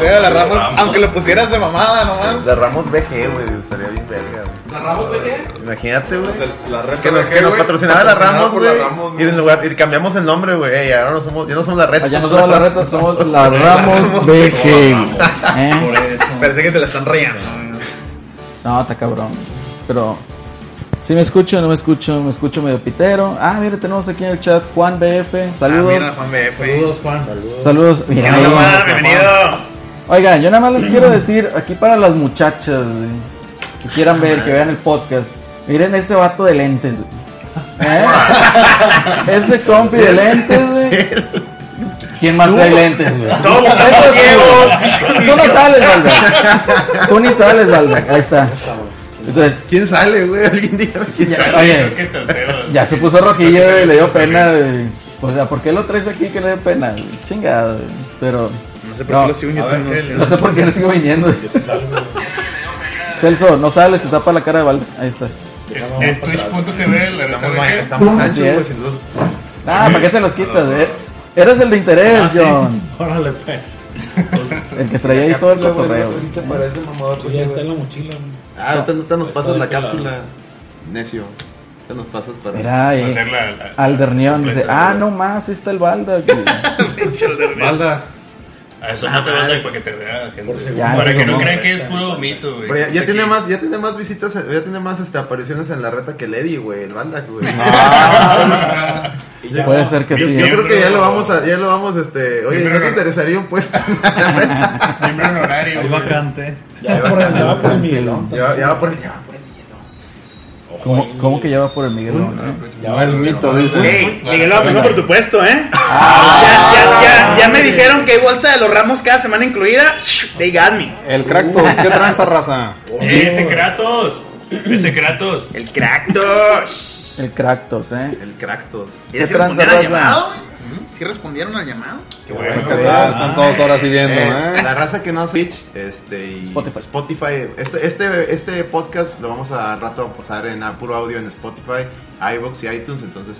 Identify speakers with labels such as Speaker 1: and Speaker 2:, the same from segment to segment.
Speaker 1: pedo la Ramos, aunque lo pusieras de mamada nomás.
Speaker 2: La Ramos BG, güey, estaría bien verga, güey.
Speaker 3: ¿La Ramos BG?
Speaker 2: Imagínate, güey.
Speaker 1: O sea, la reta
Speaker 2: Que nos,
Speaker 1: BG,
Speaker 2: que nos
Speaker 1: güey,
Speaker 2: patrocinaba la
Speaker 1: patrocinada
Speaker 2: Ramos,
Speaker 1: por
Speaker 2: güey.
Speaker 1: la Ramos,
Speaker 2: Y, en lugar- y cambiamos el nombre, güey. y Ahora no somos, ya no somos la red.
Speaker 4: Allá no somos la reta, somos la Ramos
Speaker 2: Ramos
Speaker 4: BG. ¿Eh?
Speaker 3: Por eso.
Speaker 1: Parece que te la están rayando. Ah,
Speaker 4: No, está cabrón. Pero si me escucho, no me escucho, me escucho medio pitero. Ah, mira, tenemos aquí en el chat Juan BF. Saludos.
Speaker 1: Ah, mira, Juan BF.
Speaker 5: Saludos, Juan. Saludos.
Speaker 4: Saludos.
Speaker 1: ¿Qué
Speaker 4: Mira,
Speaker 1: onda,
Speaker 4: ahí.
Speaker 1: Juan? Bienvenido.
Speaker 4: Oigan, yo nada más les quiero decir, aquí para las muchachas güey, que quieran ver, que vean el podcast, miren ese vato de lentes. güey. ¿Eh? Ese compi de lentes, güey. ¿Quién más trae lentes, güey?
Speaker 1: Todos
Speaker 4: Neta,
Speaker 1: estamos
Speaker 4: sí,
Speaker 1: ciegos,
Speaker 4: güey. Tú no sales, Valda. Tú ni sales, Valda. Ahí está. Entonces,
Speaker 2: ¿Quién sale, güey? Alguien dice. ¿Quién
Speaker 4: ya-
Speaker 2: sale?
Speaker 3: Creo que
Speaker 4: oye,
Speaker 3: es tercero.
Speaker 4: ya se puso rojillo, güey, le dio pena, güey. O sea, ¿por qué lo traes aquí que le dio pena? güey? Chingado, güey. Pero...
Speaker 1: No sé por qué lo sigo en
Speaker 2: A ver,
Speaker 1: YouTube, no sé.
Speaker 2: Helen.
Speaker 4: No sé por qué no sigo viniendo. Celso, no sales, te tapa la cara de Valde. Ahí estás.
Speaker 3: Es, es twitch.tv, la reta
Speaker 2: Estamos,
Speaker 3: BG.
Speaker 2: estamos
Speaker 4: Así
Speaker 2: anchos, güey.
Speaker 4: es.
Speaker 2: sin duda.
Speaker 4: Ah, ¿para qué te los quitas? eh? Eres el de interés, John.
Speaker 5: Órale, pues.
Speaker 4: El que traía ahí todo el
Speaker 2: Cápsula, güey,
Speaker 4: cotorreo.
Speaker 2: ¿no te parece, mamador,
Speaker 5: Ya está
Speaker 2: güey?
Speaker 5: en la mochila, güey.
Speaker 2: Ah, ahorita no te nos pasas
Speaker 5: Está
Speaker 2: la
Speaker 5: de colado.
Speaker 2: cápsula, necio. Ahorita nos pasas para.
Speaker 4: Mira,
Speaker 3: Hacer
Speaker 4: eh.
Speaker 3: la- la-
Speaker 4: Aldernión dice,
Speaker 2: completa,
Speaker 4: ah,
Speaker 2: güey.
Speaker 4: no más, ahí está el Valda. güey".
Speaker 2: Valda.
Speaker 3: A eso no te vas a para que te vea la gente.
Speaker 5: si-
Speaker 4: Ya,
Speaker 3: para
Speaker 4: eso
Speaker 3: que no
Speaker 4: no.
Speaker 3: crean que es puro mito, güey.
Speaker 2: Pero ya, ya
Speaker 3: Está
Speaker 2: tiene
Speaker 3: aquí.
Speaker 2: más, ya tiene más visitas, ya tiene más este, apariciones en la reta que Lady, güey, el Valda, güey.
Speaker 4: Puede ser que
Speaker 2: Yo,
Speaker 4: sí.
Speaker 2: yo
Speaker 4: eh.
Speaker 2: creo que ya lo vamos a, ya lo vamos, este, oye,
Speaker 3: Yo
Speaker 2: ¿no
Speaker 3: creo
Speaker 2: te
Speaker 3: que-
Speaker 2: interesaría un puesto?
Speaker 3: Miembro honorario.
Speaker 5: Ahí
Speaker 3: güey.
Speaker 5: vacante.
Speaker 2: Ya
Speaker 5: Ya
Speaker 2: va
Speaker 5: va por el, ya va por el
Speaker 4: vacante,
Speaker 5: millón.
Speaker 2: ya, va- ya va por el, ya va por el.
Speaker 4: ¿Cómo, cómo que lleva por el Miguel? no?
Speaker 5: Ya va el mito, dice.
Speaker 1: Ey, Miguelo, vengo por tu puesto, ¿eh?
Speaker 2: Ah.
Speaker 1: ya, ya, ya, ya me dijeron que hay bolsa de los Ramos cada semana incluida. They got me.
Speaker 5: El Cractus, ¿qué tranza, raza?
Speaker 3: ¡Eh, ese Kratos! ¡Ese Kratos!
Speaker 1: El Cractos.
Speaker 4: El Cractos, ¿eh?
Speaker 2: El Cractos.
Speaker 1: Mira,
Speaker 4: ¿Qué
Speaker 1: si
Speaker 4: tranza,
Speaker 1: respondieron al
Speaker 4: raza? ¿Mm?
Speaker 1: llamado. ¿Sí respondieron al llamado?
Speaker 3: Qué bueno,
Speaker 4: bueno,
Speaker 3: güey.
Speaker 5: Ah, están todos ahora sí viendo,
Speaker 2: Eh,
Speaker 5: ¿eh?
Speaker 2: La raza que no Switch, este y
Speaker 4: Spotify.
Speaker 2: Este, este, este podcast lo vamos a al rato a pasar en a puro audio en Spotify, iVoox y iTunes, entonces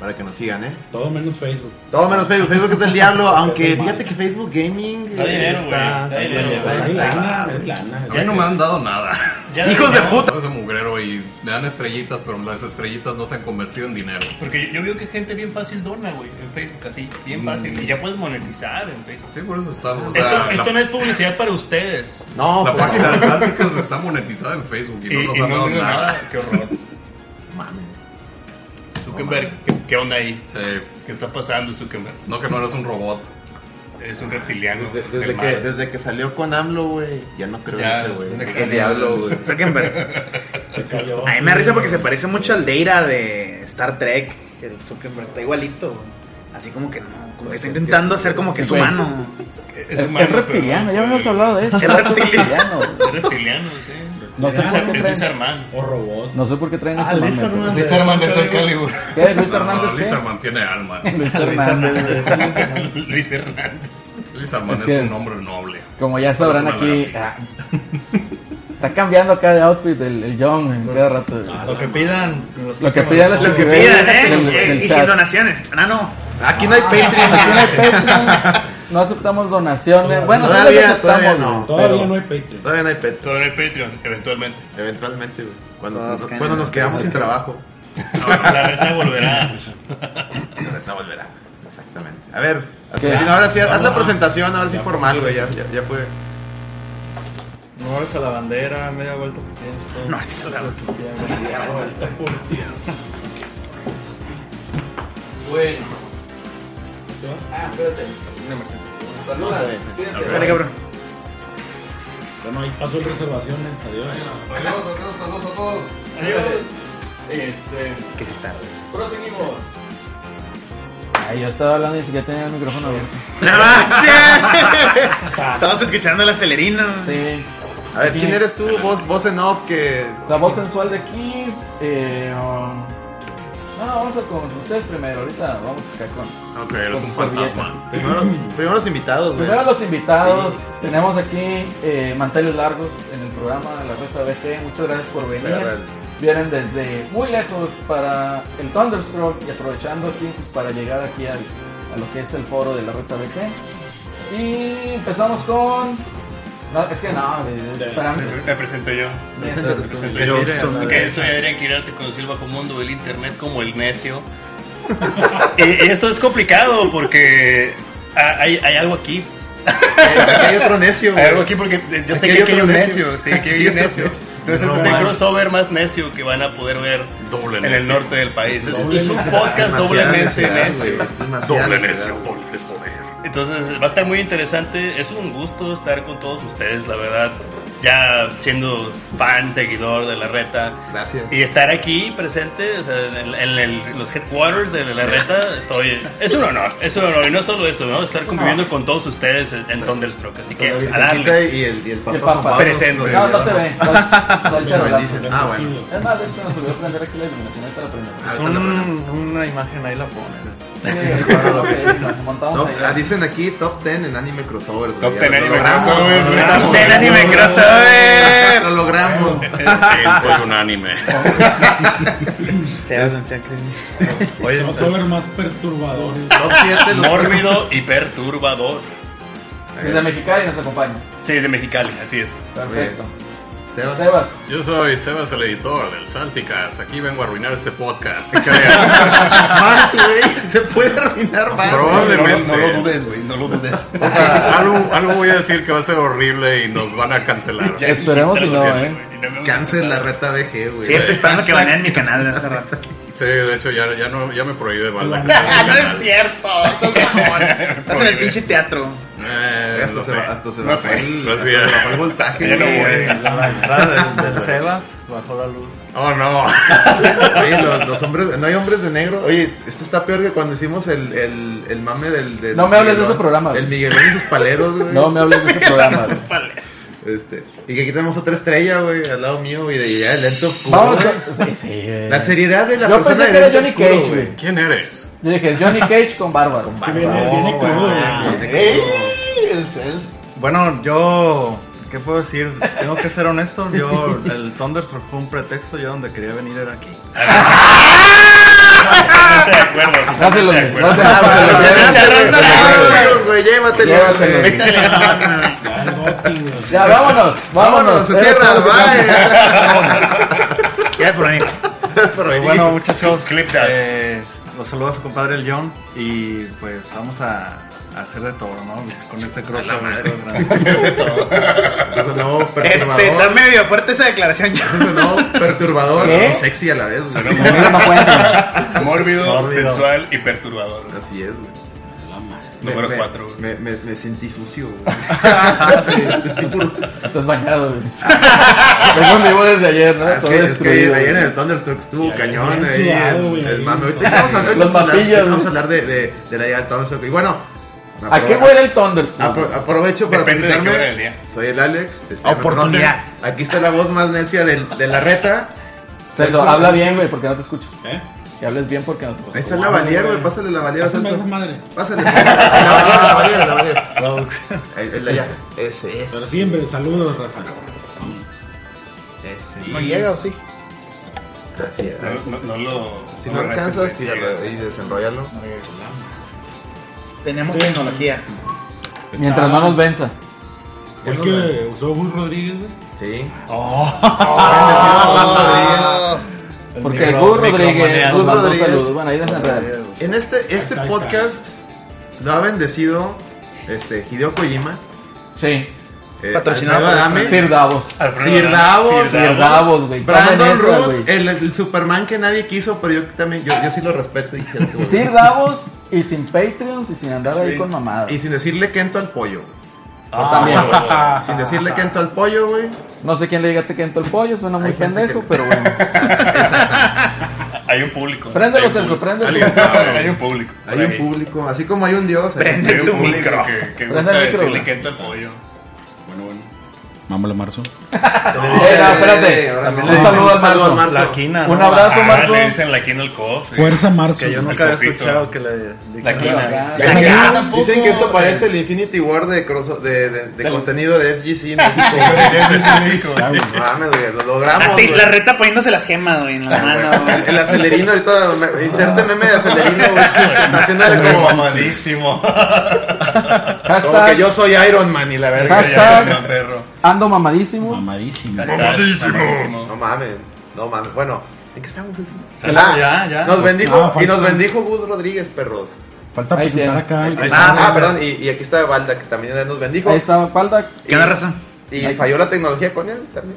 Speaker 2: para que nos sigan, eh.
Speaker 5: Todo menos Facebook.
Speaker 2: Todo menos Facebook, Facebook es el diablo, aunque fíjate que Facebook Gaming eh,
Speaker 3: Da dinero, güey, da
Speaker 2: está-
Speaker 3: dinero, güey.
Speaker 2: está-
Speaker 5: Hay lana,
Speaker 2: está-
Speaker 5: hay lana.
Speaker 6: A mí no me han dado nada.
Speaker 3: Ya
Speaker 2: ¡Hijos de puta!
Speaker 6: Ese mugrero y me dan estrellitas, pero las estrellitas no se han convertido en dinero.
Speaker 3: Porque yo, yo veo que gente bien fácil dona, güey, en Facebook, así, bien fácil. Y ya puedes monetizar en Facebook.
Speaker 6: Mm. Sí, por eso está. O sea,
Speaker 3: Esto,
Speaker 6: la,
Speaker 3: esto no es publicidad para ustedes.
Speaker 2: No,
Speaker 6: la
Speaker 2: pues,
Speaker 6: página de Sánticos está monetizada en Facebook y,
Speaker 3: Y,
Speaker 6: no nos
Speaker 3: y
Speaker 6: han
Speaker 3: no
Speaker 6: dado
Speaker 3: digo
Speaker 6: nada.
Speaker 3: nada. Qué horror. Zuckerberg, ¿qué, qué onda ahí?
Speaker 6: Sí,
Speaker 3: ¿Qué está pasando, Zuckerberg?
Speaker 6: no que no eres un robot.
Speaker 3: Eres un reptiliano.
Speaker 2: desde,
Speaker 3: del
Speaker 2: desde,
Speaker 3: mal.
Speaker 2: que, desde que salió con AMLO, güey, ya no creo en
Speaker 3: Ya,
Speaker 2: ese, güey.
Speaker 3: desde que
Speaker 2: El diablo, güey.
Speaker 1: Zuckerberg. A mí me da risa porque se parece mucho al Deira de Star Trek. El Zuckerberg está igualito. güey. Así como que no. Como que está intentando hacer como que es
Speaker 4: güey.
Speaker 1: humano.
Speaker 3: Es
Speaker 4: Es,
Speaker 3: humano,
Speaker 4: es reptiliano,
Speaker 3: pero-
Speaker 4: ya habíamos hablado de eso.
Speaker 1: Es reptiliano.
Speaker 4: güey.
Speaker 3: Es reptiliano, sí.
Speaker 4: No sé
Speaker 3: Es
Speaker 4: por qué
Speaker 3: Ar- es
Speaker 4: traen,
Speaker 3: Armand.
Speaker 5: O robot.
Speaker 4: no sé por qué traen
Speaker 5: Ah,
Speaker 4: ese
Speaker 5: Luis
Speaker 4: mame, pero-
Speaker 5: Armando.
Speaker 3: Es Armand del Excalibur.
Speaker 4: ¿Qué? Luis
Speaker 6: No, no,
Speaker 4: Hernández,
Speaker 6: Luis
Speaker 4: ¿qué?
Speaker 6: Armand tiene alma.
Speaker 4: Luis Hernández, güey.
Speaker 3: Luis Hernández.
Speaker 6: Luis Armand
Speaker 4: Es
Speaker 6: es,
Speaker 4: que-
Speaker 6: un hombre noble.
Speaker 4: Como ya sabrán
Speaker 6: Parece
Speaker 4: aquí,
Speaker 6: una
Speaker 4: ah, está cambiando acá de outfit el, el John en cada rato.
Speaker 5: Lo que pidan.
Speaker 4: Lo que pida la
Speaker 1: Lo que
Speaker 4: Zuckerberg
Speaker 1: pidan,
Speaker 4: en el- en
Speaker 1: ¿eh?
Speaker 4: el
Speaker 1: Y
Speaker 4: chat.
Speaker 1: sin donaciones. Ah, no.
Speaker 2: Aquí no hay Patreon.
Speaker 4: Aquí no hay Patreons, no aceptamos donaciones. Bueno, sí las
Speaker 2: Todavía,
Speaker 4: aceptamos,
Speaker 2: todavía no.
Speaker 4: güey,
Speaker 5: Todavía
Speaker 4: pero-
Speaker 5: no hay Patreon.
Speaker 2: Todavía no hay Patreon.
Speaker 3: Todavía hay Patreon, eventualmente.
Speaker 2: Eventualmente, güey. Cuando,
Speaker 1: Todos
Speaker 2: cuando
Speaker 1: caen en
Speaker 2: nos
Speaker 1: el
Speaker 2: quedamos sin
Speaker 1: Patreon.
Speaker 2: trabajo.
Speaker 3: No, la reta volverá.
Speaker 2: La reta volverá. Exactamente. A ver,
Speaker 4: ¿Qué?
Speaker 2: Aspirino, ahora sí, haz la presentación, ahora sí formal, güey. Ya, ya, ya fue.
Speaker 5: No eres a la bandera, media vuelta por tiempo.
Speaker 1: No, es la
Speaker 5: media vuelta por tiempo.
Speaker 4: Bueno. Ah, espérate. Saluda.
Speaker 1: Sale, cabrón.
Speaker 5: Bueno, ahí pasó reservaciones. Adiós.
Speaker 2: Saludos, saludos, saludos a todos.
Speaker 4: Este,
Speaker 1: Que sí está, güey.
Speaker 4: proseguimos. Ay, yo estaba hablando y ni siquiera tenía el micrófono abierto.
Speaker 1: ¡No manches! Estamos escuchando la acelerina.
Speaker 4: Sí.
Speaker 2: A ver, ¿quién eres tú? Vos, vos en off que.
Speaker 4: La voz sensual de aquí. Eh, um, no, vamos a con ustedes primero. Ahorita vamos acá con.
Speaker 6: Ok, eres
Speaker 4: Con
Speaker 6: un
Speaker 4: servilleta.
Speaker 6: fantasma.
Speaker 2: Primero, primero los invitados, güey.
Speaker 4: Primero los invitados. Tenemos aquí eh, Manteles Largos en el programa de la Reta BG. Muchas gracias por venir.
Speaker 2: Agarra
Speaker 4: Vienen desde muy lejos para el Thunderstroke y aprovechando aquí pues, para llegar aquí al, a lo que es el foro de la Reta BG. Y empezamos con. No, es que no, güey, espérame.
Speaker 7: Me, me presento yo.
Speaker 4: Mientras-
Speaker 7: Me presento
Speaker 2: Pues
Speaker 1: Yo
Speaker 7: yo.
Speaker 1: soy-
Speaker 7: Ok,
Speaker 3: Ok,
Speaker 7: soy-
Speaker 3: soy Adrián Quirarte, conocido el bajo mundo del internet como el necio. y, y esto es complicado porque ah, hay, hay algo aquí.
Speaker 5: Hay otro necio,
Speaker 3: Hay
Speaker 5: güey.
Speaker 3: algo aquí porque eh, yo sé
Speaker 5: Aquí hay
Speaker 3: que aquí hay
Speaker 5: otro
Speaker 3: un
Speaker 5: necio.
Speaker 3: necio. Sí, aquí hay un necio. Entonces
Speaker 5: No
Speaker 3: es el
Speaker 5: más.
Speaker 3: crossover más necio que van a poder ver
Speaker 7: Doble
Speaker 3: en el norte del país. Es,
Speaker 2: Doble
Speaker 3: es un
Speaker 2: necio.
Speaker 3: podcast
Speaker 2: Demasiada
Speaker 3: doblemente
Speaker 2: necesidad,
Speaker 3: necio.
Speaker 2: güey. Es demasiada
Speaker 7: Doble
Speaker 2: necesidad,
Speaker 7: necio,
Speaker 2: güey.
Speaker 7: doble poder.
Speaker 3: Entonces va a estar muy interesante. Es un gusto estar con todos ustedes, la verdad. Ya siendo fan, seguidor de la reta.
Speaker 2: Gracias.
Speaker 3: Y estar aquí presente o sea, en, el- en el- los headquarters de la reta, estoy, es un honor, es un honor. Y no solo eso, ¿no? Estar conviviendo con todos ustedes en, en Thunderstroke. Así que, pues, a darle.
Speaker 2: Y el, y el
Speaker 4: Y el Papa.
Speaker 2: papá.
Speaker 3: Presente.
Speaker 4: No, no se ve. No, no,
Speaker 2: Lo
Speaker 4: échalo,
Speaker 2: bendice.
Speaker 4: lazo.
Speaker 2: Ah, bueno.
Speaker 4: Es más, de hecho, se nos olvidó prender aquí la iluminación. Ahorita la prendemos.
Speaker 2: Ahorita lo ponemos.
Speaker 7: Mm.
Speaker 5: Un- una imagen ahí la ponen.
Speaker 4: Sí, claro, ok, la montamos
Speaker 2: Top-
Speaker 4: ahí.
Speaker 2: ah, dicen aquí top 10 en anime crossover. güey.
Speaker 7: Top
Speaker 2: Ya
Speaker 7: 10
Speaker 2: lo
Speaker 7: anime
Speaker 2: logramos,
Speaker 7: crossover.
Speaker 2: lo logramos.
Speaker 7: Top
Speaker 1: 10 anime crossover.
Speaker 2: Lo logramos.
Speaker 7: Él fue un anime.
Speaker 1: Se va a denunciar, Chris.
Speaker 5: Oye,
Speaker 8: Los over más perturbadores.
Speaker 2: Top 7 los
Speaker 3: Mórbido y perturbador.
Speaker 4: Desde Mexicali nos acompañas.
Speaker 3: Sí, de Mexicali, así es.
Speaker 4: Perfecto.
Speaker 2: Sebas.
Speaker 4: Sebas.
Speaker 6: Yo soy Sebas, el editor del Salticast. Aquí vengo a arruinar este podcast.
Speaker 2: Más, Ah, güey. Se puede arruinar más. güey.
Speaker 6: Probablemente.
Speaker 7: No, lo- no lo dudes, güey, no lo dudes.
Speaker 6: algo, algo voy a decir que va a ser horrible y nos van a cancelar.
Speaker 3: Ya
Speaker 4: Esperemos
Speaker 3: dijiste
Speaker 4: y no,
Speaker 3: algo,
Speaker 4: ¿eh?
Speaker 3: güey, y no me gusta
Speaker 2: Cáncer la
Speaker 3: pasar.
Speaker 2: reta BG, güey.
Speaker 1: Sí, estoy
Speaker 5: Ah,
Speaker 1: esperando que
Speaker 2: Hashtag-
Speaker 1: baneen mi canal de hace rato.
Speaker 6: Sí, de hecho ya, ya, no, ya me prohíbe Valda.
Speaker 3: no es cierto. sos mamón.
Speaker 1: Estás en el pinche teatro.
Speaker 6: Eh,
Speaker 2: Hasta
Speaker 6: no
Speaker 2: se
Speaker 6: sé. Mm,
Speaker 2: va, hasta se
Speaker 6: No
Speaker 2: va.
Speaker 6: sé.
Speaker 2: el-
Speaker 6: No
Speaker 2: hasta
Speaker 6: sé.
Speaker 2: se bajó el voltaje,
Speaker 6: Ya no
Speaker 2: güey.
Speaker 6: voy.
Speaker 5: la bandera del, del Sebas bajó la luz.
Speaker 6: Oh, no.
Speaker 2: Oye, los, los hombres, no hay hombres de negro. Oye, esto está peor que cuando hicimos el, el, el mame del, del
Speaker 4: No me hables de
Speaker 2: Miguelón.
Speaker 4: ese programa, güey.
Speaker 2: El Miguelón y sus paleros, güey.
Speaker 4: No me hables de ese programa. güey.
Speaker 2: Este, y que aquí tenemos otra estrella, güey, al lado mío, güey, de ya el lento oscuro.
Speaker 4: Vamos
Speaker 2: güey.
Speaker 4: con... Sí, sí, güey.
Speaker 2: La seriedad de la
Speaker 4: Yo
Speaker 2: persona
Speaker 4: pensé que
Speaker 2: del
Speaker 4: era
Speaker 2: lente
Speaker 4: Johnny
Speaker 2: oscuro,
Speaker 4: Cage, güey.
Speaker 6: ¿Quién eres?
Speaker 4: Yo dije, es Johnny Cage con barba.
Speaker 8: Que viene,
Speaker 2: No,
Speaker 8: viene
Speaker 2: güey.
Speaker 8: crudo.
Speaker 2: Ey,
Speaker 5: Bueno, yo. ¿Qué puedo decir? Tengo que ser honesto. Yo, el Thunderstorm fue un pretexto. Yo donde quería venir era aquí.
Speaker 3: Totalmente de acuerdo.
Speaker 4: Dáselo, güey,
Speaker 3: Bueno,
Speaker 4: dáselo,
Speaker 2: Ah,
Speaker 4: dáselo,
Speaker 2: bueno,
Speaker 4: dáselo,
Speaker 2: ya,
Speaker 4: dáselo,
Speaker 2: ya,
Speaker 4: dáselo,
Speaker 2: ya,
Speaker 4: dáselo.
Speaker 2: güey, Llévatelo,
Speaker 4: Llévatelo,
Speaker 2: güey.
Speaker 4: güey.
Speaker 1: Métale la
Speaker 8: Ya, Gotti, güey.
Speaker 4: Ya, vámonos, vámonos.
Speaker 2: Vámonos, se cierra,
Speaker 4: Era todo lo que
Speaker 2: bye.
Speaker 4: teníamos.
Speaker 1: Ya por ahí.
Speaker 5: Pero bueno, muchachos, eh, los saludo a su compadre el John y pues vamos a, a hacer de todo, ¿no? Con este crossover. todo grande.
Speaker 2: Eso no, perturbador.
Speaker 1: Este, está medio fuerte esa declaración ya.
Speaker 2: Eso no, perturbador
Speaker 4: ¿Qué?
Speaker 2: y sexy a la vez, güey.
Speaker 4: Conmigo no cuentan.
Speaker 3: Mórbido,
Speaker 5: Mórbido.
Speaker 3: sensual y perturbador.
Speaker 2: Así es, güey. Me-
Speaker 3: Número
Speaker 2: me-
Speaker 3: 4.
Speaker 2: Me, me- me sentí sucio, güey.
Speaker 4: Estás bañado, güey. Es un vivo desde ayer, ¿no?
Speaker 2: Ah, es
Speaker 4: Todo
Speaker 2: que, es que
Speaker 4: destruido,
Speaker 2: ayer en
Speaker 4: güey.
Speaker 2: el Thunderstruck estuvo cañón,
Speaker 8: bien
Speaker 2: ahí
Speaker 8: sudado,
Speaker 2: el,
Speaker 8: güey,
Speaker 2: el
Speaker 8: ahí.
Speaker 2: mame. Ahorita vamos a hablar,
Speaker 4: Los
Speaker 2: vamos a hablar-
Speaker 4: papillas,
Speaker 2: vamos a
Speaker 4: güey.
Speaker 2: hablar de, de, de la llegada del Thunderstruck. Y bueno,
Speaker 4: ¿A qué huele el Thunders?
Speaker 2: apro- Ah, aprovecho para
Speaker 3: Depende de qué hora
Speaker 2: presentarme.
Speaker 3: del día.
Speaker 2: Soy el Alex. este,
Speaker 1: Oportunidad.
Speaker 2: me conocen. Aquí está la voz más necia del- de, la reta.
Speaker 4: Celso,
Speaker 2: Celso,
Speaker 4: habla bien, güey, porque no te escucho.
Speaker 8: ¿Eh?
Speaker 4: Que hables bien porque no te
Speaker 2: Ahí
Speaker 4: escucho.
Speaker 2: está la valier, güey. Pásale la valier a
Speaker 8: Pásame
Speaker 2: Celso.
Speaker 8: esa madre.
Speaker 2: Pásale. La valier, la valier, la valier. Ahí- ahí la- ya. Ese es.
Speaker 8: Pero siempre, saludos, raza.
Speaker 2: Ese.
Speaker 1: ¿No llega o sí?
Speaker 2: Así es.
Speaker 3: No, no- no lo.
Speaker 2: Si no alcanzas, tíralo y desenrollalo.
Speaker 1: Tenemos tecnología.
Speaker 4: Mientras no nos venza.
Speaker 8: Fue El que usó Gus Rodríguez, güey.
Speaker 2: Sí.
Speaker 8: Ah.
Speaker 2: Oh.
Speaker 5: El
Speaker 4: Porque
Speaker 5: micro-
Speaker 4: Gus Rodríguez
Speaker 5: micromanía.
Speaker 4: nos
Speaker 2: Gus
Speaker 4: mandó
Speaker 2: Rodríguez.
Speaker 4: saludos. Bueno, ahí desenredar.
Speaker 2: En este, este
Speaker 8: Ahí está.
Speaker 2: podcast lo ha bendecido este, Hideo Kojima.
Speaker 4: Sí.
Speaker 2: eh,
Speaker 1: Patrocinado
Speaker 2: Alfredo
Speaker 1: por
Speaker 2: Adame,
Speaker 4: Sir Davos.
Speaker 2: Sir Davos,
Speaker 4: Sir Davos, güey. Toma en
Speaker 2: Brandon
Speaker 4: esa,
Speaker 2: Root,
Speaker 4: güey.
Speaker 2: el, el Superman que nadie quiso, pero yo también, yo, yo sí lo respeto. Y quiero que
Speaker 4: Sir
Speaker 2: vuelva.
Speaker 4: Davos y sin Patreons y sin andar ahí
Speaker 2: Sí.
Speaker 4: con mamadas.
Speaker 2: Y sin decirle Kento al pollo. güey.
Speaker 4: También.
Speaker 2: Sin decirle Kento al pollo, güey.
Speaker 4: No sé quién le diga tequento el pollo, suena muy
Speaker 2: Hay gente
Speaker 4: pendejo,
Speaker 2: que-
Speaker 4: pero bueno.
Speaker 3: Hay un público.
Speaker 4: Préndelo,
Speaker 3: Hay un
Speaker 4: Celso,
Speaker 3: público.
Speaker 4: préndelo.
Speaker 6: Alguien sabe.
Speaker 3: Hay un público.
Speaker 2: Hay un público, así como hay un dios. hay-
Speaker 1: Prende.
Speaker 3: Hay un
Speaker 1: Tu
Speaker 3: público
Speaker 1: micro.
Speaker 3: que, que
Speaker 4: Prende
Speaker 3: gusta
Speaker 4: el micro,
Speaker 3: decirle
Speaker 4: güey.
Speaker 3: que entra el pollo.
Speaker 7: Bueno, bueno.
Speaker 8: Mámalo, Marzo.
Speaker 4: Eh, no, espérate.
Speaker 2: ahora no.
Speaker 4: Un saludo al Marzo.
Speaker 2: al Marzo.
Speaker 5: La quina,
Speaker 4: Un
Speaker 5: ¿no?
Speaker 4: abrazo,
Speaker 3: Ah,
Speaker 4: Marzo.
Speaker 3: le dicen la quina al cof.
Speaker 8: Fuerza Marzo.
Speaker 5: Que yo
Speaker 8: güey.
Speaker 5: nunca había
Speaker 3: copito.
Speaker 5: escuchado que le...
Speaker 3: La quina.
Speaker 4: Ya,
Speaker 2: Ya, ya,
Speaker 3: tampoco.
Speaker 2: Dicen que esto parece el Infinity War de, cross- de, de- de contenido de FGC en México.
Speaker 8: Ya, güey.
Speaker 2: No mames, güey, lo logramos.
Speaker 1: Así,
Speaker 2: güey.
Speaker 1: la reta poniéndose las gemas, güey, en la mano, güey.
Speaker 2: El acelerino ahorita, me- inserte meme de acelerino, güey. Está haciéndole como,
Speaker 3: Mamadísimo.
Speaker 2: como que
Speaker 4: Hashtag,
Speaker 2: yo soy Iron Man y la verga.
Speaker 4: hashtag ando mamadísimo.
Speaker 8: Mamadísimo.
Speaker 2: No mames, no mames. Bueno, ¿en qué estamos?
Speaker 5: Ah, ya, ya.
Speaker 2: Nos bendijo,
Speaker 8: Ah, falta-
Speaker 2: y nos bendijo Gus Rodríguez, perros.
Speaker 8: Falta
Speaker 4: Ahí
Speaker 8: presentar
Speaker 4: tiene.
Speaker 8: acá. al-
Speaker 2: Ah, ah, perdón, y, y aquí está Valda, que también nos bendijo.
Speaker 4: Ahí estaba Palda.
Speaker 1: ¿Qué onda, raza?
Speaker 2: Y falló la tecnología con él también.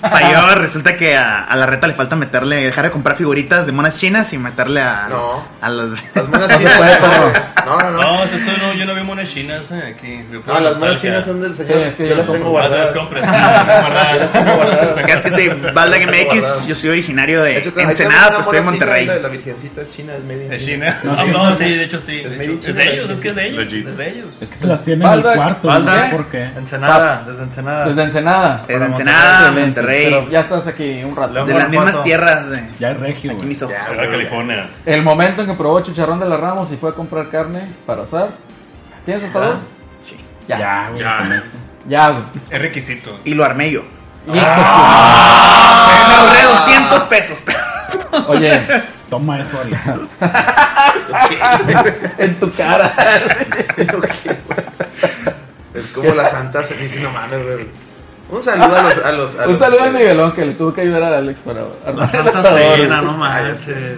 Speaker 1: Falló, resulta que a, a la reta le falta meterle, dejar de comprar figuritas de monas chinas y meterle a,
Speaker 2: No.
Speaker 1: a los...
Speaker 2: Las monas
Speaker 4: No se
Speaker 2: chinas.
Speaker 4: puede, perro.
Speaker 2: No, no, no.
Speaker 3: No, eso no, yo no vi monas chinas eh, aquí. Yo
Speaker 2: No,
Speaker 3: pura
Speaker 2: las monas
Speaker 3: nostalgia.
Speaker 2: chinas son del señor.
Speaker 4: Sí, sí,
Speaker 2: Yo las
Speaker 4: son
Speaker 2: tengo
Speaker 3: Ah, te las
Speaker 2: guardadas.
Speaker 3: compras, sí, guardadas.
Speaker 1: Acá es que sí, Baldag MX, yo soy originario de
Speaker 2: Échate- ahí
Speaker 1: Ensenada,
Speaker 2: tenemos
Speaker 1: pero estoy
Speaker 2: una mona
Speaker 1: en
Speaker 2: china,
Speaker 1: Monterrey.
Speaker 2: La, la virgencita es china, es media
Speaker 3: ¿Es China? Ah, no, sí, de hecho sí.
Speaker 2: Es
Speaker 3: de
Speaker 2: medio
Speaker 3: hecho. Es
Speaker 2: china.
Speaker 3: de ellos, es que es de ellos. Es de ellos.
Speaker 8: Es que se las tiene en el
Speaker 4: Balda-
Speaker 8: cuarto.
Speaker 1: Balda,
Speaker 8: no sé
Speaker 1: ¿eh?
Speaker 8: por qué.
Speaker 5: Ensenada, desde Ensenada.
Speaker 4: Desde Ensenada.
Speaker 1: Desde Ensenada, Monterrey,
Speaker 4: Pero ya estás aquí un rato.
Speaker 1: de las mismas tierras de aquí
Speaker 8: Ya es regio, güey.
Speaker 1: mis ojos.
Speaker 2: Ya,
Speaker 3: Será Ah, California.
Speaker 4: El momento en que probó chicharrón de la Ramos y fue a comprar carne para asar. ¿Tienes asador?
Speaker 1: Sí.
Speaker 4: Ya. Ya,
Speaker 8: Ya, güey. con eso.
Speaker 4: güey.
Speaker 3: Es requisito.
Speaker 1: Y lo armé yo.
Speaker 2: Ah.
Speaker 1: Me ahorré 200 pesos.
Speaker 4: Oye,
Speaker 8: Toma eso, Ari.
Speaker 4: en tu cara.
Speaker 2: Es como la santa ceniza, no mames, güey. Un saludo a los... A los a
Speaker 4: Un
Speaker 2: los-
Speaker 4: saludo a Miguelón que le tuvo que ayudar a Alex para
Speaker 5: La
Speaker 4: armar el
Speaker 5: Santa
Speaker 4: asador.
Speaker 5: Cena,
Speaker 4: güey.
Speaker 5: no
Speaker 2: manches.
Speaker 5: manches.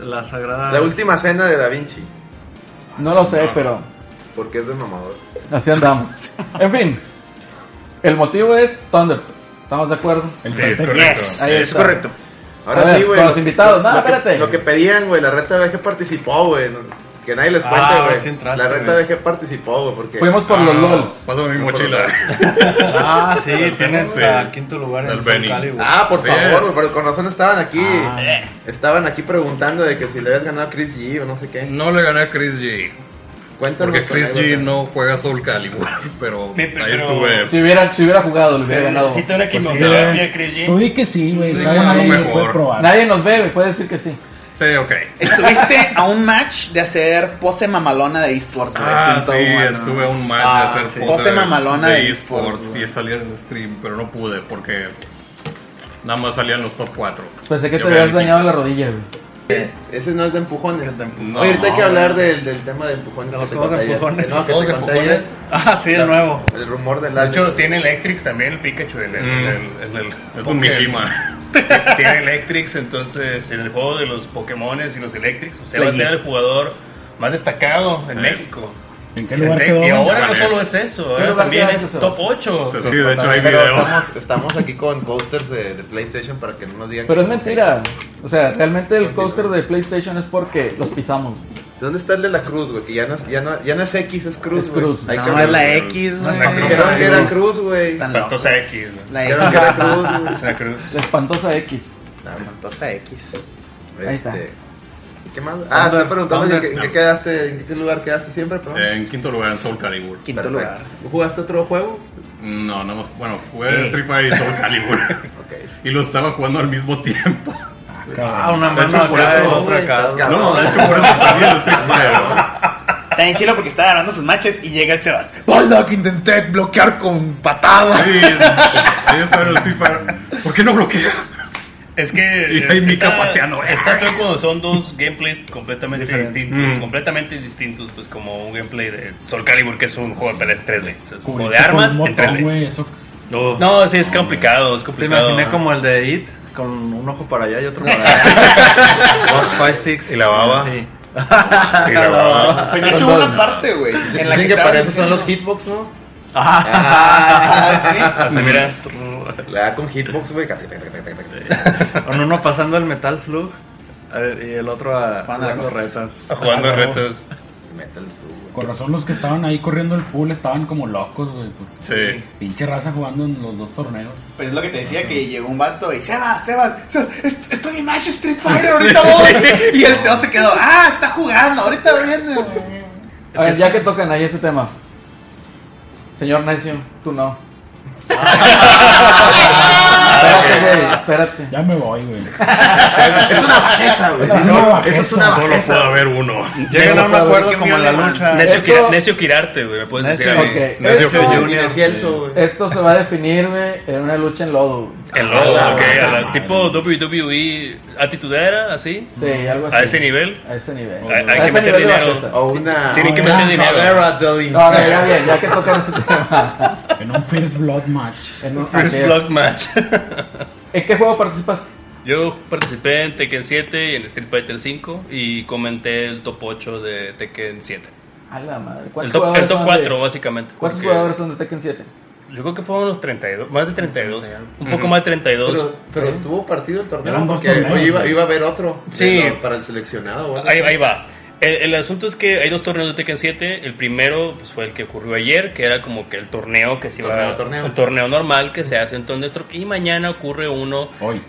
Speaker 5: La, la Sagrada...
Speaker 2: La última cena de Da Vinci,
Speaker 4: No lo sé, pero
Speaker 2: porque es de mamador.
Speaker 4: así andamos. En fin, el motivo es Thunderstorm. ¿Estamos de acuerdo?
Speaker 8: El
Speaker 9: Sí, es
Speaker 8: pretexto.
Speaker 9: correcto.
Speaker 1: Yes,
Speaker 4: Ahí
Speaker 1: es
Speaker 4: está.
Speaker 1: correcto.
Speaker 2: Ahora
Speaker 4: A ver,
Speaker 2: sí, güey.
Speaker 4: con los
Speaker 2: lo-
Speaker 4: invitados.
Speaker 2: lo-
Speaker 4: Nada,
Speaker 2: lo que-
Speaker 4: espérate.
Speaker 2: Lo que pedían, güey, la reta BG participó, güey. no- Que nadie les
Speaker 5: Ah,
Speaker 2: cuente,
Speaker 5: ahora
Speaker 2: güey.
Speaker 5: sí entraste,
Speaker 2: la reta
Speaker 5: güey.
Speaker 2: BG participó, güey, porque...
Speaker 4: Fuimos por
Speaker 6: Ah,
Speaker 4: los LOLs.
Speaker 9: Pásame mi mochila.
Speaker 5: Ah, sí, tienes
Speaker 9: Sí.
Speaker 5: a quinto lugar en
Speaker 9: Del
Speaker 5: el
Speaker 9: Beni.
Speaker 5: Calibur.
Speaker 2: Ah, por
Speaker 9: Sí
Speaker 2: favor,
Speaker 9: es.
Speaker 2: güey, pero con razón estaban aquí.
Speaker 8: Ah.
Speaker 2: Estaban aquí preguntando de que si le habías ganado a Chris G o no sé qué.
Speaker 6: No le gané a Chris G.
Speaker 2: Cuéntanos.
Speaker 6: Porque Chris
Speaker 2: con
Speaker 6: G
Speaker 2: anécdota.
Speaker 6: no juega Soul Calibur, pero
Speaker 3: Mi-
Speaker 6: ahí
Speaker 3: pero-
Speaker 6: estuve.
Speaker 4: Si hubiera, si hubiera jugado, le hubiera ganado.
Speaker 3: Necesito una
Speaker 8: Pues sí,
Speaker 3: quimioterapia,
Speaker 8: güey.
Speaker 3: Chris G.
Speaker 8: Tú di que sí, güey.
Speaker 6: Di
Speaker 8: Cada
Speaker 6: que es lo
Speaker 8: nadie
Speaker 6: mejor.
Speaker 8: puede probar.
Speaker 4: Nadie nos ve, güey, puede decir que sí.
Speaker 6: Sí, ok.
Speaker 1: Estuviste a un match de hacer pose mamalona de esports, güey.
Speaker 6: Ah, sí,
Speaker 1: Siento humano.
Speaker 6: estuve un match
Speaker 1: Ah,
Speaker 6: de hacer
Speaker 1: sí. Pose mamalona de
Speaker 6: de
Speaker 1: esports,
Speaker 6: esports
Speaker 1: güey.
Speaker 6: y salía en stream, pero no pude porque nada más salían los top 4.
Speaker 4: Pensé que te habías dañado la rodilla, güey.
Speaker 2: Ese no es de empujones.
Speaker 6: No.
Speaker 2: Oye, ahorita hay que hablar del, del tema de empujones.
Speaker 5: De
Speaker 2: que
Speaker 5: los
Speaker 2: te
Speaker 5: juegos de
Speaker 2: conté ayer.
Speaker 5: empujones.
Speaker 2: No, que
Speaker 3: Juegos
Speaker 2: te
Speaker 3: de
Speaker 2: conté
Speaker 3: empujones.
Speaker 2: ayer.
Speaker 5: Ah, sí, de nuevo.
Speaker 2: El rumor del
Speaker 3: De hecho,
Speaker 2: Alex.
Speaker 3: tiene Electrics también, el Pikachu. En el, en el- en el-
Speaker 6: Es un
Speaker 3: Poké-
Speaker 6: Mishima.
Speaker 3: Tiene Electrics, entonces en el juego de los Pokémones y los Electrics, usted va a
Speaker 1: Sí.
Speaker 3: ser el jugador más destacado en México.
Speaker 8: ¿En qué lugar quedó?
Speaker 3: y ahora no
Speaker 6: Gané.
Speaker 3: solo es eso,
Speaker 4: ¿Qué
Speaker 3: ahora
Speaker 4: lugar
Speaker 3: también
Speaker 4: quedaste,
Speaker 3: es
Speaker 4: Sebas?
Speaker 3: top 8.
Speaker 6: Sí, de hecho hay
Speaker 2: Pero
Speaker 6: video.
Speaker 2: estamos, estamos aquí con posters de, de PlayStation para que no nos digan
Speaker 4: Pero
Speaker 2: que
Speaker 4: es
Speaker 2: somos
Speaker 4: mentira.
Speaker 2: haters.
Speaker 4: O sea, realmente el coaster de PlayStation es porque los pisamos.
Speaker 2: ¿Dónde está el de la cruz, güey? Que ya no es, ya no, ya no es X, es cruz,
Speaker 4: Es
Speaker 2: güey.
Speaker 4: cruz.
Speaker 2: Hay que
Speaker 1: No, es
Speaker 2: hablar.
Speaker 1: la X, güey.
Speaker 3: la cruz.
Speaker 2: Dijeron que era cruz, güey.
Speaker 1: Tan loco.
Speaker 3: Faltosa X, ¿no?
Speaker 1: La
Speaker 2: Dijeron que
Speaker 1: X.
Speaker 2: era cruz, güey.
Speaker 3: Es una cruz.
Speaker 4: La espantosa X.
Speaker 2: Ah,
Speaker 1: Faltosa X.
Speaker 4: Ahí está.
Speaker 2: este, ¿y ¿Qué más? Ah, te preguntamos en qué, en qué quedaste, en qué lugar quedaste siempre, perdón.
Speaker 6: En quinto lugar en Soul Calibur.
Speaker 1: Quinto
Speaker 2: Perfecto.
Speaker 1: lugar.
Speaker 2: ¿Jugaste otro juego?
Speaker 6: No, nada más. Bueno, jugué
Speaker 1: Eh.
Speaker 6: Street Fighter y Soul Calibur.
Speaker 2: Ok.
Speaker 6: y lo estaba jugando al mismo tiempo.
Speaker 5: Ah, una
Speaker 6: De hecho,
Speaker 5: mano
Speaker 6: por
Speaker 5: acá
Speaker 6: eso-
Speaker 5: y otra acá.
Speaker 2: Estás
Speaker 6: No, de
Speaker 2: cabrón.
Speaker 6: hecho, por eso también el Street Fighter.
Speaker 1: Está bien chilo porque está agarrando sus matches y llega el Sebas. ¡Hola, que intenté bloquear con patada!
Speaker 6: Sí, ahí estaba en el Street Fighter. ¿Por qué no bloquea?
Speaker 3: Es que. eh,
Speaker 6: Y ahí Mika
Speaker 3: está-
Speaker 6: pateando.
Speaker 3: Está feo cuando son dos gameplays completamente distintos.
Speaker 6: Mm.
Speaker 3: Completamente distintos, pues como un gameplay de Soul Calibur, que es un juego de peleas 3D. o sea, es un juego de
Speaker 8: Cubrirte con
Speaker 3: armas
Speaker 8: un
Speaker 3: en
Speaker 8: botón,
Speaker 3: 3D.
Speaker 8: güey, eso-
Speaker 3: No, sí, es complicado, es
Speaker 5: Te
Speaker 3: complicado.
Speaker 5: imaginé como el de It, con un ojo para allá y otro para allá. Los Five Sticks.
Speaker 9: Y la baba.
Speaker 5: Sí.
Speaker 9: Y la baba.
Speaker 2: Ah,
Speaker 1: Pues de hecho, hubo una parte, güey, en la que,
Speaker 2: Dicen que
Speaker 1: estaban
Speaker 2: para eso son
Speaker 1: diciendo-
Speaker 2: los hitbox, ¿no?
Speaker 1: Ah,
Speaker 3: O sea, mira.
Speaker 2: Le da con hitbox, güey. tac, tac, tac, tac, tac.
Speaker 5: Con uno pasando el Metal Slug a ver, y el otro a
Speaker 1: Jugando a
Speaker 5: jugando
Speaker 1: retas.
Speaker 5: retas.
Speaker 9: Jugando retos.
Speaker 2: Métales tú, güey.
Speaker 8: Con razón los que estaban ahí corriendo el pool estaban como locos, güey. pues.
Speaker 9: Sí.
Speaker 8: Pinche raza jugando en los dos torneos.
Speaker 1: Pues es lo que te decía, que llegó un vato y Sebas, Sebas, Sebas, es- está mi match Street Fighter, ahorita voy. Y el tío se quedó, ah, está jugando, ahorita viene.
Speaker 2: Pues,
Speaker 1: güey".
Speaker 4: A ver, ya que tocan ahí ese tema. Señor Necio, tú no. Espérate, güey, espérate.
Speaker 8: Ya me voy, güey.
Speaker 2: Es una bajeza, güey.
Speaker 8: Es una bajeza.
Speaker 2: Eso es una
Speaker 6: Solo puede
Speaker 2: bajeza.
Speaker 6: haber uno.
Speaker 5: Llegan a un
Speaker 4: Pero,
Speaker 5: acuerdo
Speaker 1: ¿qué
Speaker 5: como en la
Speaker 1: miedo, man?
Speaker 5: lucha.
Speaker 3: Necio,
Speaker 4: Esto-
Speaker 3: Quira- necio Quirarte, güey. Me puedes decir a mí.
Speaker 4: Ok,
Speaker 6: Necio
Speaker 4: esto-
Speaker 6: Junior.
Speaker 1: Junior, decía eso, güey.
Speaker 4: Esto se va a definir, güey, en una lucha en lodo, güey.
Speaker 3: El lodo, ok. a la- tipo WWE atitudera, así.
Speaker 4: Sí, algo así.
Speaker 3: A ese nivel.
Speaker 4: A ese nivel.
Speaker 3: Hay- hay
Speaker 4: A
Speaker 3: que
Speaker 4: ese
Speaker 3: meter
Speaker 4: nivel de
Speaker 3: dinero.
Speaker 4: bajeza.
Speaker 2: O una.
Speaker 3: Tienen que
Speaker 2: o
Speaker 3: meter
Speaker 2: una
Speaker 3: dinero.
Speaker 2: escalera del
Speaker 4: No, no,
Speaker 2: infierno.
Speaker 4: ya bien, ya que tocan ese tema.
Speaker 8: En un First Blood match.
Speaker 4: En, un-
Speaker 3: First
Speaker 4: así es.
Speaker 3: Blood Match.
Speaker 4: ¿En qué juego participaste?
Speaker 3: Yo participé en Tekken 7 y en Street Fighter 5 y comenté el top 8 de Tekken 7.
Speaker 4: A la madre.
Speaker 3: El
Speaker 4: ¿Cuántos
Speaker 3: top, el
Speaker 4: jugadores
Speaker 3: top
Speaker 4: son
Speaker 3: 4,
Speaker 4: de-
Speaker 3: básicamente.
Speaker 4: ¿Cuántos
Speaker 3: porque
Speaker 4: jugadores son de Tekken 7?
Speaker 3: Yo creo que fueron unos 32, más de 32. Un poco más de 32.
Speaker 2: Pero, pero estuvo partido el torneo.
Speaker 8: Eran dos
Speaker 2: Porque
Speaker 8: torneos,
Speaker 2: hoy iba,
Speaker 8: güey.
Speaker 2: iba a haber otro.
Speaker 3: Sí.
Speaker 2: de lo- Para el seleccionado, güey.
Speaker 3: Ahí, ahí va. El, el asunto es que hay dos torneos de Tekken 7. El primero pues, fue el que ocurrió ayer, que era como que el torneo que se iba
Speaker 2: Torneo, torneo.
Speaker 3: El torneo normal que se hace en Thunderstruck. Y mañana ocurre uno.
Speaker 8: Hoy.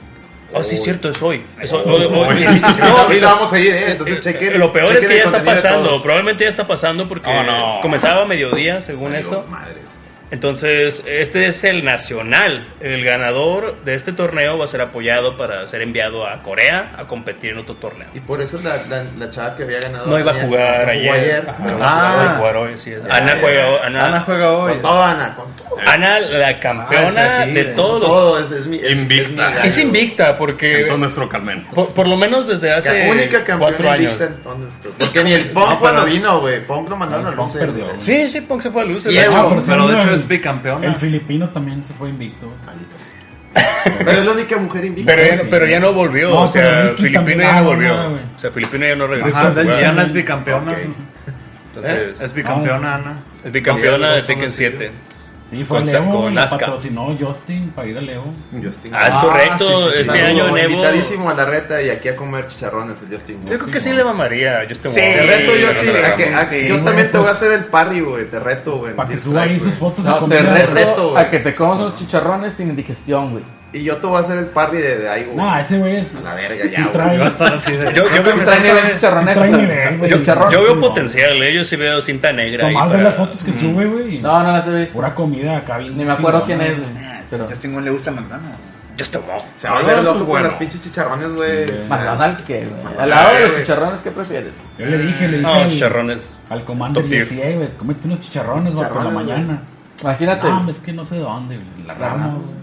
Speaker 3: Oh, sí,
Speaker 2: Hoy.
Speaker 3: cierto, es hoy. Es hoy.
Speaker 2: Hoy.
Speaker 3: Hoy.
Speaker 2: Hoy.
Speaker 3: No,
Speaker 2: Ahorita vamos a ir, ¿eh? Entonces
Speaker 3: Eh,
Speaker 2: chequen.
Speaker 3: eh, Lo peor es
Speaker 2: chequen
Speaker 3: que ya
Speaker 2: el
Speaker 3: está
Speaker 2: contenido de
Speaker 3: pasando.
Speaker 2: todos.
Speaker 3: Probablemente ya está pasando porque
Speaker 6: Oh, no.
Speaker 3: comenzaba a mediodía, según esto.
Speaker 2: Madres.
Speaker 3: Entonces, este es el nacional. El ganador de este torneo va a ser apoyado para ser enviado a Corea a competir en otro torneo.
Speaker 2: Y por eso la, la, la chava que había ganado.
Speaker 3: No iba a
Speaker 2: ayer-
Speaker 3: jugar
Speaker 2: no jugó
Speaker 3: ayer. Ajá,
Speaker 2: No
Speaker 3: no
Speaker 2: jugó
Speaker 3: va
Speaker 2: ayer.
Speaker 3: a jugar hoy, sí es.
Speaker 2: Ya,
Speaker 3: Ana
Speaker 2: ya,
Speaker 3: juega hoy.
Speaker 5: Ana
Speaker 3: Ana,
Speaker 5: juega hoy.
Speaker 2: Con todo, Ana. Con todo.
Speaker 3: Ana, la campeona
Speaker 5: Ah, es aquí,
Speaker 3: de
Speaker 5: eh,
Speaker 3: todos los.
Speaker 2: Todo es, es mi. es-
Speaker 6: Invicta.
Speaker 2: mi gallo.
Speaker 3: Es invicta porque.
Speaker 6: Entonces nuestro Carmen.
Speaker 3: Por, por lo menos desde hace
Speaker 2: La única
Speaker 3: cuatro
Speaker 2: campeona
Speaker 3: años.
Speaker 2: invicta en Thunderstruck. Porque ni el Punk
Speaker 5: No,
Speaker 2: cuando
Speaker 5: pero-
Speaker 2: vino, güey. Punk lo mandaron a
Speaker 8: El Punk
Speaker 2: luces,
Speaker 8: perdió,
Speaker 2: güey.
Speaker 8: güey.
Speaker 3: Sí, sí, Punk se fue a luces.
Speaker 2: Y es-
Speaker 8: Ah,
Speaker 5: Pero,
Speaker 8: por cierto,
Speaker 5: de hecho
Speaker 8: el-
Speaker 5: es bicampeona.
Speaker 8: El filipino también se fue invicto. güey.
Speaker 2: Pero es la única mujer invicta.
Speaker 3: Pero ya, pero ya no volvió,
Speaker 8: No,
Speaker 3: o sea,
Speaker 8: pero Ricky
Speaker 3: Filipino
Speaker 8: también-
Speaker 3: ya
Speaker 8: ah,
Speaker 3: no
Speaker 8: no,
Speaker 3: volvió.
Speaker 8: nada, güey.
Speaker 3: o sea, Filipino ya no regresó. a
Speaker 5: Ajá,
Speaker 3: jugar.
Speaker 5: y Ana es bicampeona.
Speaker 2: Ok.
Speaker 5: ¿Eh?
Speaker 3: Entonces,
Speaker 5: Es bicampeona, Ana.
Speaker 3: es bicampeona de
Speaker 2: Sí,
Speaker 3: Tekken
Speaker 2: sí.
Speaker 3: 7.
Speaker 8: Ah, Sí, fue
Speaker 3: Con-
Speaker 8: Leo.
Speaker 3: con
Speaker 8: y la
Speaker 3: Nazca.
Speaker 8: patrocinó Justin para ir a Leo.
Speaker 2: Justin.
Speaker 3: Ah, es
Speaker 5: Ah,
Speaker 3: correcto.
Speaker 5: sí, sí, sí.
Speaker 3: este año
Speaker 2: Saludo,
Speaker 3: Nevo. Yo
Speaker 2: Invitadísimo a la reta y aquí a comer chicharrones el Justin. güey.
Speaker 3: creo que sí le mamaría. Yo estoy
Speaker 1: Sí.
Speaker 2: Te reto,
Speaker 1: Sí,
Speaker 2: Justin,
Speaker 1: no, no,
Speaker 2: a que, a-
Speaker 1: sí,
Speaker 2: yo
Speaker 8: güey,
Speaker 2: también te
Speaker 8: pues.
Speaker 2: voy a hacer el parry, güey. Te reto, güey. en
Speaker 8: Para que
Speaker 2: Team
Speaker 8: suba ahí
Speaker 2: Strike, güey.
Speaker 8: sus fotos de
Speaker 4: No, te
Speaker 8: comida.
Speaker 4: reto
Speaker 2: reto, güey.
Speaker 4: a que te comas unos chicharrones sin indigestión, güey.
Speaker 2: Y yo te voy a hacer el parry de, de ahí, güey.
Speaker 8: Nah, ese güey es.
Speaker 2: A la verga,
Speaker 8: sí
Speaker 2: ya,
Speaker 8: trae-
Speaker 2: güey.
Speaker 5: Iba a estar así de.
Speaker 3: Yo, yo,
Speaker 4: Sí
Speaker 3: veo-
Speaker 4: trae nivel chicharrones,
Speaker 8: trae
Speaker 4: güey.
Speaker 8: nivel, güey.
Speaker 4: Chicharrón.
Speaker 3: yo veo
Speaker 8: No.
Speaker 3: potencial, eh, yo sí veo cinta negra. ahí
Speaker 8: Tomás ve
Speaker 3: para-
Speaker 8: las fotos que sube, güey.
Speaker 4: No, no las he visto.
Speaker 8: Pura comida acá bien
Speaker 4: Ni me acuerdo quién
Speaker 8: chingona,
Speaker 4: es,
Speaker 8: güey.
Speaker 4: güey.
Speaker 1: Ah, sí,
Speaker 4: Pero
Speaker 1: Justin Wong le gusta McDonald's.
Speaker 3: Yo estoy mo-
Speaker 2: Se va a
Speaker 6: Ah,
Speaker 2: volver
Speaker 6: eso
Speaker 2: loco con
Speaker 6: bueno.
Speaker 2: las pinches chicharrones, güey.
Speaker 8: Sí, güey.
Speaker 2: O sea,
Speaker 4: McDonald's, ¿qué, güey?
Speaker 3: Ah,
Speaker 2: McDonald's,
Speaker 4: Al lado de los
Speaker 2: güey.
Speaker 4: chicharrones, ¿qué prefieres?
Speaker 8: Yo le dije, le dije
Speaker 3: No,
Speaker 8: al,
Speaker 3: chicharrones.
Speaker 8: al comando,
Speaker 6: Top
Speaker 8: le
Speaker 6: tier.
Speaker 8: decía, "Eh, güey, comete unos chicharrones, güey, por la
Speaker 2: Chicharrones, güey.
Speaker 8: mañana.
Speaker 4: Imagínate,
Speaker 8: No, es que no sé dónde, güey, la
Speaker 4: La
Speaker 8: rama,
Speaker 4: rama.
Speaker 8: güey.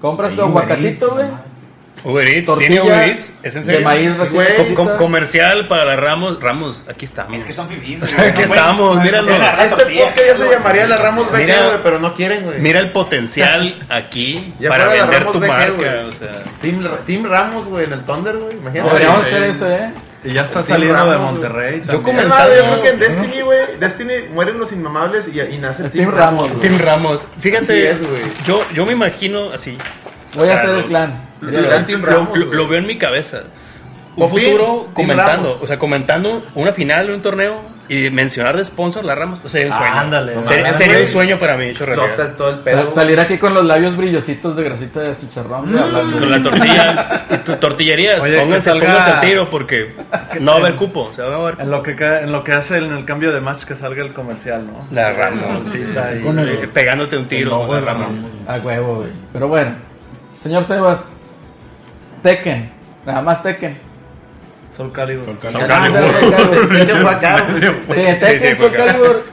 Speaker 4: compras
Speaker 8: pues, Ahí,
Speaker 4: tu aguacatito, güey.
Speaker 8: Uber Eats,
Speaker 3: Uber Eats,
Speaker 4: Tortilla
Speaker 3: ¿tiene Uber Eats? ¿Es en
Speaker 4: de
Speaker 3: serio?
Speaker 4: maíz recién
Speaker 3: Güey,
Speaker 4: cosita.
Speaker 3: com- com- comercial para Ramos. Ramos, aquí estamos.
Speaker 1: Es que son fifís,
Speaker 3: aquí estamos, míralo.
Speaker 2: Este podcast ya se llamaría la Ramos
Speaker 3: Mira.
Speaker 2: Vega, güey, pero no quieren, güey.
Speaker 3: Mira el potencial aquí
Speaker 2: Ya
Speaker 3: para
Speaker 2: fuera la
Speaker 3: vender
Speaker 2: Ramos
Speaker 3: tu
Speaker 2: BG,
Speaker 3: marca.
Speaker 2: güey.
Speaker 3: O sea,
Speaker 2: Team, Team Ramos, güey, en el Thunder, güey. Imagínate.
Speaker 4: Podríamos
Speaker 6: Ay,
Speaker 4: hacer
Speaker 6: güey.
Speaker 4: eso, ¿eh?
Speaker 5: Y ya está
Speaker 2: Sí,
Speaker 5: saliendo de
Speaker 2: Ramos,
Speaker 5: Monterrey.
Speaker 3: Yo
Speaker 5: también.
Speaker 2: Es
Speaker 3: como-
Speaker 2: más, yo creo que en Destiny, güey. Destiny mueren los inmamables y, y nace
Speaker 4: El
Speaker 2: Team,
Speaker 4: Team
Speaker 2: Ramos.
Speaker 4: Ramos,
Speaker 2: güey.
Speaker 3: Tim Ramos,
Speaker 2: Así
Speaker 3: fíjate,
Speaker 2: es, güey.
Speaker 3: yo, yo me imagino así.
Speaker 4: Voy a
Speaker 3: Claro.
Speaker 4: hacer el clan.
Speaker 2: El gran Team
Speaker 3: Lo,
Speaker 2: Ramos.
Speaker 3: lo-
Speaker 2: güey.
Speaker 3: lo veo en mi cabeza. Un
Speaker 2: Popín,
Speaker 3: futuro
Speaker 2: Tim
Speaker 3: comentando,
Speaker 2: Ramos.
Speaker 3: o sea, comentando una final, un torneo y mencionar de sponsor la Ramos. O sea, sería un
Speaker 5: Ah,
Speaker 3: sueño.
Speaker 5: ándale.
Speaker 3: Sería-
Speaker 2: Ándale.
Speaker 3: sería, un sueño para mí, hecho realidad.
Speaker 2: Explota todo el
Speaker 4: Sal-
Speaker 2: pedo.
Speaker 4: Salir aquí con los labios brillositos de grasita de chicharrón. güey, hablando.
Speaker 3: Con la tortilla, y tu- tortillerías,
Speaker 5: Oye, que
Speaker 3: pónganse,
Speaker 5: salga-
Speaker 3: pónganse al tiro porque no va a haber cupo. O sea, va a haber
Speaker 5: En lo, que, ca- en lo que hace en el cambio de match que salga el comercial, ¿no?
Speaker 3: La Ramos,
Speaker 5: Sí,
Speaker 3: sí,
Speaker 5: está
Speaker 3: sí,
Speaker 5: ahí.
Speaker 8: con el-
Speaker 3: pegándote un
Speaker 8: el
Speaker 3: tiro.
Speaker 8: logo
Speaker 3: con la
Speaker 8: de
Speaker 3: Ramos.
Speaker 8: Ramos, güey.
Speaker 4: A huevo, güey. Pero bueno, señor Sebas, Tekken, nada más Tekken.
Speaker 5: Soul Calibur.
Speaker 8: Sol
Speaker 4: Ah,
Speaker 8: Calibur.
Speaker 4: claro, claro,
Speaker 2: Sí,
Speaker 4: güey.
Speaker 2: te fue acá, güey.
Speaker 4: Sí, Tekken,
Speaker 3: fue
Speaker 4: Soul
Speaker 3: acá.
Speaker 4: Calibur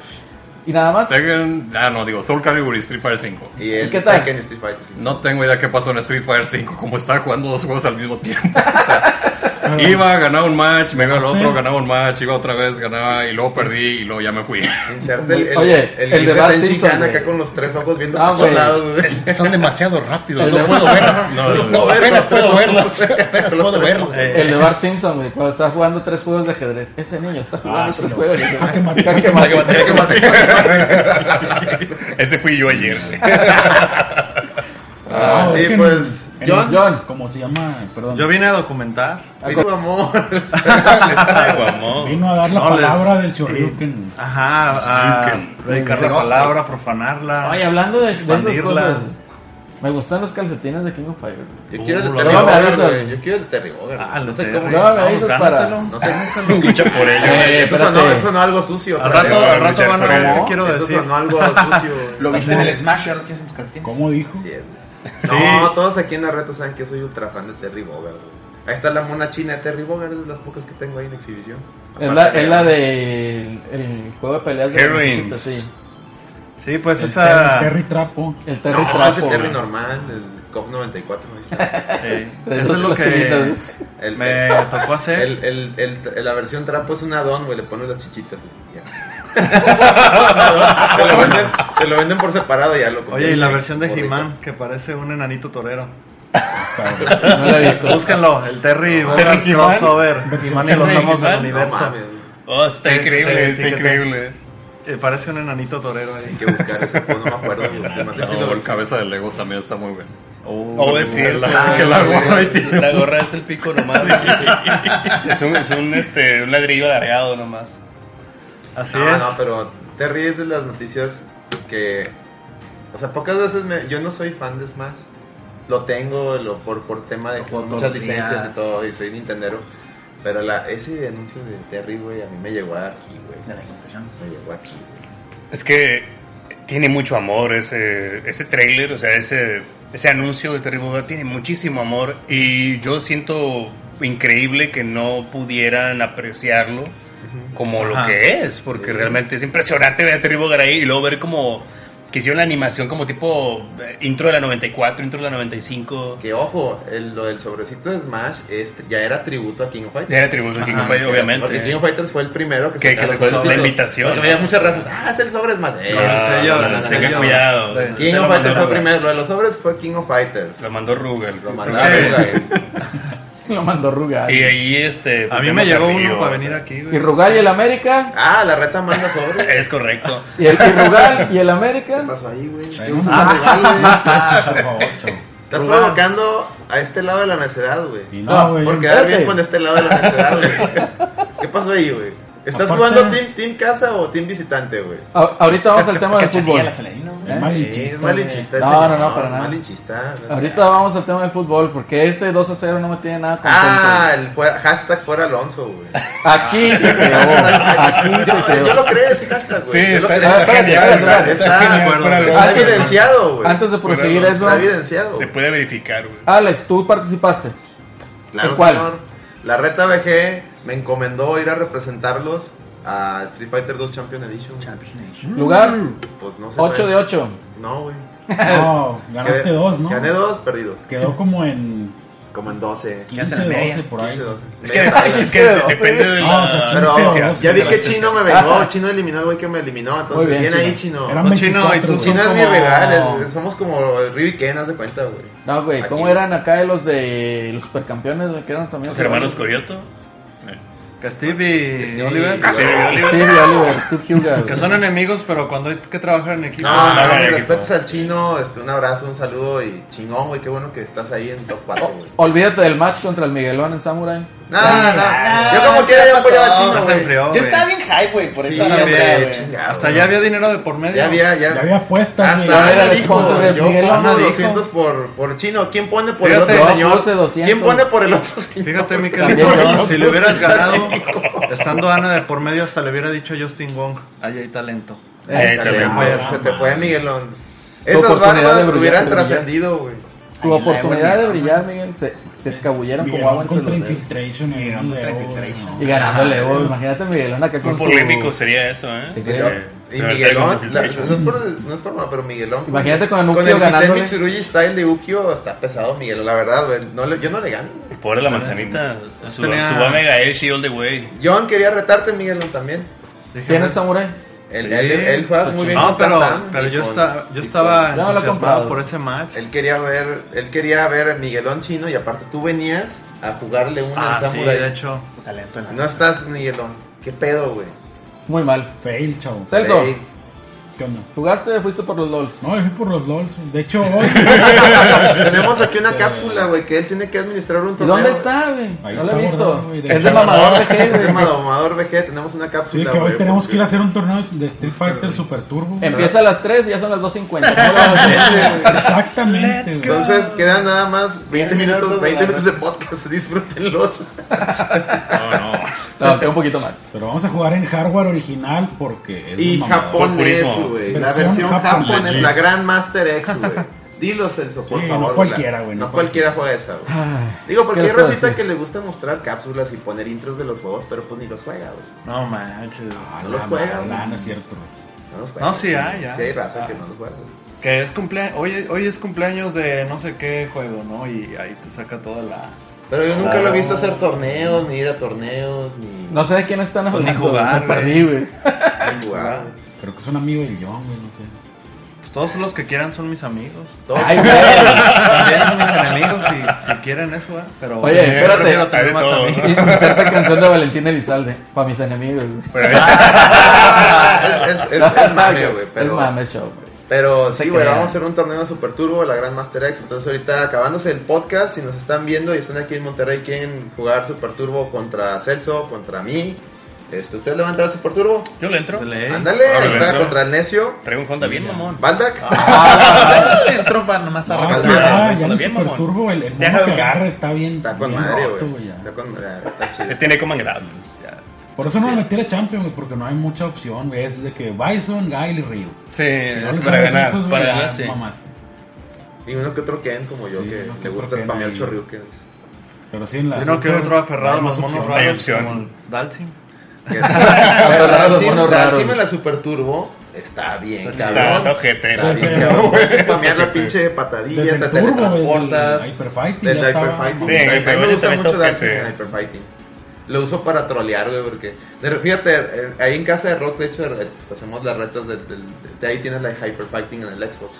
Speaker 4: y nada más.
Speaker 6: Tekken- Ah, no, digo, Soul Calibur y Street Fighter 5.
Speaker 2: Y el
Speaker 4: ¿Y qué tal?
Speaker 2: Tekken Street Fighter. sí.
Speaker 6: No tengo idea qué pasó en Street Fighter 5, como estaba jugando dos juegos al mismo tiempo. O sea, iba, ganaba un match, me iba al otro, ganaba un match, iba otra vez, ganaba y luego perdí y luego ya me fui.
Speaker 2: Inserta el, el,
Speaker 4: Oye,
Speaker 2: el,
Speaker 4: el de
Speaker 2: gif
Speaker 4: Bart
Speaker 2: Ten
Speaker 4: Simpson,
Speaker 2: Shinhan acá
Speaker 4: güey.
Speaker 2: con los tres ojos viendo
Speaker 4: Ah,
Speaker 2: por
Speaker 4: güey.
Speaker 2: todos lados, güey.
Speaker 3: son demasiado rápidos,
Speaker 4: El no de- puedo
Speaker 3: verlos.
Speaker 6: No, no,
Speaker 2: no, apenas puedo verlos, apenas puedo verlos.
Speaker 4: El de Bart Simpson, güey, cuando está jugando tres juegos de ajedrez. Ese niño está jugando
Speaker 8: Ah, sí,
Speaker 4: tres
Speaker 8: no.
Speaker 4: juegos de ajedrez.
Speaker 8: Jaque mate.
Speaker 4: Jaque mate.
Speaker 2: Jaque mate.
Speaker 6: Ese fui yo ayer.
Speaker 4: Ah,
Speaker 8: No,
Speaker 2: sí,
Speaker 8: es que en-
Speaker 2: pues,
Speaker 8: en
Speaker 4: John.
Speaker 8: John, como se llama, perdón.
Speaker 5: Yo vine a documentar.
Speaker 2: Ay, tu amor.
Speaker 3: Ay, guamón.
Speaker 8: Vino a dar la
Speaker 5: No, les-
Speaker 8: palabra del Shoryuken.
Speaker 5: Ajá, a dedicar la palabra, profanarla.
Speaker 4: Oye, hablando de, de esas
Speaker 5: Expandirla.
Speaker 4: cosas, Me gustan los calcetines de King of Fighters. güey.
Speaker 2: Yo quiero el de
Speaker 4: la
Speaker 2: Terry
Speaker 4: madre,
Speaker 2: Bogard,
Speaker 4: eso.
Speaker 2: güey. Yo quiero el de Terry Bogard.
Speaker 5: Uh, Ah,
Speaker 2: no
Speaker 5: el
Speaker 2: sé
Speaker 5: de
Speaker 2: cómo.
Speaker 5: Terry.
Speaker 4: No, me
Speaker 5: Vamos,
Speaker 4: dices para.
Speaker 5: dándoselo.
Speaker 2: No sé
Speaker 3: Lucha por ello.
Speaker 4: Eh,
Speaker 10: Eso sonó,
Speaker 4: espérate.
Speaker 10: eso sonó algo sucio.
Speaker 5: Al rato,
Speaker 10: Tadeo.
Speaker 5: al rato van a ver qué quiero
Speaker 10: Eso
Speaker 5: decir.
Speaker 10: sonó algo sucio. güey.
Speaker 1: Lo viste en el Smash, ya lo quieres en tus calcetines.
Speaker 8: ¿Cómo dijo?
Speaker 2: Sí, es, güey.
Speaker 5: Sí.
Speaker 2: No, todos aquí en la reta saben que soy ultra fan de Terry Bogard, güey. Ahí está la mona china de Terry Bogard, es de las pocas que tengo ahí en exhibición.
Speaker 4: Es la,
Speaker 2: Aparte,
Speaker 4: es la de el, el juego de peleas de
Speaker 3: Heroines.
Speaker 4: Chita, sí.
Speaker 5: Sí, pues
Speaker 8: El
Speaker 5: esa.
Speaker 8: Terry Trapo.
Speaker 4: El Terry
Speaker 2: No,
Speaker 4: Trapo.
Speaker 2: es el Terry
Speaker 4: güey.
Speaker 2: normal, el COP 94, ahí está.
Speaker 5: sí.
Speaker 4: Tres
Speaker 5: eh, Eso es lo que
Speaker 4: lastiquitas, güey.
Speaker 2: El,
Speaker 5: me tocó hacer.
Speaker 2: el, el, el- la versión trapo es un adón, güey, le pones las chichitas. y ya. te, lo venden, te lo venden por separado y ya lo
Speaker 5: Oye, y la
Speaker 2: conviertes en
Speaker 5: versión de
Speaker 2: gorrito.
Speaker 5: He-Man, que parece un enanito torero.
Speaker 4: No la he visto.
Speaker 5: Búsquenlo, el Terry Bogard
Speaker 3: Terry He-Man.
Speaker 5: crossover. He-Man y los
Speaker 3: Terry
Speaker 5: amos del
Speaker 3: He-Man.
Speaker 2: No
Speaker 5: universo.
Speaker 2: mames,
Speaker 3: Oh, está
Speaker 5: Sí, sí,
Speaker 3: increíble, está
Speaker 5: sí, que
Speaker 3: increíble.
Speaker 5: Eh, parece un enanito torero
Speaker 2: hay
Speaker 5: ahí.
Speaker 2: que buscar ese, pues, no me acuerdo. güey, Se me hace que sí lo
Speaker 5: Oh,
Speaker 6: No, el
Speaker 2: busqué.
Speaker 6: cabeza de Lego también está muy bueno.
Speaker 3: Oh, es cierto.
Speaker 5: Ah,
Speaker 6: La, que la gorra ahí tiene.
Speaker 3: La gorra es el pico nomás. Es un, es un, este, un ladrillo alargado nomás.
Speaker 5: Así
Speaker 2: No,
Speaker 5: es.
Speaker 2: no, pero te ríes de las noticias que... O sea, pocas veces me- yo no soy fan de Smash. Lo tengo lo, por, por tema de
Speaker 10: juego todos
Speaker 2: muchas
Speaker 10: los
Speaker 2: licencias
Speaker 10: días.
Speaker 2: y todo, y soy Nintendero. Pero la, ese anuncio de Terry, güey, a mí me llegó aquí, güey.
Speaker 1: De la imitación.
Speaker 2: Me llegó aquí, güey.
Speaker 3: Es que tiene mucho amor ese, ese trailer, o sea, ese, ese anuncio de Terry Bogard tiene muchísimo amor y yo siento increíble que no pudieran apreciarlo como lo
Speaker 5: Ajá.
Speaker 3: que es, porque
Speaker 2: Sí.
Speaker 3: realmente es impresionante ver a Terry Bogard ahí y luego ver como que hicieron la animación como tipo eh, intro de la 94, intro de la 95.
Speaker 2: Que ojo, el, lo del sobrecito de Smash es- ya era tributo a King of Fighters.
Speaker 3: Era tributo de King of Fighters,
Speaker 2: Porque King
Speaker 3: obviamente.
Speaker 2: of Fighters fue el primero que
Speaker 3: Que-
Speaker 2: sacaron
Speaker 3: que
Speaker 2: los
Speaker 3: fue la
Speaker 2: sobres.
Speaker 3: invitación.
Speaker 2: Porque Había muchas razas. Ah, es el sobre Smash. Eh,
Speaker 3: No,
Speaker 2: no sé yo,
Speaker 3: no,
Speaker 2: no,
Speaker 3: no,
Speaker 2: no,
Speaker 3: tenga
Speaker 2: no.
Speaker 3: cuidado.
Speaker 2: King
Speaker 3: Lo
Speaker 2: of
Speaker 3: mandó
Speaker 2: Fighters fue
Speaker 3: Rugal.
Speaker 2: primero. Lo de los sobres fue King of Fighters.
Speaker 3: Lo mandó Rugal.
Speaker 2: Lo
Speaker 5: Es
Speaker 2: mandaron, güey.
Speaker 4: Lo mandó Rugal.
Speaker 3: Y ahí este...
Speaker 5: A mí me llegó uno para venir aquí,
Speaker 4: Y
Speaker 5: güey.
Speaker 4: Rugal y el América.
Speaker 2: Ah, la reta manda sobre.
Speaker 3: Es correcto.
Speaker 4: Y el y Rugal y el América.
Speaker 10: pasó ahí, güey?
Speaker 8: Ahí vamos
Speaker 10: Ah,
Speaker 2: Estás provocando a este lado de la necedad, güey.
Speaker 8: Y no, güey.
Speaker 2: Por quedar bien
Speaker 4: espérate.
Speaker 2: con este lado de la necedad, güey. ¿Qué pasó ahí, güey? ¿Estás
Speaker 8: Aparte-
Speaker 2: jugando team, team casa o team visitante, güey?
Speaker 4: A- ahorita vamos al tema del
Speaker 1: Cachanilla
Speaker 4: fútbol. ¿Eh?
Speaker 1: la Salerino, güey.
Speaker 8: Es malinchista.
Speaker 2: eh, Es malinchista. el
Speaker 4: No, no,
Speaker 2: señor,
Speaker 4: no, para nada.
Speaker 2: Malinchista.
Speaker 4: Ahorita vamos al tema del fútbol porque ese 2 a 0 no me tiene nada contento.
Speaker 2: Ah, el fuera- hashtag fuera Alonso, güey.
Speaker 4: Aquí se creó. Aquí se
Speaker 2: Yo, yo
Speaker 4: creó.
Speaker 2: lo creo ese hashtag,
Speaker 6: Sí,
Speaker 2: güey. Yo lo
Speaker 6: está,
Speaker 2: creo.
Speaker 6: está,
Speaker 4: espérate,
Speaker 6: genial, está,
Speaker 4: espérate,
Speaker 6: está
Speaker 2: espérate.
Speaker 6: genial,
Speaker 2: Está-
Speaker 6: fuera de-
Speaker 2: Está
Speaker 4: Ah, sí.
Speaker 2: evidenciado, güey.
Speaker 4: Antes de proseguir
Speaker 3: Bueno,
Speaker 4: eso,
Speaker 2: Está evidenciado.
Speaker 3: Se
Speaker 2: güey.
Speaker 3: puede verificar, güey.
Speaker 4: Alex, tú participaste.
Speaker 2: Claro,
Speaker 4: ¿Cuál?
Speaker 2: señor. La reta BG me encomendó ir a representarlos a Street Fighter 2 Champion Edition.
Speaker 1: Champion Edition.
Speaker 4: Lugar
Speaker 2: Pues no sé.
Speaker 4: 8 de
Speaker 2: güey.
Speaker 4: 8.
Speaker 2: No, güey.
Speaker 8: No, ganaste
Speaker 2: Quedé-
Speaker 8: dos, ¿no?
Speaker 2: Gané dos, perdidos.
Speaker 8: Quedó como en
Speaker 2: Como en 12.
Speaker 1: Ya se la
Speaker 8: 15,
Speaker 1: media.
Speaker 8: 12 por ahí.
Speaker 2: 15, 12.
Speaker 3: Es que,
Speaker 2: Neta, güey.
Speaker 3: es que
Speaker 4: Pero-
Speaker 3: depende de
Speaker 8: No, o sea,
Speaker 3: la
Speaker 8: que
Speaker 2: Pero
Speaker 8: esencia,
Speaker 2: ya vi
Speaker 8: sí,
Speaker 2: que
Speaker 8: la
Speaker 2: Chino me vengó. Chino eliminó al güey que me eliminó. Entonces,
Speaker 4: Muy bien,
Speaker 2: bien, ahí,
Speaker 4: Chino.
Speaker 2: Chino.
Speaker 8: Eran
Speaker 5: No, Chino, y
Speaker 8: 24,
Speaker 5: tú
Speaker 8: güey.
Speaker 2: Chino es mi
Speaker 5: como-
Speaker 2: rival. es- Somos como Ryu y Ken, haz de cuenta, güey.
Speaker 4: No, güey,
Speaker 2: Aquí.
Speaker 4: ¿cómo eran acá de los de los supercampeones? güey, Que eran también
Speaker 3: Los hermanos Coyoto.
Speaker 5: Que Steve y
Speaker 2: Steve
Speaker 5: Oliver.
Speaker 2: y
Speaker 5: Que-
Speaker 4: Steve Oliver, Steve Hugas.
Speaker 5: Que son enemigos, pero cuando hay que trabajar en equipo.
Speaker 2: No, no,
Speaker 3: no,
Speaker 2: no,
Speaker 3: no,
Speaker 2: mis
Speaker 3: no,
Speaker 2: respetos al chino, este, un abrazo, un saludo y chingón, güey, qué bueno que estás ahí en top 4,
Speaker 4: Oh.
Speaker 2: güey.
Speaker 4: Olvídate del match contra el Miguelón en Samurai.
Speaker 2: No, no, no, yo
Speaker 1: no,
Speaker 2: como quiera
Speaker 1: ya
Speaker 2: yo apoyaba
Speaker 1: pasó,
Speaker 2: al chino,
Speaker 5: ya se enfrió.
Speaker 2: güey.
Speaker 1: Yo estaba bien hype, güey, por
Speaker 2: Sí,
Speaker 1: esa nota,
Speaker 2: hombre,
Speaker 1: güey.
Speaker 2: chingado,
Speaker 5: Hasta
Speaker 2: güey.
Speaker 5: ya había dinero de por medio.
Speaker 2: Ya había, ya.
Speaker 8: Ya había apuestas, güey.
Speaker 2: Hasta
Speaker 4: era
Speaker 2: ahora
Speaker 4: el
Speaker 2: dijo,
Speaker 4: sponsor de
Speaker 2: yo
Speaker 4: Miguel
Speaker 2: pongo
Speaker 4: Amado.
Speaker 2: 200 por, por chino. ¿Quién pone por
Speaker 5: Fíjate,
Speaker 2: el
Speaker 5: yo
Speaker 2: otro
Speaker 4: puse
Speaker 2: señor?
Speaker 4: 200.
Speaker 2: ¿Quién pone por el otro señor?
Speaker 5: Fíjate,
Speaker 4: También yo.
Speaker 5: Miquelito, si le hubieras ganado, estando Ana de por medio, hasta le hubiera dicho Justin Wong. Ahí hay talento.
Speaker 4: Eh,
Speaker 3: Eh, también.
Speaker 2: Dale, güey, se te fue Miguelón. Esas
Speaker 4: oportunidad de
Speaker 2: barbas
Speaker 4: brillar,
Speaker 2: hubieran
Speaker 4: de brillar.
Speaker 2: trascendido, güey.
Speaker 4: Tu
Speaker 1: Ahí la
Speaker 4: oportunidad
Speaker 1: de
Speaker 4: de
Speaker 1: Miguelón,
Speaker 4: brillar, Miguel, se, se escabulleron como agua
Speaker 8: Miguelón
Speaker 4: entre los
Speaker 8: contra
Speaker 4: dedos.
Speaker 8: Infiltration. y
Speaker 1: Miguelón contra
Speaker 8: Leo,
Speaker 1: Infiltration.
Speaker 8: güey.
Speaker 4: Y ganándole, güey. Imagínate a Miguelón acá
Speaker 3: Muy
Speaker 4: con
Speaker 3: polémico
Speaker 4: su...
Speaker 3: sería eso, ¿eh?
Speaker 4: Sí,
Speaker 3: Eh,
Speaker 4: claro.
Speaker 2: Y
Speaker 3: pero
Speaker 2: Miguelón, la-
Speaker 3: ahorita
Speaker 2: no,
Speaker 3: hay
Speaker 2: es
Speaker 3: competición.
Speaker 2: por, no es por nada, pero Miguelón.
Speaker 4: Imagínate con el
Speaker 2: Con
Speaker 4: Ukio
Speaker 2: el Hiten
Speaker 4: ganándole.
Speaker 2: Mitsurugi style de Ukio está pesado, Miguel. La verdad, güey, no le- yo no le gano.
Speaker 3: Pobre la manzanita. Su
Speaker 5: Tenía-
Speaker 3: su Omega Eshi all the way.
Speaker 2: John quería retarte, Miguel, también.
Speaker 5: Dije,
Speaker 4: ¿Quién
Speaker 5: "Bueno".
Speaker 4: es Samurai?
Speaker 2: Él,
Speaker 5: Sí.
Speaker 2: él, él juega muy bien.
Speaker 5: No,
Speaker 2: con
Speaker 5: pero,
Speaker 2: Tam Tam
Speaker 5: pero
Speaker 2: y
Speaker 5: yo,
Speaker 2: con-
Speaker 5: esta-
Speaker 2: y
Speaker 5: yo estaba
Speaker 4: No, lo he comprado.
Speaker 5: entusiasmado por ese match.
Speaker 2: con- Él quería ver, él quería ver a Miguelón chino y aparte tú venías a jugarle una
Speaker 5: Ah,
Speaker 2: al
Speaker 5: sí,
Speaker 2: Samurai.
Speaker 5: de hecho.
Speaker 1: Talento en la-
Speaker 2: No estás, Miguelón. ¿Qué pedo, güey?
Speaker 4: Muy mal.
Speaker 8: Fail, chavo.
Speaker 4: Celso,
Speaker 2: Ey,
Speaker 8: ¿Qué onda?
Speaker 4: ¿Jugaste o fuiste por los LOLs?
Speaker 8: No, yo fui por los LOLs. De hecho, hoy.
Speaker 2: Tenemos aquí una cápsula, güey, que él tiene que administrar un
Speaker 4: ¿Y
Speaker 2: torneo.
Speaker 4: dónde está, güey?
Speaker 8: Ahí
Speaker 4: No lo
Speaker 8: está
Speaker 4: he visto.
Speaker 8: guardado, güey, de
Speaker 4: Es
Speaker 8: hecho.
Speaker 4: de mamador de qué,
Speaker 2: Es de
Speaker 4: güey.
Speaker 2: Madomador BG, tenemos una
Speaker 8: Sí,
Speaker 2: cápsula,
Speaker 8: que hoy
Speaker 2: güey,
Speaker 8: tenemos
Speaker 2: porque-
Speaker 8: que ir a hacer un torneo de Street Fighter Super Turbo.
Speaker 4: Empieza a las 3 y ya son las 2.50.
Speaker 8: Exactamente, güey.
Speaker 2: Entonces quedan nada más 20 minutos, 20 minutos de podcast, disfrútenlos.
Speaker 4: No, tengo un poquito más.
Speaker 8: Pero vamos a jugar en hardware original porque es
Speaker 2: Y
Speaker 8: un mamador.
Speaker 2: japonés, güey. La
Speaker 8: Versión
Speaker 2: versión
Speaker 8: japonesa.
Speaker 2: japonés, la Grand Master X, güey. Dilo, Celso, por
Speaker 8: Sí, no
Speaker 2: favor.
Speaker 8: cualquiera, güey,
Speaker 2: No,
Speaker 8: no
Speaker 2: cualquiera juega esa, güey.
Speaker 4: Ay,
Speaker 2: Digo, porque
Speaker 4: ¿qué
Speaker 2: hay
Speaker 4: les puedo
Speaker 2: racista
Speaker 4: decir?
Speaker 2: que le gusta mostrar cápsulas y poner intros de los juegos, pero pues ni los juega, güey.
Speaker 5: No manches.
Speaker 8: Ah,
Speaker 2: No los
Speaker 8: la
Speaker 2: juega,
Speaker 8: mala,
Speaker 2: güey.
Speaker 8: No es cierto. güey.
Speaker 2: No los juega.
Speaker 5: No, sí
Speaker 8: ah,
Speaker 5: hay, ya.
Speaker 2: Sí hay raza que no los juega. güey.
Speaker 5: Que es cumpleaños. Hoy, hoy es cumpleaños de no sé qué juego, ¿no? Y ahí te saca toda la.
Speaker 2: Pero yo nunca
Speaker 5: Ah.
Speaker 2: lo he visto hacer torneos, ni ir a torneos, ni
Speaker 4: No sé de quién están
Speaker 5: Pues ni
Speaker 4: hablando. güey.
Speaker 5: jugar,
Speaker 4: Me
Speaker 5: güey.
Speaker 4: perdí, güey.
Speaker 2: jugar.
Speaker 8: Creo que es un amigo del John, güey, no sé.
Speaker 5: Pues todos los que quieran son mis amigos.
Speaker 2: Todos-
Speaker 4: Ay, güey.
Speaker 5: También son mis enemigos si, si quieren eso, ¿eh? Pero
Speaker 4: Oye,
Speaker 5: yo
Speaker 4: espérate.
Speaker 5: prefiero
Speaker 3: Hay de
Speaker 5: tener más
Speaker 3: todo,
Speaker 5: amigos.
Speaker 4: Inserta canción de Valentín Elizalde. Para mis enemigos, güey.
Speaker 2: Ah, es, es, es, es mame, güey.
Speaker 4: Es
Speaker 2: Pero,
Speaker 4: mame show, güey.
Speaker 2: pero sí, güey,
Speaker 4: crean.
Speaker 2: vamos a hacer un torneo de Super Turbo, la Gran Master X. Entonces, ahorita acabándose el podcast, si nos están viendo y están aquí en Monterrey, quieren jugar Super Turbo contra Celso, contra mí. Este, ¿Usted le va a entrar a Super Turbo?
Speaker 3: Yo le entro.
Speaker 5: Dale.
Speaker 2: Ándale,
Speaker 3: ahora
Speaker 2: ahí
Speaker 3: le
Speaker 2: está
Speaker 3: entro.
Speaker 2: contra el necio.
Speaker 3: Traigo un Honda bien, mamón.
Speaker 2: Baldak.
Speaker 8: Ah,
Speaker 1: Entró para nomás
Speaker 8: No,
Speaker 2: arrancar.
Speaker 1: arrancar.
Speaker 8: está,
Speaker 2: Calma,
Speaker 8: Ah, ya
Speaker 3: güey,
Speaker 8: el
Speaker 3: bien,
Speaker 8: Super
Speaker 3: mamón.
Speaker 8: Turbo, el, el mono
Speaker 1: Deja de
Speaker 8: que
Speaker 1: jugar.
Speaker 8: agarra está bien.
Speaker 2: Está con
Speaker 8: bien
Speaker 2: madre,
Speaker 8: roto,
Speaker 2: güey.
Speaker 8: ya.
Speaker 2: Está con madre, está chido.
Speaker 3: Ya tiene como grados. ya.
Speaker 8: Por eso no lo metí a la Champions, güey, porque no hay mucha opción, güey. Es de que Bison, Gail y Río. Si
Speaker 3: Sí, es
Speaker 8: no
Speaker 3: para
Speaker 8: sabes
Speaker 3: ganar.
Speaker 8: esos, güey,
Speaker 3: para
Speaker 8: ya
Speaker 3: ganar, sí.
Speaker 8: mamaste.
Speaker 2: Y uno que otro Ken como yo,
Speaker 8: Sí,
Speaker 2: que
Speaker 8: uno que
Speaker 2: le
Speaker 8: otro
Speaker 2: gusta
Speaker 8: Ken
Speaker 2: spamear
Speaker 8: ahí.
Speaker 2: chorriukens.
Speaker 8: Pero sí en la.
Speaker 5: Yo no quiero otro aferrado a los monos
Speaker 8: monos
Speaker 3: raros. Hay
Speaker 5: raros
Speaker 3: opción.
Speaker 5: como el Dalsim.
Speaker 2: Que-
Speaker 4: Pero raro,
Speaker 2: Encima-
Speaker 4: bueno, raro.
Speaker 2: Encima la Super Turbo está bien,
Speaker 5: Está
Speaker 2: cabrón.
Speaker 3: Está ojete.
Speaker 2: Está
Speaker 3: ¿no?
Speaker 2: bien,
Speaker 8: Desde-
Speaker 2: cabrón. Spamear la pinche
Speaker 8: Desde
Speaker 2: patadilla,
Speaker 8: el
Speaker 2: te
Speaker 8: turbo, güey.
Speaker 2: teletransportas.
Speaker 8: del Hyperfighting.
Speaker 2: Del
Speaker 8: ya estaba-
Speaker 2: Hyperfighting.
Speaker 3: Sí, en el
Speaker 2: A mí
Speaker 3: primer
Speaker 2: me gusta
Speaker 3: está
Speaker 2: mucho
Speaker 3: muy
Speaker 2: Dark en
Speaker 3: fuerte.
Speaker 2: Hyperfighting. Lo uso para trolear, güey, porque... de- Fíjate, eh, ahí en casa de Rock, de hecho, eh, pues, hacemos las retas del... del- de ahí tienes la de Hyperfighting en el Xbox.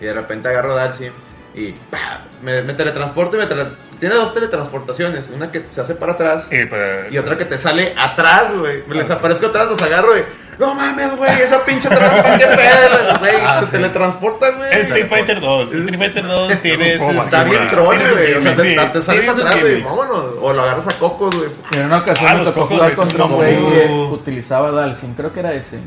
Speaker 2: Y de repente agarro Darcy y... ¡pah! Me, me teletransporto y me tele- Tiene dos teletransportaciones. Una que se hace para atrás
Speaker 3: Y, pues,
Speaker 2: y otra que te sale atrás, güey. Me les aparezco atrás, los agarro y... ¡No mames, güey! Esa pinche trampa, qué pedo, güey. se teletransporta, güey.
Speaker 3: Es Street Fighter 2. Street Fighter 2 tiene.
Speaker 2: Pues,
Speaker 3: ese-
Speaker 2: Está bien
Speaker 3: tiene
Speaker 2: troll,
Speaker 3: sus
Speaker 2: güey. O sea, te,
Speaker 3: gimmicks,
Speaker 2: te
Speaker 3: sí,
Speaker 2: sales
Speaker 3: tiene sus
Speaker 2: atrás, güey.
Speaker 3: gimmicks.
Speaker 2: Vámonos. O lo agarras a cocos, güey.
Speaker 4: En una ocasión
Speaker 3: Ah,
Speaker 4: me
Speaker 3: los
Speaker 4: tocó
Speaker 3: cocos
Speaker 4: jugar
Speaker 3: de Uh.
Speaker 4: contra un
Speaker 3: Tom
Speaker 4: güey
Speaker 3: Brady.
Speaker 4: que utilizaba Dalsim, creo que era ese,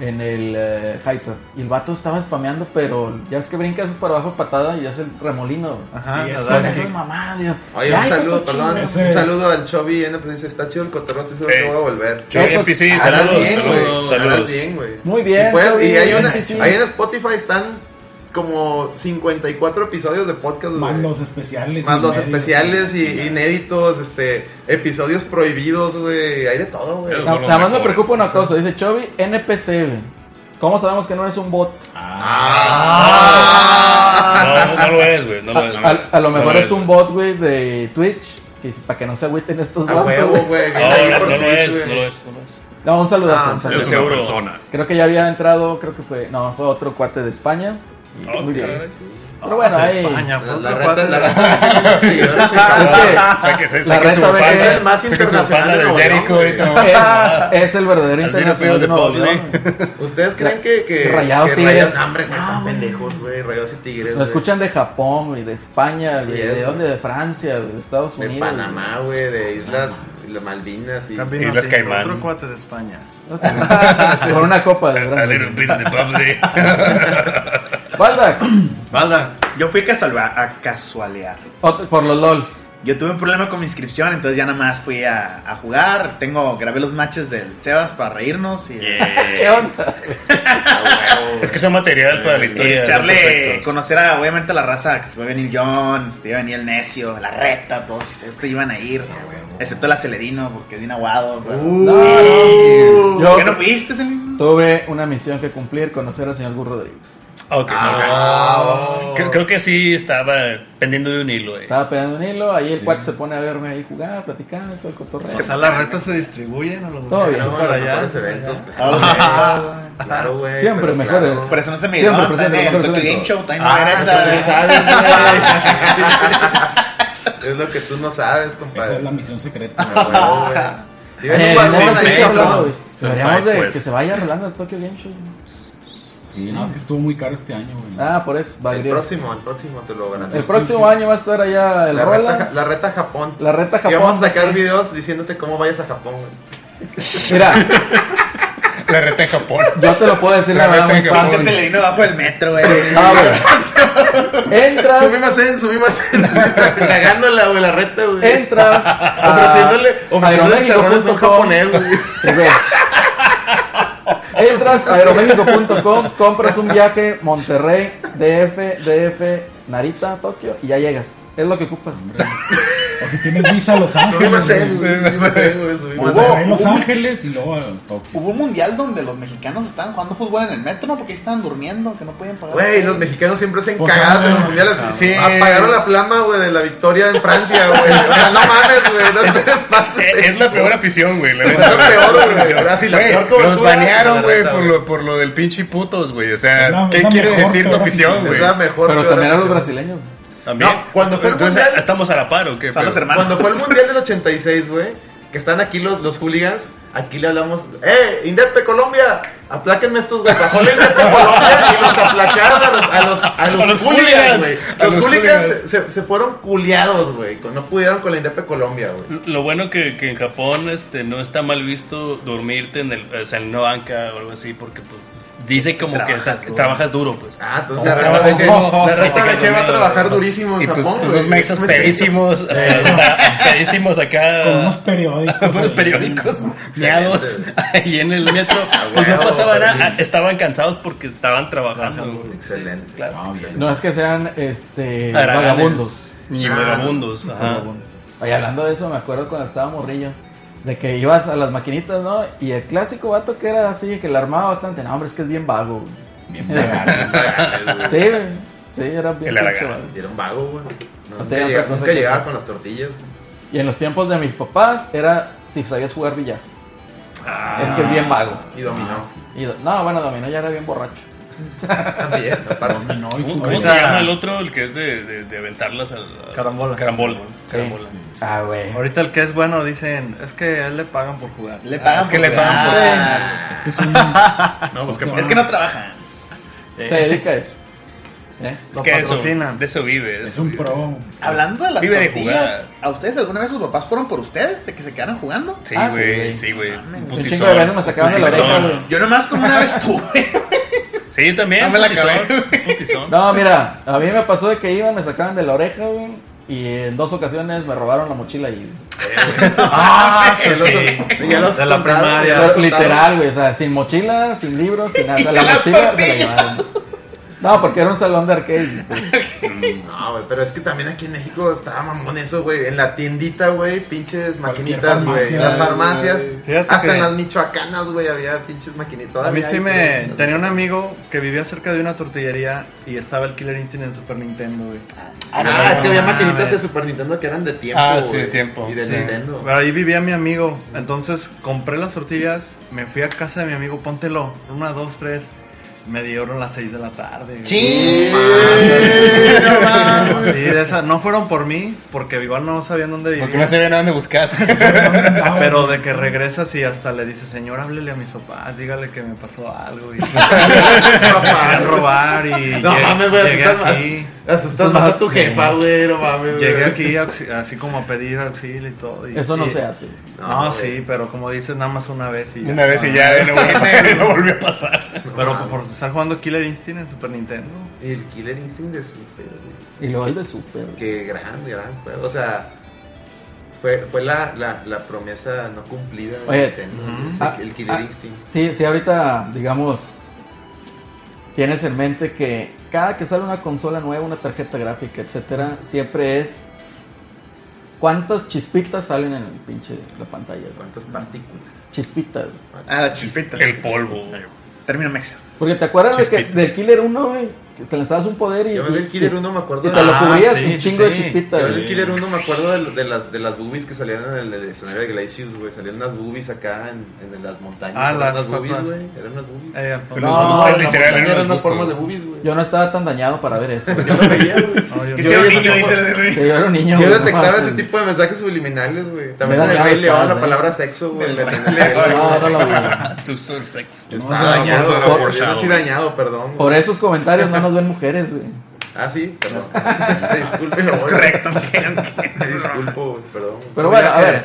Speaker 4: en el eh, Hyper. Y el vato estaba spameando, pero ya es que brincas para abajo patada y hace el remolino.
Speaker 5: Ajá,
Speaker 8: Sí,
Speaker 5: a
Speaker 8: eso
Speaker 4: Con
Speaker 5: Dalsim.
Speaker 8: es
Speaker 4: eso es mamá, Dios.
Speaker 2: Oye, un
Speaker 4: Ay,
Speaker 2: saludo,
Speaker 4: coco
Speaker 2: perdón.
Speaker 8: chingo,
Speaker 2: Un
Speaker 8: sí.
Speaker 2: saludo al Chovy. eh, Pues dice, está chido el cotorreo, estoy seguro
Speaker 3: Eh, Sí.
Speaker 2: que voy a volver.
Speaker 3: Yo,
Speaker 4: Eso-
Speaker 3: NPC,
Speaker 2: Harás
Speaker 3: saludos.
Speaker 2: bien, güey.
Speaker 3: Saludos.
Speaker 2: Harás
Speaker 3: saludos.
Speaker 2: bien, güey.
Speaker 4: Muy bien,
Speaker 2: Y, pues,
Speaker 4: Chovy,
Speaker 2: y hay, una,
Speaker 4: NPC.
Speaker 2: ahí en Spotify están como 54 episodios de podcast, güey.
Speaker 8: Más los especiales.
Speaker 2: Más los
Speaker 8: inéditos.
Speaker 2: especiales y inéditos, este, episodios prohibidos, güey. Hay de todo, güey.
Speaker 4: Na- Nada más me preocupa una cosa, dice Chovy, NPC. güey. ¿Cómo sabemos que no eres un bot?
Speaker 8: Ah,
Speaker 2: Ah,
Speaker 3: No, no lo es, güey. No lo es.
Speaker 4: a, a- a lo
Speaker 3: No
Speaker 4: mejor es
Speaker 3: güey.
Speaker 4: un bot, güey, de Twitch. que dice, Para que no se agüiten estos
Speaker 2: A
Speaker 4: vatos,
Speaker 2: huevo,
Speaker 4: güey.
Speaker 2: güey.
Speaker 3: No,
Speaker 2: Ahí
Speaker 3: no,
Speaker 2: por
Speaker 3: no lo
Speaker 2: Twitch,
Speaker 3: es,
Speaker 2: güey.
Speaker 3: no lo es, no lo es.
Speaker 4: No, un saludazo.
Speaker 2: Ah,
Speaker 4: un
Speaker 2: un
Speaker 4: saludazo.
Speaker 11: Es una
Speaker 3: Seguro.
Speaker 11: persona.
Speaker 4: Creo que ya había entrado, creo que fue, no, fue otro cuate de España. Y
Speaker 3: Ok.
Speaker 4: Muy bien. Pero bueno,
Speaker 5: De
Speaker 4: ahí.
Speaker 5: España,
Speaker 2: La,
Speaker 5: otro
Speaker 2: la
Speaker 5: cuate
Speaker 2: reta, la
Speaker 5: de-
Speaker 2: reta. de seguidores en
Speaker 4: Es
Speaker 2: cada-
Speaker 4: que
Speaker 3: O sea, que- o sea,
Speaker 4: La
Speaker 3: que
Speaker 4: reta
Speaker 3: su
Speaker 4: ve-
Speaker 3: fan-
Speaker 2: Es el más
Speaker 3: o sea, que su fan
Speaker 2: internacional de
Speaker 3: del
Speaker 2: Nuevo
Speaker 3: Jericho,
Speaker 2: León,
Speaker 3: ahorita.
Speaker 4: es, es el verdadero
Speaker 3: Al
Speaker 4: internacional
Speaker 3: Vino
Speaker 4: de
Speaker 3: Feo
Speaker 4: Nuevo
Speaker 3: de
Speaker 4: León.
Speaker 3: Pablo. ¿eh?
Speaker 2: ¿Ustedes creen que, que,
Speaker 4: Que Rayados,
Speaker 2: que
Speaker 4: Tigres.
Speaker 2: Rayados- hombre, güey,
Speaker 4: Ah,
Speaker 2: tan
Speaker 4: güey.
Speaker 2: pendejos, güey, rayados y tigres.
Speaker 4: Lo
Speaker 2: güey.
Speaker 4: escuchan de Japón, güey, de España,
Speaker 2: Así
Speaker 4: güey,
Speaker 2: es,
Speaker 4: de
Speaker 2: güey.
Speaker 4: dónde, de Francia, güey, de Estados
Speaker 2: de
Speaker 4: Unidos.
Speaker 2: Panamá, güey,
Speaker 4: Ah,
Speaker 2: de Islas las Malvinas y
Speaker 5: También
Speaker 3: Islas
Speaker 5: otro-
Speaker 3: Caimán.
Speaker 5: Otro cuate de España.
Speaker 4: güey. Con una copa de
Speaker 3: A little
Speaker 4: verdad.
Speaker 3: bit of the bubbly.
Speaker 4: Baldac,
Speaker 5: Valda.
Speaker 1: Yo fui a, casualba- a casualear.
Speaker 4: ot- por los LOL.
Speaker 1: Yo tuve un problema con mi inscripción, entonces ya nada más fui a, a jugar. Tengo, grabé los matches del Sebas para reírnos y,
Speaker 4: ¿Qué onda?
Speaker 3: Es que son material para la
Speaker 1: y
Speaker 3: historia.
Speaker 1: echarle,
Speaker 3: perfectos.
Speaker 1: conocer a, obviamente a la raza, que fue venir John, este, iba a venir el necio, la reta, todos estos iban a ir, excepto el acelerino, porque es bien aguado. pero-
Speaker 4: No,
Speaker 1: ¿Por
Speaker 4: yo
Speaker 1: qué no fuiste? Celine?
Speaker 4: tuve una misión que cumplir, conocer al señor Gus Rodríguez.
Speaker 3: Ok,
Speaker 2: Ah.
Speaker 3: no, ok. Creo, creo que sí estaba pendiendo de un hilo. eh.
Speaker 4: Estaba pegando un hilo, ahí el cuate se pone a verme ahí jugar, platicando, todo el cotorreo.
Speaker 5: O sea, las retas se distribuyen a los
Speaker 4: Todo bien.
Speaker 2: no,
Speaker 5: para
Speaker 2: para
Speaker 5: allá.
Speaker 2: eventos.
Speaker 1: Ah, los eventos.
Speaker 2: Claro, güey.
Speaker 4: Siempre
Speaker 2: pero
Speaker 4: mejor,
Speaker 2: claro.
Speaker 4: güey.
Speaker 1: Por eso no se me
Speaker 4: Siempre
Speaker 1: dio
Speaker 4: presente,
Speaker 1: el
Speaker 4: siempre
Speaker 1: Tokyo
Speaker 4: presente.
Speaker 1: Game Show, también no
Speaker 2: Ah,
Speaker 1: regresa,
Speaker 2: tú
Speaker 1: ¿eh?
Speaker 2: no sabes, güey. Es lo que tú no sabes,
Speaker 8: Esa es la
Speaker 2: compadre.
Speaker 8: misión secreta.
Speaker 2: A huevo, güey. Si ven
Speaker 4: Eh,
Speaker 2: un balón
Speaker 4: no,
Speaker 2: ahí,
Speaker 4: pinche Rolando,
Speaker 2: cabrón. pues.
Speaker 4: güey. Deberíamos de que se vaya Rolando al Tokyo Game Show.
Speaker 8: Sí, no, es que estuvo muy caro este año, güey.
Speaker 4: Ah, por eso,
Speaker 2: El
Speaker 4: valdría.
Speaker 2: próximo, el próximo te lo garantizo.
Speaker 4: El próximo año va a estar allá el
Speaker 2: La
Speaker 4: Roland.
Speaker 2: reta, la reta Japón.
Speaker 4: La reta
Speaker 2: Y
Speaker 4: Japón.
Speaker 2: vamos a sacar videos diciéndote cómo vayas a Japón, güey.
Speaker 4: Mira,
Speaker 6: La reta en Japón.
Speaker 4: yo te lo puedo decir la
Speaker 6: La
Speaker 4: verdad,
Speaker 6: reta
Speaker 4: muy
Speaker 6: en Japón.
Speaker 1: Entonces se
Speaker 4: fácil.
Speaker 1: le vino abajo del metro, güey.
Speaker 4: Ah, güey. Entras,
Speaker 2: Subímase, subímase. Cagándola, güey, la reta, güey.
Speaker 4: entras.
Speaker 2: Ofreciéndole, ofreciéndole
Speaker 4: aeroméxico
Speaker 2: charrones a un
Speaker 4: punto com.
Speaker 2: japonés, güey.
Speaker 4: Sí, güey. Entras a aeroméxico.com, compras un viaje Monterrey, DF, DF, Narita, Tokio y ya llegas. Es lo que ocupas.
Speaker 8: O si tienes visa a Los Ángeles.
Speaker 2: Subímase,
Speaker 8: güey.
Speaker 2: güey, subímase, güey, subímase.
Speaker 8: Monterrey, Los
Speaker 1: Hubo-
Speaker 8: Ángeles y luego a Tokio.
Speaker 1: Hubo un mundial donde los mexicanos estaban jugando fútbol en el metro, ¿no? Porque ahí estaban durmiendo, que no podían pagar.
Speaker 2: Güey, los mexicanos siempre hacen
Speaker 8: Pues,
Speaker 2: cagadas en los
Speaker 8: ah,
Speaker 2: mundiales.
Speaker 3: sí.
Speaker 2: Apagaron la flama, güey, de la victoria en Francia, güey. O sea, no mames, güey, no te des pases.
Speaker 3: Es la peor afición, güey. La
Speaker 2: Es
Speaker 3: neta.
Speaker 2: lo peor, güey. Ahora sí, la
Speaker 3: Güey,
Speaker 2: peor cobertura
Speaker 3: Los
Speaker 2: de
Speaker 3: banearon,
Speaker 2: la
Speaker 3: güey,
Speaker 2: reta,
Speaker 3: por
Speaker 2: güey.
Speaker 3: lo, por lo del pinche putos, güey. O
Speaker 8: Es
Speaker 3: sea,
Speaker 8: la-
Speaker 3: ¿qué
Speaker 8: es la
Speaker 3: quiere
Speaker 8: mejor,
Speaker 3: decir tu
Speaker 8: peor
Speaker 3: afición,
Speaker 8: afición.
Speaker 3: güey?
Speaker 2: Es la mejor.
Speaker 4: Pero
Speaker 2: peor
Speaker 4: también a los
Speaker 2: afición.
Speaker 4: brasileños.
Speaker 3: También.
Speaker 2: No, cuando fue el
Speaker 3: Entonces,
Speaker 2: mundial-
Speaker 3: estamos a la par, ¿o qué?
Speaker 1: Son los
Speaker 3: pedo?
Speaker 1: hermanos.
Speaker 2: Cuando fue el mundial del 86, güey, que están aquí los, los hooligans, aquí le hablamos, ¡eh, Indepe Colombia! Apláquenme estos güey, bajó la Indepe Colombia y los aplacaron a los, a los, a los
Speaker 3: A los
Speaker 2: hooligans,
Speaker 3: hooligans,
Speaker 2: güey.
Speaker 3: a
Speaker 2: Los
Speaker 3: los
Speaker 2: hooligans se,
Speaker 3: hooligans.
Speaker 2: se- se fueron culiados, güey, con- no pudieron con la Indepe Colombia, güey.
Speaker 3: Lo bueno que, que en Japón este, no está mal visto dormirte en el, o sea, en una banca o algo así, porque pues, dice como que
Speaker 1: Trabajas
Speaker 3: estás-
Speaker 1: duro.
Speaker 3: trabajas duro, pues.
Speaker 2: Ah, entonces la reta
Speaker 3: trabajas
Speaker 2: de que,
Speaker 3: duro,
Speaker 2: la reta
Speaker 3: y te
Speaker 2: de que va a
Speaker 3: quedas
Speaker 2: trabajar
Speaker 3: dormido.
Speaker 2: durísimo en
Speaker 3: Y pues
Speaker 2: Japón, güey.
Speaker 3: unos mexas
Speaker 2: Es muy chido.
Speaker 3: pedísimos, hasta, hasta pedísimos acá.
Speaker 8: Con unos periódicos.
Speaker 3: con Ah. unos
Speaker 8: ahí.
Speaker 3: periódicos meados ahí en el metro.
Speaker 2: Ah,
Speaker 3: Pues no
Speaker 2: huevo,
Speaker 3: pasaba nada,
Speaker 2: perdido.
Speaker 3: estaban cansados porque estaban trabajando.
Speaker 2: Excelente.
Speaker 8: No, bien.
Speaker 4: No es que sean este
Speaker 3: Haraganes.
Speaker 4: vagabundos.
Speaker 3: Y
Speaker 2: Ah,
Speaker 3: vagabundos. Ajá.
Speaker 4: Oye, hablando de eso, me acuerdo cuando estaba morrillo, de que ibas a las maquinitas, ¿no? Y el clásico vato que era así, que la armaba bastante. No, hombre, es que es bien vago. güey.
Speaker 8: Bien pagados.
Speaker 2: Ah,
Speaker 4: Sí, güey. sí, era bien
Speaker 3: El
Speaker 4: pinche
Speaker 3: haragán.
Speaker 4: vago.
Speaker 2: Y Era un vago, güey. No,
Speaker 4: No
Speaker 2: nunca llegaba,
Speaker 4: tenía otra cosa
Speaker 2: nunca
Speaker 4: que
Speaker 2: llegaba
Speaker 4: hacer.
Speaker 2: con las tortillas. güey.
Speaker 4: Y en los tiempos de mis papás era si sabías jugar billar. Es que es bien vago.
Speaker 3: Ah,
Speaker 2: Y dominó.
Speaker 4: Y do- no, bueno, Dominó ya era bien borracho.
Speaker 2: También, aparte.
Speaker 8: Dominó y
Speaker 3: ¿Cómo,
Speaker 8: jugué.
Speaker 3: cómo se llama el otro? El que es de, de- de aventarlas al. al-
Speaker 5: Carambola.
Speaker 3: Carambola. Carambola.
Speaker 4: Sí. Ah, güey.
Speaker 5: Ahorita el que es bueno dicen, es que a él le pagan por jugar.
Speaker 1: Le pagan
Speaker 3: es que
Speaker 1: por-
Speaker 3: le pagan por-
Speaker 1: Ah,
Speaker 8: Es que es un. No,
Speaker 3: pues,
Speaker 1: Es que no trabaja.
Speaker 4: Se dedica a eso. ¿Eh?
Speaker 3: Es
Speaker 5: Lo
Speaker 3: que eso,
Speaker 5: patrocinan.
Speaker 3: de eso vive. de
Speaker 8: Es
Speaker 3: eso
Speaker 8: un
Speaker 3: vive.
Speaker 8: pro.
Speaker 1: Hablando de las
Speaker 3: Vive de
Speaker 1: tortillas, ¿a ustedes alguna vez sus papás fueron por ustedes? ¿De que se quedaran jugando?
Speaker 3: Sí,
Speaker 4: Ah, sí,
Speaker 3: güey,
Speaker 4: güey.
Speaker 3: sí, güey. Un
Speaker 1: Un
Speaker 4: Un
Speaker 3: putizón,
Speaker 4: chingo de veces me sacaban de la
Speaker 3: putizón.
Speaker 4: oreja, güey.
Speaker 1: Yo nomás como una vez tuve.
Speaker 3: Sí, yo también.
Speaker 1: No me la
Speaker 3: putizón,
Speaker 1: acabé.
Speaker 3: putizón.
Speaker 4: No, mira, a mí me pasó de que iban, me sacaban de la oreja, güey. Y en dos ocasiones me robaron la mochila y.
Speaker 2: Ah, se los- ya los
Speaker 5: De la
Speaker 2: contaron,
Speaker 5: primaria.
Speaker 2: ya
Speaker 4: Pero
Speaker 2: los contaron.
Speaker 4: Ah, literal, güey, o sea, sin mochila, sin libros, sin nada.
Speaker 1: Y se
Speaker 4: La
Speaker 1: la
Speaker 4: mochila se la
Speaker 1: tortilla.
Speaker 4: llevaron. No, porque era un salón de arcade. pues.
Speaker 2: No, güey, pero es que también aquí en México estaba mamón eso, güey. En la tiendita, güey, pinches maquinitas,
Speaker 8: farmacia,
Speaker 2: güey. Las farmacias.
Speaker 5: güey. Fíjate
Speaker 2: Hasta
Speaker 5: que-
Speaker 2: en las michoacanas, güey, había pinches maquinitas.
Speaker 5: A mí sí me... Tenía un
Speaker 2: una
Speaker 5: amigo que vivía cerca de una tortillería y estaba el Killer Instinct en Super Nintendo, güey.
Speaker 2: Ah,
Speaker 5: Ah,
Speaker 2: es que había
Speaker 5: no
Speaker 2: maquinitas
Speaker 5: mames.
Speaker 2: de Super Nintendo que eran de tiempo,
Speaker 3: Ah, sí,
Speaker 2: güey,
Speaker 3: de tiempo.
Speaker 2: Y de
Speaker 3: Sí.
Speaker 2: Nintendo.
Speaker 5: Pero ahí vivía mi amigo, entonces compré las tortillas, me fui a casa de mi amigo, póntelo, una, dos, tres, me dieron las seis de la tarde. güey. Ah,
Speaker 2: Sí, no mames.
Speaker 5: Sí, de esa, no fueron por mí, porque igual no sabían dónde vivía.
Speaker 6: Porque no sabían a dónde buscar.
Speaker 5: Pero de que regresas y hasta le dices, señor, háblele a mis papás, dígale que me pasó algo. Y
Speaker 2: Papá.
Speaker 5: a robar y.
Speaker 2: No
Speaker 5: llegué-
Speaker 2: mames, güey,
Speaker 5: llegué
Speaker 2: asustas más.
Speaker 5: aquí.
Speaker 2: Asustas más a tu jefa, güey, no mames. güey.
Speaker 5: Llegué aquí auxi- así como a pedir auxilio y todo. y-
Speaker 4: Eso no
Speaker 5: y-
Speaker 4: se hace.
Speaker 5: No,
Speaker 2: No, güey.
Speaker 5: sí, pero como dices, nada más una vez y ya.
Speaker 6: Una vez y ya de nuevo, y no volvió a pasar.
Speaker 5: Pero por estar jugando Killer Instinct en Super Nintendo.
Speaker 2: Y el Killer Instinct de Super, güey.
Speaker 4: Y luego el de super. güey.
Speaker 2: Qué gran, gran juego. O sea, fue, fue la, la, la promesa no cumplida de
Speaker 4: Oye,
Speaker 2: Nintendo,
Speaker 5: ujú.
Speaker 2: es
Speaker 4: Ah,
Speaker 2: el, el Killer
Speaker 4: ah,
Speaker 2: Instinct.
Speaker 4: Sí, sí, ahorita, digamos, tienes en mente que cada que sale una consola nueva, una tarjeta gráfica, etcétera, siempre es cuántas chispitas salen en el pinche la pantalla. güey?
Speaker 2: ¿Cuántas partículas?
Speaker 4: Chispitas. güey.
Speaker 1: Ah, la chispita.
Speaker 3: El polvo.
Speaker 1: Término mexa.
Speaker 4: Porque te acuerdas de que,
Speaker 3: Chispitas.
Speaker 4: del Killer 1, güey, que te lanzabas un poder y,
Speaker 2: Yo me vi
Speaker 4: y-
Speaker 2: el Killer
Speaker 4: y-
Speaker 2: 1, me acuerdo
Speaker 4: y
Speaker 2: de
Speaker 4: te lo
Speaker 5: Ah,
Speaker 4: cubrías
Speaker 5: sí,
Speaker 4: un
Speaker 5: sí,
Speaker 4: chingo de
Speaker 5: sí.
Speaker 4: chispitas.
Speaker 2: Yo en
Speaker 4: güey.
Speaker 2: el Killer 1 me acuerdo de, de las de las boobies que salían en el, escenario de Glacius, güey. Salían unas boobies acá en, en las montañas.
Speaker 5: Ah,
Speaker 2: Eran
Speaker 5: las
Speaker 2: unas boobies,
Speaker 5: estatuas.
Speaker 2: güey. Eran unas boobies.
Speaker 5: Eh, pues,
Speaker 4: No,
Speaker 5: no,
Speaker 2: Eran
Speaker 6: literal,
Speaker 2: unas
Speaker 6: eran unos
Speaker 2: formas de
Speaker 6: bustos.
Speaker 2: boobies, güey.
Speaker 4: Yo no estaba tan dañado para ver eso.
Speaker 2: Yo no veía, güey.
Speaker 5: no, yo
Speaker 1: Que
Speaker 5: no.
Speaker 1: sea un
Speaker 2: yo-
Speaker 1: niño, dice el Rey.
Speaker 4: Sí, yo era un niño.
Speaker 2: Yo
Speaker 4: güey,
Speaker 2: detectaba
Speaker 4: aparte.
Speaker 2: ese tipo de mensajes subliminales, güey. También
Speaker 4: Me
Speaker 2: en
Speaker 4: da
Speaker 2: el Rey
Speaker 4: miedo,
Speaker 2: León, la
Speaker 4: ¿eh? Ah,
Speaker 2: palabra sexo, güey.
Speaker 1: Del
Speaker 2: en el-
Speaker 1: Rey
Speaker 2: en el-
Speaker 1: León.
Speaker 4: No, no lo vi.
Speaker 3: Tú sos sexy.
Speaker 2: Estaba
Speaker 4: No, no,
Speaker 2: dañado,
Speaker 4: por-
Speaker 2: güey.
Speaker 4: por-
Speaker 2: Yo nací dañado, perdón.
Speaker 4: Por esos comentarios no nos ven mujeres, güey.
Speaker 2: Ah, sí, perdón. Disculpen,
Speaker 1: Es correcto, pero
Speaker 2: Me
Speaker 1: que-
Speaker 2: disculpo, güey, perdón.
Speaker 4: Pero bueno, a ver,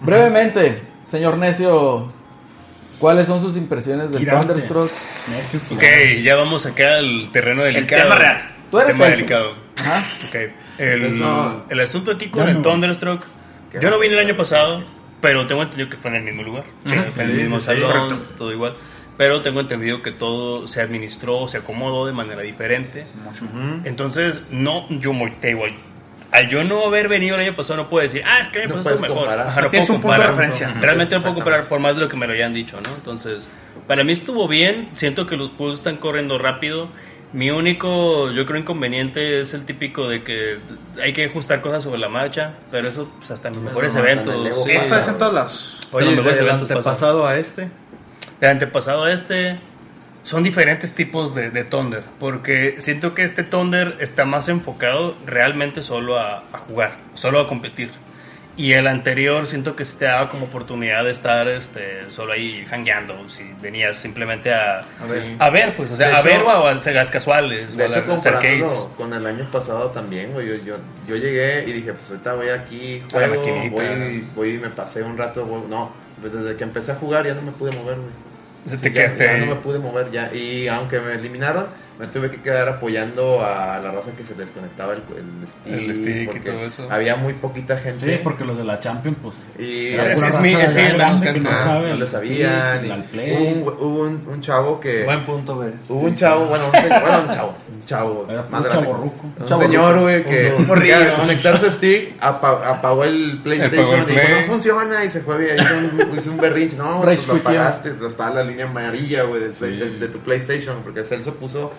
Speaker 4: brevemente, señor Necio, ¿cuáles son sus impresiones del
Speaker 12: Giraste.
Speaker 4: Thunderstruck?
Speaker 12: Necio, tú.
Speaker 3: Ok, ya vamos acá al terreno delicado.
Speaker 1: tema real.
Speaker 4: Tú eres
Speaker 3: Tema
Speaker 4: Celso.
Speaker 3: delicado.
Speaker 4: Ajá.
Speaker 3: Ok. El,
Speaker 2: Eso-
Speaker 3: el asunto aquí con
Speaker 12: Ya
Speaker 3: el
Speaker 12: no.
Speaker 3: Thunderstruck. Yo no vine el año pasado, pero tengo entendido que fue en el mismo lugar. Sí, fue en el mismo salón, todo igual. Pero tengo entendido que todo se administró, se acomodó de manera diferente. Entonces, no, yo muy- te igual. Al yo no haber venido el año pasado, no puedo decir, ah, es que el año
Speaker 2: No
Speaker 3: pasado estuvo
Speaker 2: puedes
Speaker 3: mejor.
Speaker 2: comparar.
Speaker 3: Ajá, no
Speaker 1: Tienes
Speaker 3: puedo
Speaker 1: un punto de
Speaker 3: comparar.
Speaker 1: referencia.
Speaker 3: Realmente no puedo comparar por más de lo que me lo hayan dicho, ¿no? Entonces, para mí estuvo bien. Siento que los pulls están corriendo rápido. Mi único, yo creo, inconveniente es el típico de que hay que ajustar cosas sobre la marcha, pero eso pues, hasta en los mejores
Speaker 2: no, hasta en el
Speaker 3: eventos.
Speaker 2: Evo
Speaker 3: sí.
Speaker 2: pasa,
Speaker 1: Eso es
Speaker 3: Hasta
Speaker 1: en todos lados.
Speaker 3: en los
Speaker 5: Oye,
Speaker 3: mejores
Speaker 5: del
Speaker 3: eventos pasa.
Speaker 5: antepasado a este.
Speaker 3: Del antepasado a este, son diferentes tipos de, de Thunder, porque siento que este Thunder está más enfocado realmente solo a, a jugar, solo a competir. Y el anterior siento que se te daba como oportunidad de estar este, solo ahí hangueando, si venías simplemente a,
Speaker 2: A ver.
Speaker 3: a ver, pues, o sea,
Speaker 2: De
Speaker 3: a
Speaker 2: hecho-
Speaker 3: ver o a, a las casuales,
Speaker 2: De
Speaker 3: o a
Speaker 2: hecho,
Speaker 3: las arcades.
Speaker 2: comparándolo con el año pasado también, güey. Yo, yo, yo llegué y dije, pues ahorita voy aquí,
Speaker 3: A la
Speaker 2: juego,
Speaker 3: maquinita.
Speaker 2: voy, voy y me pasé un rato, güey. No, pues, desde que empecé a jugar ya no me pude mover, güey.
Speaker 3: Se
Speaker 2: Sí,
Speaker 3: te
Speaker 2: ya,
Speaker 3: quedaste
Speaker 2: ya
Speaker 3: ahí.
Speaker 2: no me pude mover ya. Y aunque me eliminaron, me tuve que quedar apoyando a la raza que se desconectaba el, el stick.
Speaker 3: El stick y
Speaker 2: porque
Speaker 3: todo eso.
Speaker 2: Había muy poquita
Speaker 8: Sí,
Speaker 2: gente.
Speaker 8: porque los de la Champions, pues.
Speaker 2: Y
Speaker 3: Ese
Speaker 8: era
Speaker 3: es-
Speaker 8: pura
Speaker 3: es
Speaker 8: raza
Speaker 3: mi-
Speaker 8: de
Speaker 3: es mi
Speaker 8: grande
Speaker 3: gran
Speaker 8: que no
Speaker 3: tema.
Speaker 2: Ah,
Speaker 8: sabe
Speaker 2: no
Speaker 8: el
Speaker 2: lo
Speaker 8: Steam,
Speaker 2: sabían.
Speaker 8: el
Speaker 2: y
Speaker 8: Al
Speaker 2: Hubo,
Speaker 8: Play.
Speaker 2: un, hubo un- un chavo que.
Speaker 5: Buen punto, güey.
Speaker 2: Hubo un chavo, bueno, un, señor- bueno, un chavo, un chavo,
Speaker 8: Era un
Speaker 2: más grande.
Speaker 8: chavorruco.
Speaker 2: Un
Speaker 4: Chavorruco.
Speaker 2: señor, güey, que
Speaker 1: Un morrillo.
Speaker 2: al conectar su stick, apa- apagó el PlayStation
Speaker 3: Apagó el
Speaker 2: y dijo,
Speaker 3: Play.
Speaker 2: no funciona, y se fue, hizo un, hizo un berrinche, no,
Speaker 4: Rage
Speaker 2: pues lo
Speaker 4: quit, ya.
Speaker 2: apagaste, estaba la línea amarilla, güey, del play- de, de tu PlayStation, porque Celso puso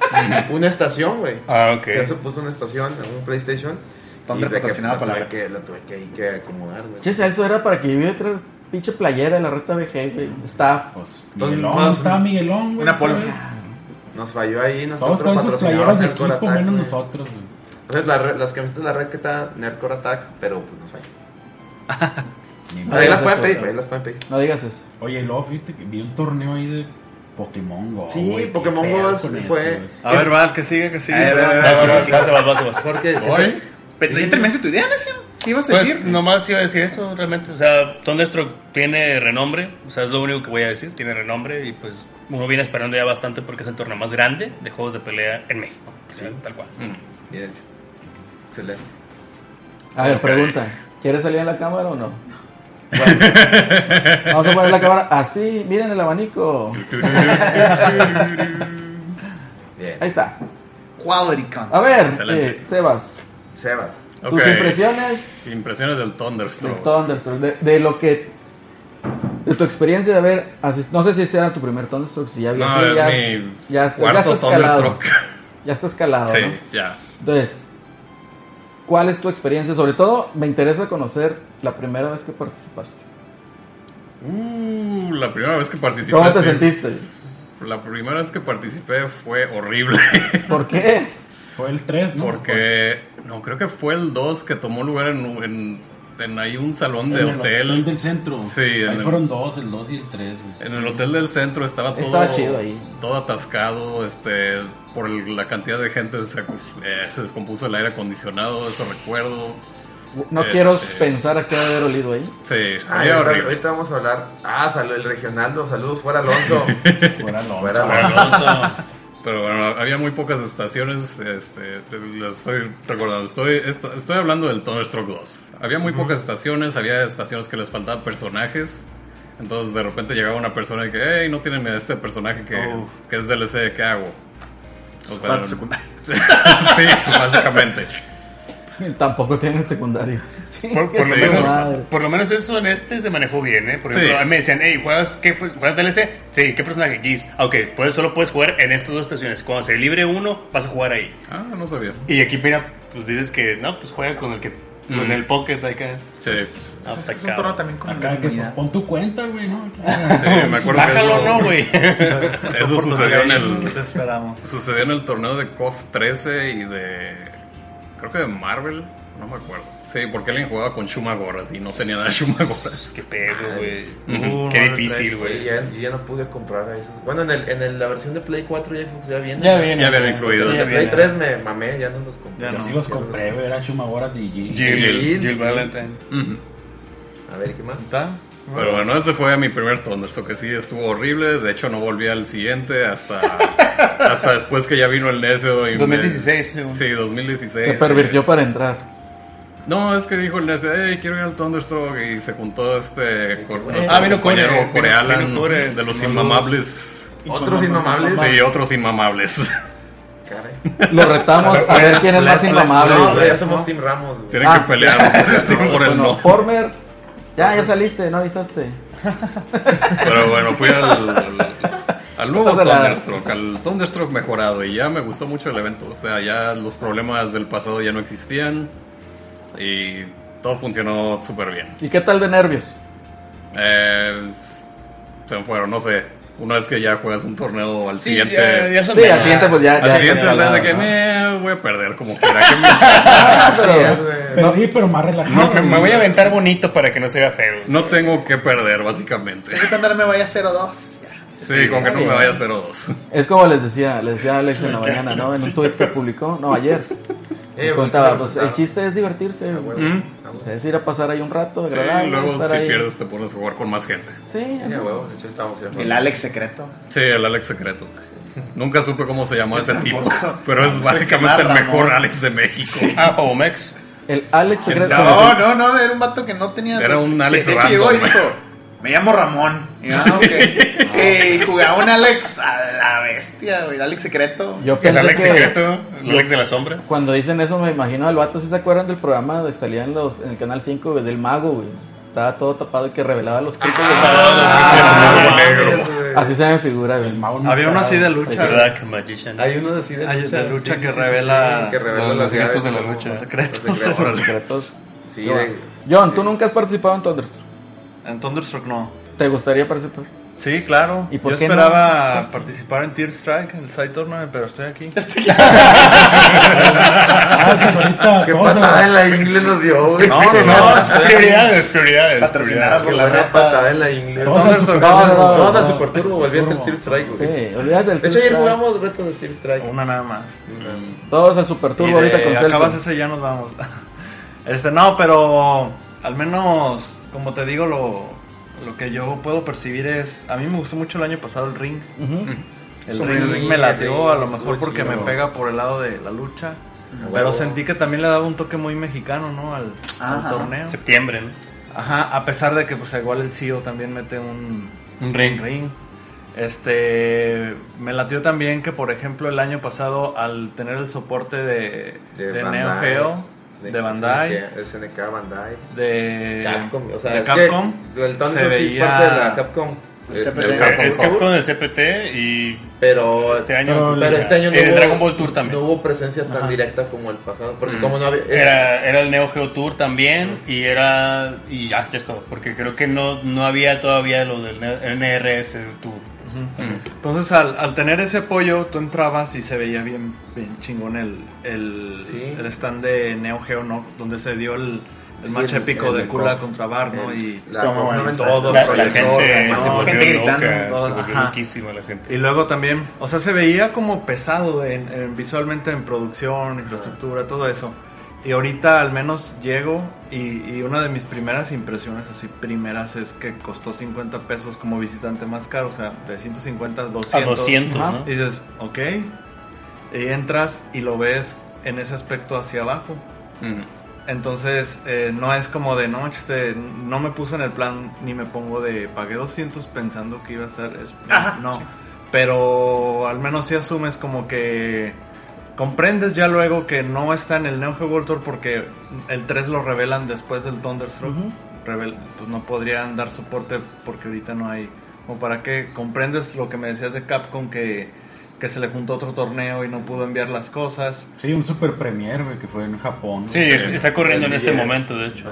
Speaker 2: una estación, güey.
Speaker 3: Ah, Mm. ok.
Speaker 2: Celso puso una estación, un PlayStation,
Speaker 1: Thunder
Speaker 2: de que
Speaker 1: patrocinado
Speaker 2: la
Speaker 1: por la
Speaker 2: tuve
Speaker 1: Beta.
Speaker 2: que, la tuve que, ahí que acomodar, güey.
Speaker 4: Che, eso era para que yo viviera otra pinche playera de la reta BG, güey. Staff.
Speaker 8: Pues,
Speaker 2: Todos-
Speaker 8: Miguelón,
Speaker 2: todos-
Speaker 8: estaba Miguelón, güey.
Speaker 1: Una polo.
Speaker 8: ¿sabes?
Speaker 2: Nos falló ahí,
Speaker 8: Todos
Speaker 2: nosotros
Speaker 8: están sus playeras
Speaker 2: patrocinamos
Speaker 8: de
Speaker 2: Nerdcore
Speaker 8: equipo,
Speaker 2: Attack,
Speaker 8: menos
Speaker 2: güey.
Speaker 8: nosotros, güey.
Speaker 2: Entonces, la re- las camisetas de la red que está Nerdcore Attack, pero pues nos falló.
Speaker 4: No
Speaker 2: Ahí
Speaker 4: digas
Speaker 2: las pueden
Speaker 4: eso,
Speaker 2: pedir,
Speaker 4: güey.
Speaker 2: ahí las pueden pedir.
Speaker 4: No digas eso.
Speaker 8: Oye, y luego, fíjate que vi un torneo ahí de Pokémon Go.
Speaker 2: Sí,
Speaker 8: güey, qué
Speaker 2: Pokémon Go
Speaker 8: pedo
Speaker 2: es-
Speaker 8: con eso,
Speaker 2: fue-
Speaker 8: güey.
Speaker 5: A ver, va, el que sigue, que sigue.
Speaker 1: A ver, a ver, a
Speaker 3: Vas, vas,
Speaker 1: ver.
Speaker 3: vas, Ah, vas, vas, vas, vas.
Speaker 2: Porque
Speaker 6: Hoy,
Speaker 1: Pero ya terminaste tu idea, Necio. ¿Qué ibas a
Speaker 3: Pues
Speaker 1: decir?
Speaker 3: nomás iba a decir eso, realmente. O sea, Thunderstruck tiene renombre, o sea, es lo único que voy a decir, tiene renombre y pues uno viene esperando ya bastante porque es el torneo más grande de juegos de pelea en México, o sea, tal cual.
Speaker 6: Mm.
Speaker 2: Bien hecho. Excelente.
Speaker 4: A ver, pregunta. ¿Quieres salir en la cámara o no? Bueno, vamos a poner la cámara así. Miren el abanico.
Speaker 2: Bien.
Speaker 4: Ahí está.
Speaker 1: Quality content.
Speaker 4: A ver,
Speaker 6: Excelente.
Speaker 4: eh, Sebas,
Speaker 2: Sebas.
Speaker 6: ok.
Speaker 4: tus impresiones
Speaker 6: Impresiones del
Speaker 4: de
Speaker 6: Thunderstruck.
Speaker 4: Thunderstruck, de, de lo que. De tu experiencia de haber. asis- No sé si ese era tu primer Thunderstruck, si ya había
Speaker 6: No,
Speaker 4: sido,
Speaker 6: es
Speaker 4: ya,
Speaker 6: mi
Speaker 4: ya- ya
Speaker 6: cuarto
Speaker 4: está escalado.
Speaker 6: Thunderstruck.
Speaker 4: Ya está escalado,
Speaker 6: Sí,
Speaker 4: ¿no?
Speaker 6: ya.
Speaker 4: Entonces, ¿cuál es tu experiencia? Sobre todo, me interesa conocer la primera vez que participaste.
Speaker 6: Uh, la primera vez que participé.
Speaker 4: ¿Cómo te
Speaker 6: sí.
Speaker 4: sentiste?
Speaker 6: La primera vez que participé fue horrible.
Speaker 4: ¿Por qué?
Speaker 8: Fue el 3, ¿no?
Speaker 6: Porque, no, creo que fue el 2 que tomó lugar en, en, en ahí un salón
Speaker 8: En
Speaker 6: de
Speaker 8: el
Speaker 6: hotel.
Speaker 8: del centro.
Speaker 6: Sí, en
Speaker 8: Ahí
Speaker 6: el-
Speaker 8: fueron dos, el 2 y el 3, güey.
Speaker 6: En el hotel del centro estaba todo,
Speaker 4: Estaba chido ahí.
Speaker 6: todo atascado, este, por el- la cantidad de gente se, acu- eh, se descompuso el aire acondicionado, eso recuerdo.
Speaker 4: No
Speaker 6: Este-
Speaker 4: quiero pensar a qué haber olido ahí.
Speaker 6: Sí,
Speaker 2: Ah,
Speaker 6: era
Speaker 2: ahorita,
Speaker 6: horrible.
Speaker 2: ahorita vamos a hablar. Ah, salud, el regionaldo. Saludos, fuera Alonso.
Speaker 8: Fuera Alonso.
Speaker 2: Fuera
Speaker 8: güey.
Speaker 2: Alonso.
Speaker 6: Pero bueno, había muy pocas estaciones, este, te- lo estoy recordando, estoy, esto- estoy hablando del Thunderstruck 2. Había muy pocas estaciones, había estaciones que les faltaban personajes. Entonces de repente llegaba una persona y que, hey, no tienen a este personaje que, que es DLC, ¿qué hago? O sea,
Speaker 1: Vato secundario.
Speaker 6: sí, básicamente.
Speaker 4: Tampoco tiene secundario.
Speaker 3: Por, por
Speaker 4: Chingue
Speaker 3: lo
Speaker 4: su
Speaker 3: menos,
Speaker 4: madre.
Speaker 3: por lo menos eso en este se manejó bien, ¿eh? Por
Speaker 6: Sí.
Speaker 3: ejemplo, a mí me decían, hey, ¿juegas, qué, pues, ¿juegas DLC? Sí, ¿qué personaje? Geese. Ah, Ok, pues solo puedes jugar en estas dos estaciones. Cuando se libre uno, vas a jugar ahí.
Speaker 6: Ah, no sabía.
Speaker 3: Y aquí, mira, pues dices que, no, pues juega con el que...
Speaker 6: Mm.
Speaker 3: Con el pocket ah, acá.
Speaker 6: Sí,
Speaker 1: Es es un torneo también con la
Speaker 8: Acá que pues
Speaker 1: comunidad.
Speaker 8: pon tu cuenta, güey, ¿no?
Speaker 6: sí, me acuerdo que
Speaker 3: Bájalo,
Speaker 6: eso-
Speaker 3: ¿no, güey?
Speaker 6: Eso sucedió en el,
Speaker 5: Te esperamos.
Speaker 6: Sucedió en el torneo de KOF 13 y de creo que de Marvel, no me acuerdo. Sí, porque alguien jugaba con Shumagoras y no tenía nada de Shumagoras.
Speaker 3: Qué pedo, güey.
Speaker 6: Ujú,
Speaker 3: Ujú,
Speaker 6: no
Speaker 3: Qué
Speaker 6: lo
Speaker 3: difícil,
Speaker 2: Güey,
Speaker 3: güey.
Speaker 2: ya, yo ya no pude comprar a esos. Bueno, en, el, en el- la versión de Play 4 y Xbox ya viene.
Speaker 8: Ya viene.
Speaker 6: Ya habían
Speaker 2: En
Speaker 6: incluido.
Speaker 2: el de
Speaker 8: Ya
Speaker 2: Play
Speaker 8: viene.
Speaker 2: 3 me mamé, ya no los compré.
Speaker 5: Ya
Speaker 8: Yo sí
Speaker 5: no.
Speaker 8: los compré, güey. Era Shumagoras y G.
Speaker 3: Jill,
Speaker 6: Jill.
Speaker 3: Jill, Jill Valentine.
Speaker 6: Ujú.
Speaker 2: A ver, ¿qué más?
Speaker 5: ¿Está?
Speaker 6: Pero bueno, ese fue mi primer Thunderstruck, que sí estuvo horrible. De hecho, no volví al siguiente hasta, hasta después que ya vino el necio. Y me-
Speaker 3: 2016, según.
Speaker 6: sí, 2016.
Speaker 4: Se pervirtió para entrar.
Speaker 6: No, es que dijo el necio, hey, quiero ir al Thunderstruck. Y se juntó este. con- nuestro
Speaker 3: Ah, vino
Speaker 6: compañero
Speaker 3: Core, vino-
Speaker 6: Corealan
Speaker 3: vino Core,
Speaker 6: de los
Speaker 3: Simón.
Speaker 6: inmamables.
Speaker 2: ¿Otros inmamables?
Speaker 6: Sí, otros inmamables.
Speaker 2: Caray.
Speaker 4: Lo retamos a ver quién es más inmamable.
Speaker 2: No,
Speaker 4: güey.
Speaker 2: ya somos Team Ramos, güey.
Speaker 6: Tienen
Speaker 4: Ah,
Speaker 6: que pelear Pues, este, por el
Speaker 4: Bueno,
Speaker 6: no.
Speaker 4: Former, ya, ya saliste, no avisaste.
Speaker 6: Pero bueno, fui al, al, al nuevo
Speaker 4: O sea, la-
Speaker 6: Thunderstruck, al Thunderstruck mejorado y ya me gustó mucho el evento. O sea, ya los problemas del pasado ya no existían y todo funcionó súper bien.
Speaker 4: ¿Y qué tal de nervios?
Speaker 6: Eh, se me fueron, no sé. Una vez que ya juegas un torneo al
Speaker 3: Sí,
Speaker 6: siguiente...
Speaker 3: ya- ya son
Speaker 4: Sí, al
Speaker 3: de-
Speaker 4: siguiente pues ya...
Speaker 6: al
Speaker 4: ya
Speaker 6: siguiente,
Speaker 4: está
Speaker 6: sabes de que
Speaker 4: calado, ¿no?
Speaker 6: me voy a perder como quiera. que me-
Speaker 4: Ah,
Speaker 2: Así es, güey.
Speaker 8: No, sí, pero más relajado.
Speaker 3: No, me
Speaker 8: güey.
Speaker 3: voy a aventar bonito para que no se vea feo.
Speaker 6: no tengo que perder, básicamente.
Speaker 1: Yo cuando ahora me vaya a 0-2. ya.
Speaker 6: Sí, con que no me vaya a 0-2.
Speaker 4: Es como les decía, les decía Alex en la mañana, ¿no? En un tweet que publicó, no, ayer.
Speaker 2: Eh,
Speaker 4: Y contaba,
Speaker 2: bonito
Speaker 4: pues
Speaker 6: ah.
Speaker 2: resultado.
Speaker 4: el chiste es divertirse,
Speaker 2: Ah,
Speaker 4: güey.
Speaker 2: huevo.
Speaker 6: Mm.
Speaker 2: Ah,
Speaker 4: O
Speaker 2: huevo.
Speaker 4: sea, es ir a pasar ahí un rato,
Speaker 6: Sí,
Speaker 4: agradable,
Speaker 6: luego
Speaker 4: estar
Speaker 6: si
Speaker 4: ahí.
Speaker 6: pierdes te pones a jugar con más gente.
Speaker 4: Sí,
Speaker 2: Sí, a huevo, de hecho, estamos ya.
Speaker 1: El Alex secreto.
Speaker 6: Sí, el Alex secreto. Nunca supe cómo se llamó ese tipo, pero es básicamente el mejor Alex de México.
Speaker 3: Ah, Pomex.
Speaker 4: el Alex
Speaker 6: ¿Quién
Speaker 4: secreto.
Speaker 6: sabe?
Speaker 1: No, no, no, era un vato que no tenía.
Speaker 6: Era un Alex
Speaker 1: Sí, de hecho, llegó y
Speaker 6: random.
Speaker 1: dijo: Me llamo Ramón. Y yo, ah, ok. Eh, y jugaba un Alex a la bestia, güey. Alex secreto.
Speaker 4: Yo
Speaker 3: El
Speaker 4: pensé
Speaker 3: Alex
Speaker 4: que
Speaker 3: secreto, el Alex de la sombra.
Speaker 4: cuando dicen eso me imagino al vato, si se acuerdan del programa de salía en, los, en el Canal 5 güey, del mago, güey? Estaba todo tapado y que revelaba los clips.
Speaker 2: Ah,
Speaker 6: Ah,
Speaker 2: mames,
Speaker 6: negro.
Speaker 2: güey.
Speaker 4: Así se me figura, güey, el mago
Speaker 5: Había uno así de lucha.
Speaker 3: ¿Verdad que Magician?
Speaker 2: Hay uno así de
Speaker 5: Hay
Speaker 2: lucha,
Speaker 5: de lucha
Speaker 2: sí,
Speaker 5: que
Speaker 2: sí, sí,
Speaker 5: revela
Speaker 2: sí, que revela
Speaker 5: los
Speaker 2: las
Speaker 5: secretos
Speaker 2: llaves,
Speaker 5: de la
Speaker 2: ¿no?
Speaker 5: lucha.
Speaker 2: Los secretos.
Speaker 4: Los secretos.
Speaker 2: Sí, de-
Speaker 4: John,
Speaker 2: sí.
Speaker 4: tú nunca has participado en Thunderstruck.
Speaker 5: En Thunderstruck no.
Speaker 4: ¿Te gustaría participar?
Speaker 5: Sí, claro.
Speaker 4: ¿Y por
Speaker 5: Yo
Speaker 4: qué no?
Speaker 5: esperaba participar en Tear Strike, el side tournament, pero estoy aquí.
Speaker 8: Ah, pues ahorita
Speaker 2: Qué
Speaker 8: todos se-
Speaker 2: patada en la ingle nos dio, güey.
Speaker 5: No, no, no.
Speaker 3: Prioridades, prioridades.
Speaker 1: Patrocinada por la
Speaker 2: Una
Speaker 1: red.
Speaker 2: patada en la ingle.
Speaker 8: Todos al Super-
Speaker 2: No, no, no,
Speaker 4: no,
Speaker 2: Vamos
Speaker 4: no,
Speaker 2: al
Speaker 4: no.
Speaker 2: Super Turbo, volviendo al
Speaker 8: Turbo.
Speaker 2: Steel Strike,
Speaker 4: Sí,
Speaker 2: güey.
Speaker 4: olvídate del
Speaker 2: De hecho, ayer
Speaker 4: Turbo.
Speaker 2: jugamos retos de Steel Strike.
Speaker 5: Una nada más.
Speaker 4: Todos al Super
Speaker 5: Y
Speaker 4: Turbo ahorita
Speaker 5: de-
Speaker 4: con
Speaker 5: acabas
Speaker 4: Celso.
Speaker 5: ese ya nos vamos. Este, no, pero al menos, como te digo, lo, lo que yo puedo percibir es... A mí me gustó mucho el año pasado el ring.
Speaker 4: Ujú.
Speaker 5: El
Speaker 2: Sí,
Speaker 5: ring,
Speaker 2: el
Speaker 5: me
Speaker 2: ring,
Speaker 5: lateó, a lo
Speaker 2: estuvo
Speaker 5: mejor porque
Speaker 2: chido.
Speaker 5: me pega por el lado de la lucha.
Speaker 2: Ah,
Speaker 5: Pero
Speaker 2: huevo.
Speaker 5: sentí que también le daba un toque muy mexicano, ¿no? Al, al
Speaker 1: Ajá.
Speaker 5: torneo.
Speaker 3: Septiembre, ¿no?
Speaker 5: Ajá, a pesar de que pues igual el CEO también mete un,
Speaker 3: Un ring.
Speaker 5: Este me latió también que por ejemplo el año pasado al tener el soporte de, de, Neo
Speaker 2: Bandai,
Speaker 5: Geo, de Bandai,
Speaker 2: SNK, SNK Bandai.
Speaker 5: de
Speaker 2: Capcom, o sea,
Speaker 5: de
Speaker 2: es
Speaker 5: Capcom,
Speaker 2: que el Thunder
Speaker 5: se
Speaker 2: Rock sí es
Speaker 5: veía-
Speaker 2: parte de la Capcom. Es,
Speaker 1: CPT.
Speaker 2: del
Speaker 1: Capcom
Speaker 3: Eh, Es Capcom del CPT y
Speaker 2: Pero
Speaker 3: este año.
Speaker 2: pero este año no
Speaker 3: En el
Speaker 2: hubo-
Speaker 3: Dragon Ball Tour
Speaker 2: no
Speaker 3: también.
Speaker 2: hubo presencia tan directa como el pasado.
Speaker 5: Mm.
Speaker 2: Porque como no había. es-
Speaker 3: Era, era el Neo Geo Tour también y era. Y ya, ya es todo. Porque creo que no, no había todavía lo del NRS Tour.
Speaker 5: Entonces al, al tener ese apoyo tú entrabas y se veía bien, bien chingón el, el,
Speaker 2: Sí.
Speaker 5: el stand de Neo Geo, ¿no? Donde se dio el, el
Speaker 2: Sí,
Speaker 5: match
Speaker 2: el-
Speaker 5: épico
Speaker 2: el
Speaker 5: de
Speaker 2: del
Speaker 5: Kula
Speaker 2: Prof.
Speaker 5: contra Bar, ¿no?
Speaker 2: El-
Speaker 5: Y
Speaker 2: la
Speaker 5: todo,
Speaker 2: conferencia.
Speaker 5: todo,
Speaker 3: La, la
Speaker 5: proyector,
Speaker 3: gente
Speaker 5: ¿no?
Speaker 3: se
Speaker 1: gente
Speaker 3: volvió
Speaker 1: gritando,
Speaker 3: loca,
Speaker 1: todo,
Speaker 3: se volvió
Speaker 5: ajá.
Speaker 3: loquísima la gente.
Speaker 5: Y luego también, o sea, se veía como pesado en, en- visualmente en producción, infraestructura, todo eso. Y ahorita al menos llego y, y una de mis primeras impresiones, así primeras, es que costó 50 pesos como visitante más caro, o sea, de 150 a 200.
Speaker 3: A 200,
Speaker 4: Ajá.
Speaker 3: ¿no?
Speaker 5: Y dices, ok. Y entras y lo ves en ese aspecto hacia abajo. Entonces, eh, no es como de, no, manches, este, no me puse en el plan ni me pongo de, pagué 200 pensando que iba a ser eso. no, pero al menos si asumes como que comprendes ya luego que no está en el Neo Geo World Tour porque el 3 lo revelan después del Thunderstruck. Revel- pues no podrían dar soporte porque ahorita no hay. Como para que comprendes lo que me decías de Capcom que, que se le juntó otro torneo y no pudo enviar las cosas.
Speaker 8: Sí, un super premier, güey, que fue en Japón.
Speaker 3: Sí,
Speaker 8: güey.
Speaker 3: es- está corriendo en este
Speaker 2: Yes.
Speaker 3: momento, de hecho.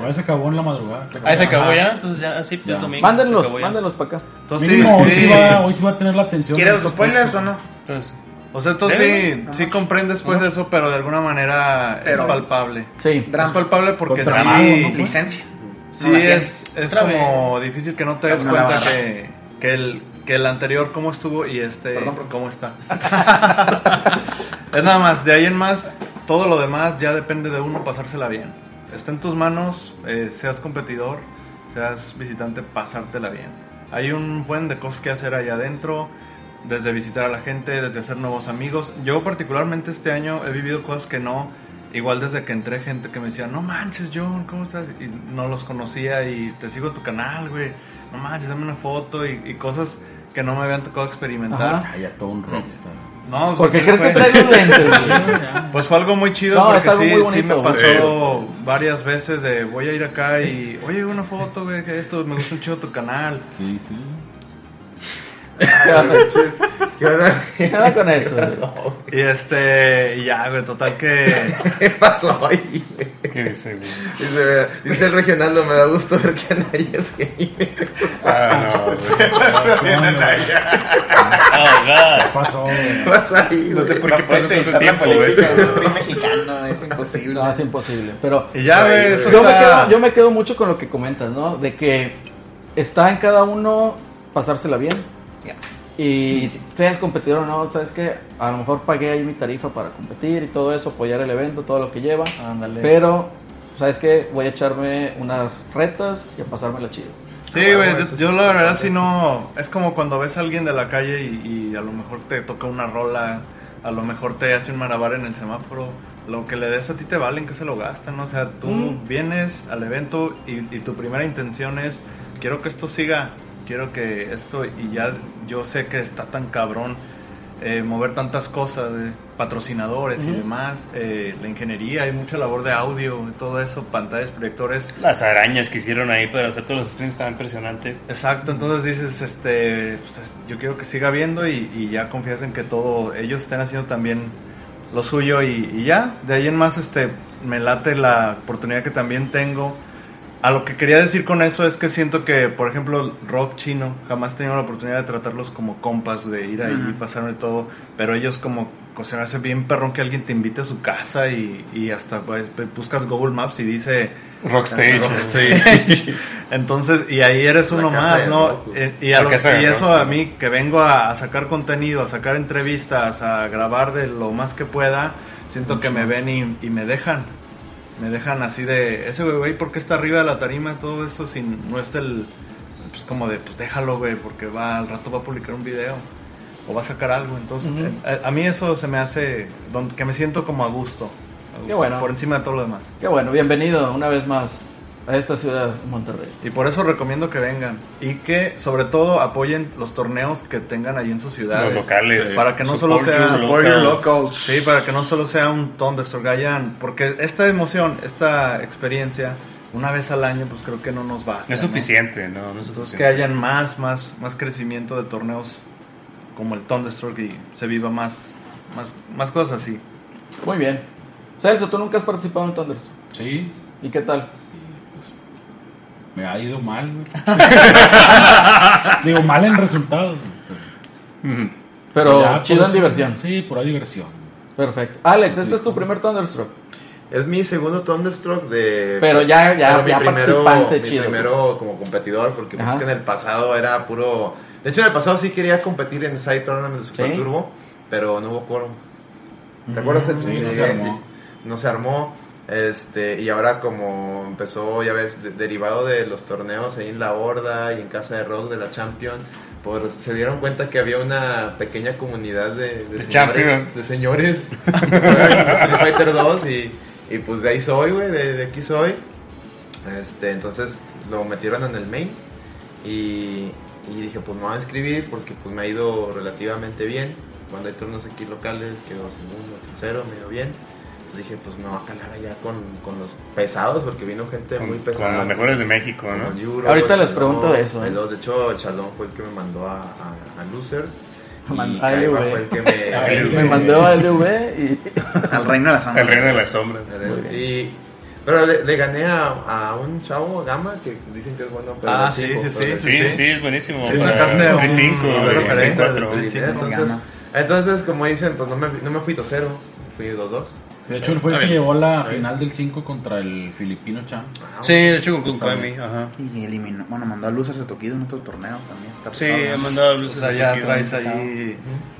Speaker 8: Ahora se acabó en la madrugada.
Speaker 3: Ahí Ah, se acabó ya, entonces ya, así,
Speaker 8: Ya.
Speaker 3: es domingo. se
Speaker 4: Mándenlos,
Speaker 3: acabó ya.
Speaker 4: mándenlos para acá.
Speaker 5: Entonces,
Speaker 8: Mínimo, hoy,
Speaker 5: sí,
Speaker 8: sí va, hoy sí va a tener la atención.
Speaker 1: ¿Quieres los spoilers o no?
Speaker 3: Entonces,
Speaker 5: O sea, tú sí,
Speaker 1: Debe,
Speaker 5: sí
Speaker 1: ajá.
Speaker 5: comprendes pues eso, pero de alguna manera es
Speaker 1: Pero-
Speaker 5: palpable.
Speaker 4: Sí.
Speaker 5: Es palpable porque
Speaker 4: Contra mano,
Speaker 5: sí,
Speaker 4: ¿no?
Speaker 1: Licencia.
Speaker 5: sí
Speaker 1: No la
Speaker 5: es,
Speaker 1: tienes.
Speaker 5: es
Speaker 1: Otra
Speaker 5: como difícil que no te des
Speaker 1: No la
Speaker 5: cuenta
Speaker 1: agarras.
Speaker 5: que, que el, que el anterior cómo estuvo y este cómo está. es nada más, de ahí en más, todo lo demás ya depende de uno pasársela bien. Está en tus manos, eh, seas competidor, seas visitante, pasártela bien. Hay un buen de cosas que hacer allá adentro, desde visitar a la gente, desde hacer nuevos amigos. Yo particularmente este año he vivido cosas que no, igual desde que entré gente que me decía, no manches John, ¿cómo estás? Y no los conocía y te sigo tu canal, güey, no manches, dame una foto y, y cosas que no me habían tocado experimentar.
Speaker 4: Ajá.
Speaker 8: Ay, Ah, ya todo un rockstar.
Speaker 5: No,
Speaker 4: ¿Por qué
Speaker 5: pues,
Speaker 4: crees que trae los lentes, güey?
Speaker 5: Pues fue algo muy chido
Speaker 4: No, es
Speaker 5: porque
Speaker 4: algo
Speaker 5: sí,
Speaker 4: muy
Speaker 5: sí me
Speaker 4: bonito,
Speaker 5: pasó varias veces de voy a ir acá y oye una foto, güey, que esto me gusta un chido tu canal.
Speaker 8: Sí, sí.
Speaker 2: ¿Qué onda?
Speaker 4: ¿Qué onda con eso?
Speaker 5: Y este, y ya, güey, total que
Speaker 2: ¿Qué pasó ahí? güey?
Speaker 3: ¿Qué dice, güey?
Speaker 2: Dice, dice el regional, no me da gusto ver que nadie es gamer.
Speaker 3: Ah, no, güey.
Speaker 6: Oh,
Speaker 3: Ah,
Speaker 8: ¿Qué pasó? güey?
Speaker 2: ¿Qué pasa ahí,
Speaker 1: No
Speaker 2: güey?
Speaker 1: sé por qué
Speaker 6: No
Speaker 1: puedes
Speaker 6: puedes
Speaker 1: evitar la
Speaker 6: evitar tiempo,
Speaker 1: política de un stream mexicano, es imposible.
Speaker 4: No, es imposible. Pero
Speaker 5: y ya, güey, eso
Speaker 4: yo me,
Speaker 5: está-
Speaker 4: quedo, yo me quedo mucho con lo que comentas, ¿no? De que está en cada uno pasársela bien. Y si seas competidor o no, sabes que a lo mejor pagué ahí mi tarifa para competir y todo eso, apoyar el evento, todo lo que lleva.
Speaker 8: Ándale.
Speaker 4: Pero, sabes que voy a echarme unas retas y a pasármela chido.
Speaker 5: Sí, güey, yo, yo la verdad si no, es como cuando ves a alguien de la calle y, y a lo mejor te toca una rola, a lo mejor te hace un marabar en el semáforo, lo que le des a ti te valen que se lo gastan, ¿no? o sea, tú vienes al evento y, y tu primera intención es, quiero que esto siga, quiero que esto, y ya yo sé que está tan cabrón eh, mover tantas cosas, eh, patrocinadores y demás, eh, la ingeniería, hay mucha labor de audio, todo eso, pantallas, proyectores,
Speaker 3: Las arañas que hicieron ahí para hacer todos los streams estaban impresionante.
Speaker 5: Exacto, entonces dices, este, pues, es- yo quiero que siga viendo y, y ya confías en que todo, ellos estén haciendo también lo suyo y, y ya, de ahí en más, este, me late la oportunidad que también tengo. A lo que quería decir con eso es que siento que, por ejemplo, rock chino, jamás he tenido la oportunidad de tratarlos como compas, de ir ahí y pasarme todo, pero ellos como, o sea, hace bien perrón que alguien te invite a su casa y, y hasta pues, buscas Google Maps y dice...
Speaker 3: Rockstage.
Speaker 5: Entonces, y ahí eres
Speaker 2: La
Speaker 5: uno
Speaker 2: casa
Speaker 5: más,
Speaker 2: de
Speaker 5: ¿no?
Speaker 2: Roku.
Speaker 5: Eh, Y, a
Speaker 3: La
Speaker 5: lo-
Speaker 3: casa de
Speaker 5: y eso
Speaker 3: Roku,
Speaker 5: a
Speaker 3: sí.
Speaker 5: mí, que vengo a, a sacar contenido, a sacar entrevistas, a grabar de lo más que pueda, siento que me ven y, y me dejan. Me dejan así de, ese güey, güey, ¿por qué está arriba de la tarima? Todo esto sin, no es el, pues como de, pues déjalo, güey, porque va, al rato va a publicar un video o va a sacar algo. Entonces, eh, a, a mí eso se me hace, don- que me siento como a gusto. a gusto,
Speaker 4: bueno.
Speaker 5: Por encima de todo lo demás.
Speaker 4: Qué bueno, bienvenido una vez más a esta ciudad, Monterrey.
Speaker 5: Y por eso recomiendo que vengan y que sobre todo apoyen los torneos que tengan ahí en su ciudad.
Speaker 3: Los locales.
Speaker 5: Para que no solo
Speaker 3: Support
Speaker 5: sea
Speaker 3: your
Speaker 5: Support your
Speaker 3: locals.
Speaker 5: locals. Sí, para que no solo sea un Thunderstorm Gayan, porque esta emoción, esta experiencia una vez al año pues creo que no nos basta.
Speaker 3: No es
Speaker 5: ¿no?
Speaker 3: suficiente, no, no es
Speaker 5: Entonces que
Speaker 3: suficiente.
Speaker 5: hayan más más más crecimiento de torneos como el Thunderstorm y se viva más más más cosas así.
Speaker 4: Muy bien. Celso, tú nunca has participado en Thunders.
Speaker 8: Sí, pues,
Speaker 4: ¿Y qué tal?
Speaker 8: me ha ido mal, güey. Digo, mal en resultados. güey, pero-
Speaker 4: Pero
Speaker 8: Ya,
Speaker 4: chido
Speaker 8: pues,
Speaker 4: en diversión.
Speaker 8: Sí, por ahí diversión.
Speaker 4: Perfecto. Alex, este es tu primer Thunderstruck.
Speaker 2: Es mi segundo Thunderstruck de.
Speaker 4: Pero ya- ya- ya participante
Speaker 2: mi
Speaker 4: chido.
Speaker 2: primero como competidor, porque pues
Speaker 4: Ajá.
Speaker 2: es que en el pasado era puro. De hecho, en el pasado sí quería competir en Side Tournament de Super
Speaker 4: Sí. Mm,
Speaker 2: Turbo, pero no hubo quórum. ¿Te acuerdas? El-
Speaker 8: sí, no se
Speaker 2: eh,
Speaker 8: armó.
Speaker 2: No se armó. Este, y ahora como empezó, ya ves, de- derivado de los torneos ahí en La Horda y en Casa de Rock de la Champion, pues se dieron cuenta que había una pequeña comunidad de, de
Speaker 3: De
Speaker 2: señores-
Speaker 3: Champion.
Speaker 2: de señores Street Fighter 2 y, y pues de ahí soy, güey, de, de aquí soy. Este, entonces lo metieron en el main y, y dije, pues me voy a inscribir porque pues me ha ido relativamente bien. Cuando hay turnos aquí locales, quedo segundo, tercero, me dio bien. Entonces dije, pues me voy a calar allá con, con los pesados porque vino gente muy
Speaker 3: Con, con
Speaker 2: pesada.
Speaker 3: los mejores de México, ¿no?
Speaker 2: Con Yuro,
Speaker 4: Ahorita les
Speaker 2: Chalón,
Speaker 4: pregunto de eso, ¿eh?
Speaker 2: el dos. De hecho, Chalón fue el que me mandó a, a, a Losers. Y
Speaker 4: Man- a
Speaker 2: Kaiba
Speaker 4: LV.
Speaker 2: fue el que me...
Speaker 3: A LV.
Speaker 4: Me mandó a LV y
Speaker 1: Al reino de las
Speaker 3: El reino de
Speaker 1: sombras.
Speaker 3: las sombras.
Speaker 2: Y- pero le, le gané a, a un chavo Gama que dicen que es bueno. pero
Speaker 5: Ah,
Speaker 2: es
Speaker 5: sí,
Speaker 2: chico,
Speaker 5: sí,
Speaker 2: pero
Speaker 5: sí.
Speaker 2: es
Speaker 3: Sí, sí, es buenísimo.
Speaker 5: Sí,
Speaker 3: Para
Speaker 5: sacaste
Speaker 3: Street
Speaker 5: un-
Speaker 3: 5,
Speaker 5: una
Speaker 3: güey,
Speaker 5: referencia
Speaker 3: Street
Speaker 5: de
Speaker 3: 4.
Speaker 5: Street
Speaker 2: chico,
Speaker 5: Fighter
Speaker 2: Entonces,
Speaker 1: Gama.
Speaker 2: Entonces, como dicen, pues no me, no me fui 2-0, fui 2-2.
Speaker 8: De hecho, él fue el que llevó la final del 5 contra el filipino Chan.
Speaker 3: Sí, de hecho, con culpa de mí. Ajá.
Speaker 1: Y eliminó. Bueno, mandó a Luz a Setoquido en otro torneo también. Está
Speaker 3: Sí,
Speaker 1: pesado, ¿no?
Speaker 3: he mandado
Speaker 5: O
Speaker 3: luces
Speaker 5: sea, ya traes ahí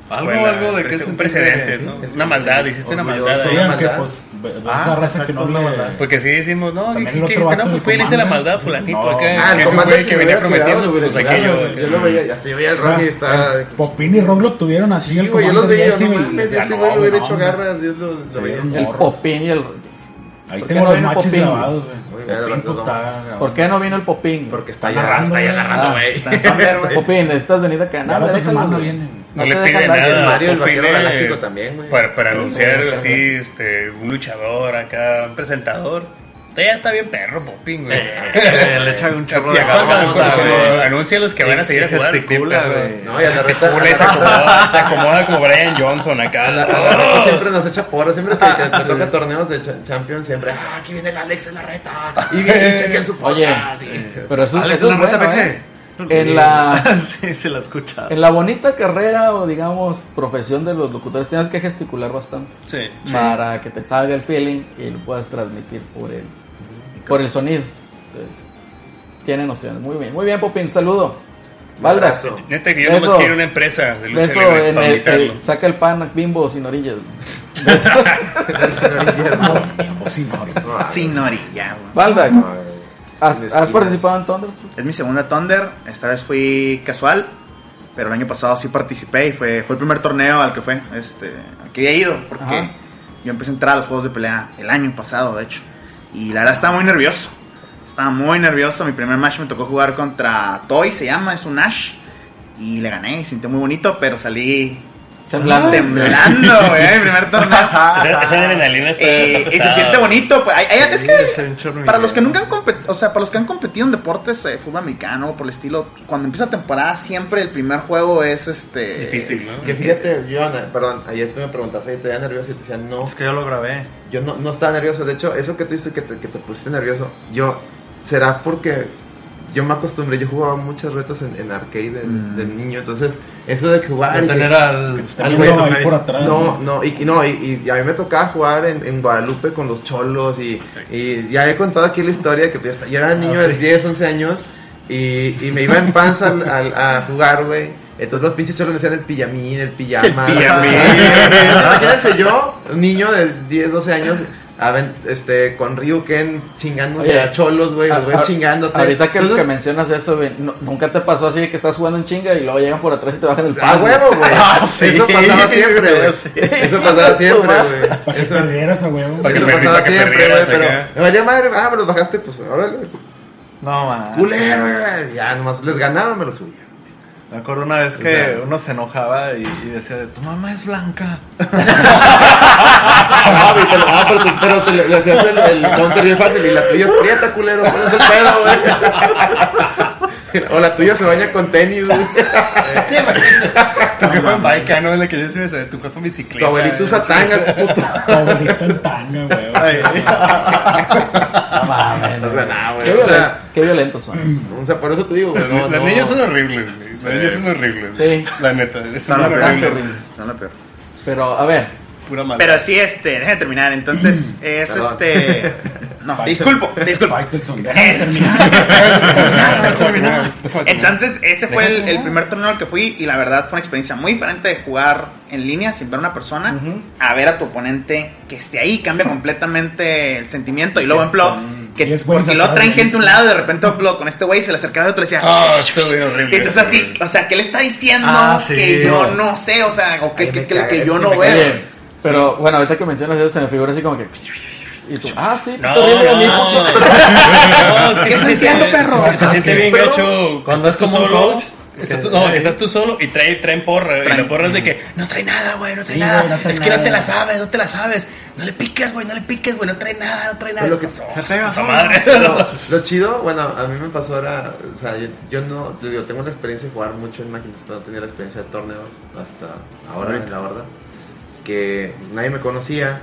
Speaker 5: algo,
Speaker 3: Escuela,
Speaker 5: algo de
Speaker 3: prece-
Speaker 5: que
Speaker 3: Pues, un precedente, ¿no? Una maldad, hiciste una maldad
Speaker 8: Sí,
Speaker 3: ahí.
Speaker 8: aunque
Speaker 2: maldad.
Speaker 8: pues, ve- ve
Speaker 5: Ah,
Speaker 8: esa raza
Speaker 5: exacto,
Speaker 8: que no
Speaker 5: una
Speaker 8: le...
Speaker 5: maldad.
Speaker 3: Porque si decimos, no, ¿qué,
Speaker 8: También el
Speaker 3: qué,
Speaker 8: otro
Speaker 3: qué hiciste?
Speaker 8: vato
Speaker 3: No,
Speaker 8: del
Speaker 3: pues fui y le hice la
Speaker 8: comando.
Speaker 3: maldad a fulanito
Speaker 8: No.
Speaker 3: acá.
Speaker 2: Ah,
Speaker 3: que
Speaker 2: el
Speaker 3: es un
Speaker 2: comandante
Speaker 3: güey
Speaker 2: se
Speaker 3: que
Speaker 2: me
Speaker 3: venía
Speaker 2: hubiera cuidado,
Speaker 3: prometiendo
Speaker 2: güey,
Speaker 3: sus
Speaker 2: de cuidarlo,
Speaker 3: aquellos.
Speaker 2: Yo lo veía, hasta yo veía el Rocky, estaba...
Speaker 8: Popín y Rob lo tuvieron así.
Speaker 2: Sí,
Speaker 8: el
Speaker 2: güey, yo los
Speaker 8: comandante
Speaker 2: veía, no
Speaker 8: Décimo y-
Speaker 2: mames,
Speaker 8: Ya
Speaker 2: ese
Speaker 8: no,
Speaker 2: güey le hubiera
Speaker 8: no,
Speaker 2: hecho
Speaker 8: hombre.
Speaker 2: garras, Dios lo, lo veía.
Speaker 8: Sí,
Speaker 4: El
Speaker 8: Morros.
Speaker 4: popín y el.
Speaker 8: Ahí
Speaker 4: ¿Por qué
Speaker 8: tengo
Speaker 4: no
Speaker 8: los
Speaker 4: vino
Speaker 8: matches
Speaker 4: Popín?
Speaker 8: grabados, güey.
Speaker 2: Ya lo
Speaker 8: Popín, pues,
Speaker 2: vamos.
Speaker 8: está-
Speaker 4: ¿Por qué no vino el popín?
Speaker 2: Porque está
Speaker 8: Está
Speaker 2: ya,
Speaker 8: narrando,
Speaker 2: está ya
Speaker 8: güey.
Speaker 2: narrando,
Speaker 4: Ah.
Speaker 2: güey.
Speaker 4: Popín, necesitas venir acá.
Speaker 8: Ya
Speaker 4: No,
Speaker 8: la otra
Speaker 4: déjalo,
Speaker 8: semana
Speaker 4: güey.
Speaker 8: viene.
Speaker 3: No
Speaker 4: te
Speaker 3: le
Speaker 4: dejan
Speaker 3: pide
Speaker 4: dar el
Speaker 2: El
Speaker 3: nada.
Speaker 2: Mario, el
Speaker 3: Popín,
Speaker 2: vaquero
Speaker 3: eh,
Speaker 2: galáctico también, güey.
Speaker 3: Para, para
Speaker 4: Sí,
Speaker 3: anunciar
Speaker 4: sí,
Speaker 3: así, este, un luchador acá, un presentador. Usted ya está bien perro, Popín, güey.
Speaker 5: Eh, le echa un chorro
Speaker 3: Y
Speaker 5: de
Speaker 3: aparte,
Speaker 5: ganas,
Speaker 3: cuando-
Speaker 5: güey.
Speaker 3: cuando anuncia a los que van a seguir a jugar.
Speaker 5: Gesticula,
Speaker 3: bien perro.
Speaker 5: güey.
Speaker 2: No, y a la
Speaker 3: Uno se
Speaker 2: reta...
Speaker 3: acomoda, se acomoda como Brian Johnson acá.
Speaker 2: A la, a la reta siempre nos echa porra, siempre que, que te toca torneos de cha- Champions, siempre, ah, aquí viene el Alex en la reta, y viene y chequen su
Speaker 4: Oye,
Speaker 2: podcast. y-
Speaker 4: pero eso,
Speaker 5: Alex,
Speaker 4: eso
Speaker 5: una
Speaker 4: es bueno,
Speaker 5: reta,
Speaker 4: ¿eh?
Speaker 5: vete.
Speaker 4: En la-
Speaker 5: sí, se la escucha.
Speaker 4: En la bonita carrera o digamos profesión de los locutores tienes que gesticular bastante
Speaker 3: Sí.
Speaker 4: para que te salga el feeling y lo puedas transmitir por el por el sonido. Entonces, tiene nociones. Muy bien, muy bien Popín, saludo. Valdas,
Speaker 2: Abrazo.
Speaker 3: Neta que yo nomás
Speaker 4: Beso.
Speaker 3: quiero una empresa de lucha
Speaker 4: beso
Speaker 3: libre
Speaker 4: en
Speaker 3: para
Speaker 4: el,
Speaker 3: invitarlo.
Speaker 4: el- saca el pan bimbo sin orillas.
Speaker 8: O sí, no, ahorita.
Speaker 1: Sin orilla, güey.
Speaker 4: Valdas,
Speaker 2: Ay.
Speaker 4: ¿has,
Speaker 2: Esquinas.
Speaker 4: has participado en Thunder?
Speaker 1: Es mi segunda Thunder. Esta vez fui casual. Pero el año pasado sí participé y fue, fue el primer torneo al que fue, este, al que había ido, porque
Speaker 4: Ajá.
Speaker 1: yo empecé a entrar a los juegos de pelea el año pasado, de hecho. Y la verdad estaba muy nervioso. Estaba muy nervioso. Mi primer match me tocó jugar contra Toy, se llama, es un Ash. Y le gané, y sintió muy bonito, pero salí temblando, güey, mi primer torneo.
Speaker 3: Esa, esa adrenalina está,
Speaker 1: Eh,
Speaker 3: está
Speaker 1: y se
Speaker 3: pesada,
Speaker 1: siente
Speaker 3: güey.
Speaker 1: bonito. pues, ay, ay, es
Speaker 5: Sí,
Speaker 1: que
Speaker 5: se ve un chorro
Speaker 1: para
Speaker 5: de
Speaker 1: los que
Speaker 5: video.
Speaker 1: nunca han competido, o sea, para los que han competido en deportes, eh, fútbol americano, por el estilo, cuando empieza temporada siempre el primer juego es este...
Speaker 3: Difícil, ¿no?
Speaker 2: Que fíjate, yo, Ana, perdón, ayer tú me preguntaste si te veía nervioso y te decía, no,
Speaker 5: Es que yo lo grabé.
Speaker 2: yo no, no estaba nervioso. De hecho, eso que tú dices que te, que te pusiste nervioso, yo, será porque yo me acostumbré, yo jugaba muchas retas en, en arcade de,
Speaker 1: Mm.
Speaker 2: de niño, entonces, eso de jugar.
Speaker 5: De
Speaker 2: y que-
Speaker 5: tener al.
Speaker 2: al
Speaker 5: al
Speaker 2: güey
Speaker 5: Wilson
Speaker 2: ahí
Speaker 5: Hayes.
Speaker 8: por atrás.
Speaker 2: No, no, y, y no, y, y a mí me tocaba jugar en, en Guadalupe con los cholos y, y ya he contado aquí la historia que pues, hasta- yo era niño de 10, 11 años y, y me iba en panza al- al- a jugar, güey. Entonces los pinches cholos me decían el pijamín, el pijama.
Speaker 1: El pijamín.
Speaker 2: Imagínense yo, un niño de 10, 12 años, a ver, este, con Ryuken chingándose
Speaker 4: Oye,
Speaker 2: a cholos, güey, los güeyes chingándote.
Speaker 4: Ahorita que,
Speaker 2: Entonces,
Speaker 4: que mencionas eso, güey, no- nunca te pasó así de que estás jugando en chinga y luego llegan por atrás y te bajan el
Speaker 3: Ah,
Speaker 4: pan.
Speaker 2: a
Speaker 4: güey?
Speaker 2: huevo, güey.
Speaker 1: sí.
Speaker 2: Eso pasaba siempre, güey. Eso pasaba siempre,
Speaker 8: Para
Speaker 2: güey.
Speaker 8: que
Speaker 2: Eso-
Speaker 8: perdieras a huevo.
Speaker 3: Para que
Speaker 2: eso
Speaker 3: perdí-
Speaker 2: pasaba
Speaker 3: para que
Speaker 2: siempre, güey,
Speaker 3: perdieras
Speaker 2: pero
Speaker 3: acá.
Speaker 2: me valía madre, ah, me los bajaste, pues, órale,
Speaker 5: No, man.
Speaker 2: culero, güey. Ya, nomás les ganaba, me los subía.
Speaker 5: Me acuerdo una vez que
Speaker 2: Exacto.
Speaker 5: uno se enojaba y, y decía, tu mamá es blanca.
Speaker 2: Ah, güey, te lo- ah, pero, te- pero te le, le hacías el, el counter bien fácil y la tuya es prieta, culero, por eso el pedo, güey. O la tuya se baña con tenis, güey.
Speaker 3: Tu jefa en baica, ¿no? La que yo soy, tu jefa en bicicleta.
Speaker 2: Tu abuelito usa tanga, pues, puto.
Speaker 8: Tu abuelito en tanga, güey.
Speaker 4: No mames,
Speaker 2: No,
Speaker 4: güey.
Speaker 2: nada, güey.
Speaker 4: Qué,
Speaker 2: O
Speaker 4: violen-
Speaker 2: sea,
Speaker 4: qué violentos son.
Speaker 2: o sea, por eso te digo, güey.
Speaker 3: Las,
Speaker 2: No,
Speaker 3: las
Speaker 2: no.
Speaker 3: niñas son horribles, güey. Las niñas son horribles.
Speaker 4: Sí.
Speaker 3: La neta, son
Speaker 1: Son lo peor.
Speaker 3: horribles.
Speaker 1: son lo peor.
Speaker 4: Pero, a ver,
Speaker 3: Pura maldad.
Speaker 1: Pero sí, este, déjame terminar, entonces es
Speaker 2: Perdón.
Speaker 1: este... No,
Speaker 8: Fighter.
Speaker 1: disculpo, disculpo.
Speaker 8: Fight el sondeo.
Speaker 1: Es-
Speaker 3: terminar.
Speaker 1: Entonces, ese fue el, el primer torneo al que fui y la verdad fue una experiencia muy diferente de jugar en línea sin ver a una persona
Speaker 4: Ujú.
Speaker 1: a ver a tu oponente que esté ahí, cambia completamente el sentimiento y luego, por ejemplo,
Speaker 8: Y
Speaker 1: que
Speaker 8: es bueno
Speaker 1: porque luego
Speaker 8: sacar
Speaker 1: traen
Speaker 8: bien.
Speaker 1: gente a un lado y de repente, por ejemplo, con este güey se le acercaba y otro le decía,
Speaker 3: Ah, estuvo bien
Speaker 1: y
Speaker 3: horrible.
Speaker 1: entonces así, o sea, que le está diciendo
Speaker 5: Ah, sí.
Speaker 1: que yo no sé, o sea, o que,
Speaker 2: Ay, me
Speaker 1: que- que lo que
Speaker 2: cae,
Speaker 1: yo
Speaker 2: sí
Speaker 1: no
Speaker 2: me
Speaker 1: veo.
Speaker 4: oye, pero bueno, ahorita que mencionas eso se me figura así como que. Y tú, ah, sí,
Speaker 3: No,
Speaker 4: está horrible,
Speaker 3: no,
Speaker 4: mijo.
Speaker 3: no, es que
Speaker 1: ¿Qué
Speaker 3: se
Speaker 1: estás
Speaker 3: siente-
Speaker 1: diciendo, perro?
Speaker 3: Se, se siente bien gacho
Speaker 5: Cuando es
Speaker 3: tú
Speaker 5: como un
Speaker 3: solo,
Speaker 5: coach.
Speaker 3: Estás tú- no, estás tú solo y trae, traen porra. Y la porra es de que no trae nada, güey, no trae
Speaker 8: Sí,
Speaker 3: nada.
Speaker 8: güey, no trae
Speaker 3: es que no te
Speaker 8: nada.
Speaker 3: la sabes, no te la sabes. No le piques, güey, no le piques, güey, no trae nada, no trae nada.
Speaker 2: lo que-
Speaker 3: Pues,
Speaker 5: Se
Speaker 3: oh,
Speaker 5: pega
Speaker 3: puta
Speaker 5: solo.
Speaker 3: madre.
Speaker 2: Lo chido, bueno, a mí me pasó ahora, o sea, yo, yo no, te digo, tengo la experiencia de jugar mucho en máquinas, pero no tenía la experiencia de torneo hasta ahora, en la verdad, que pues, nadie me conocía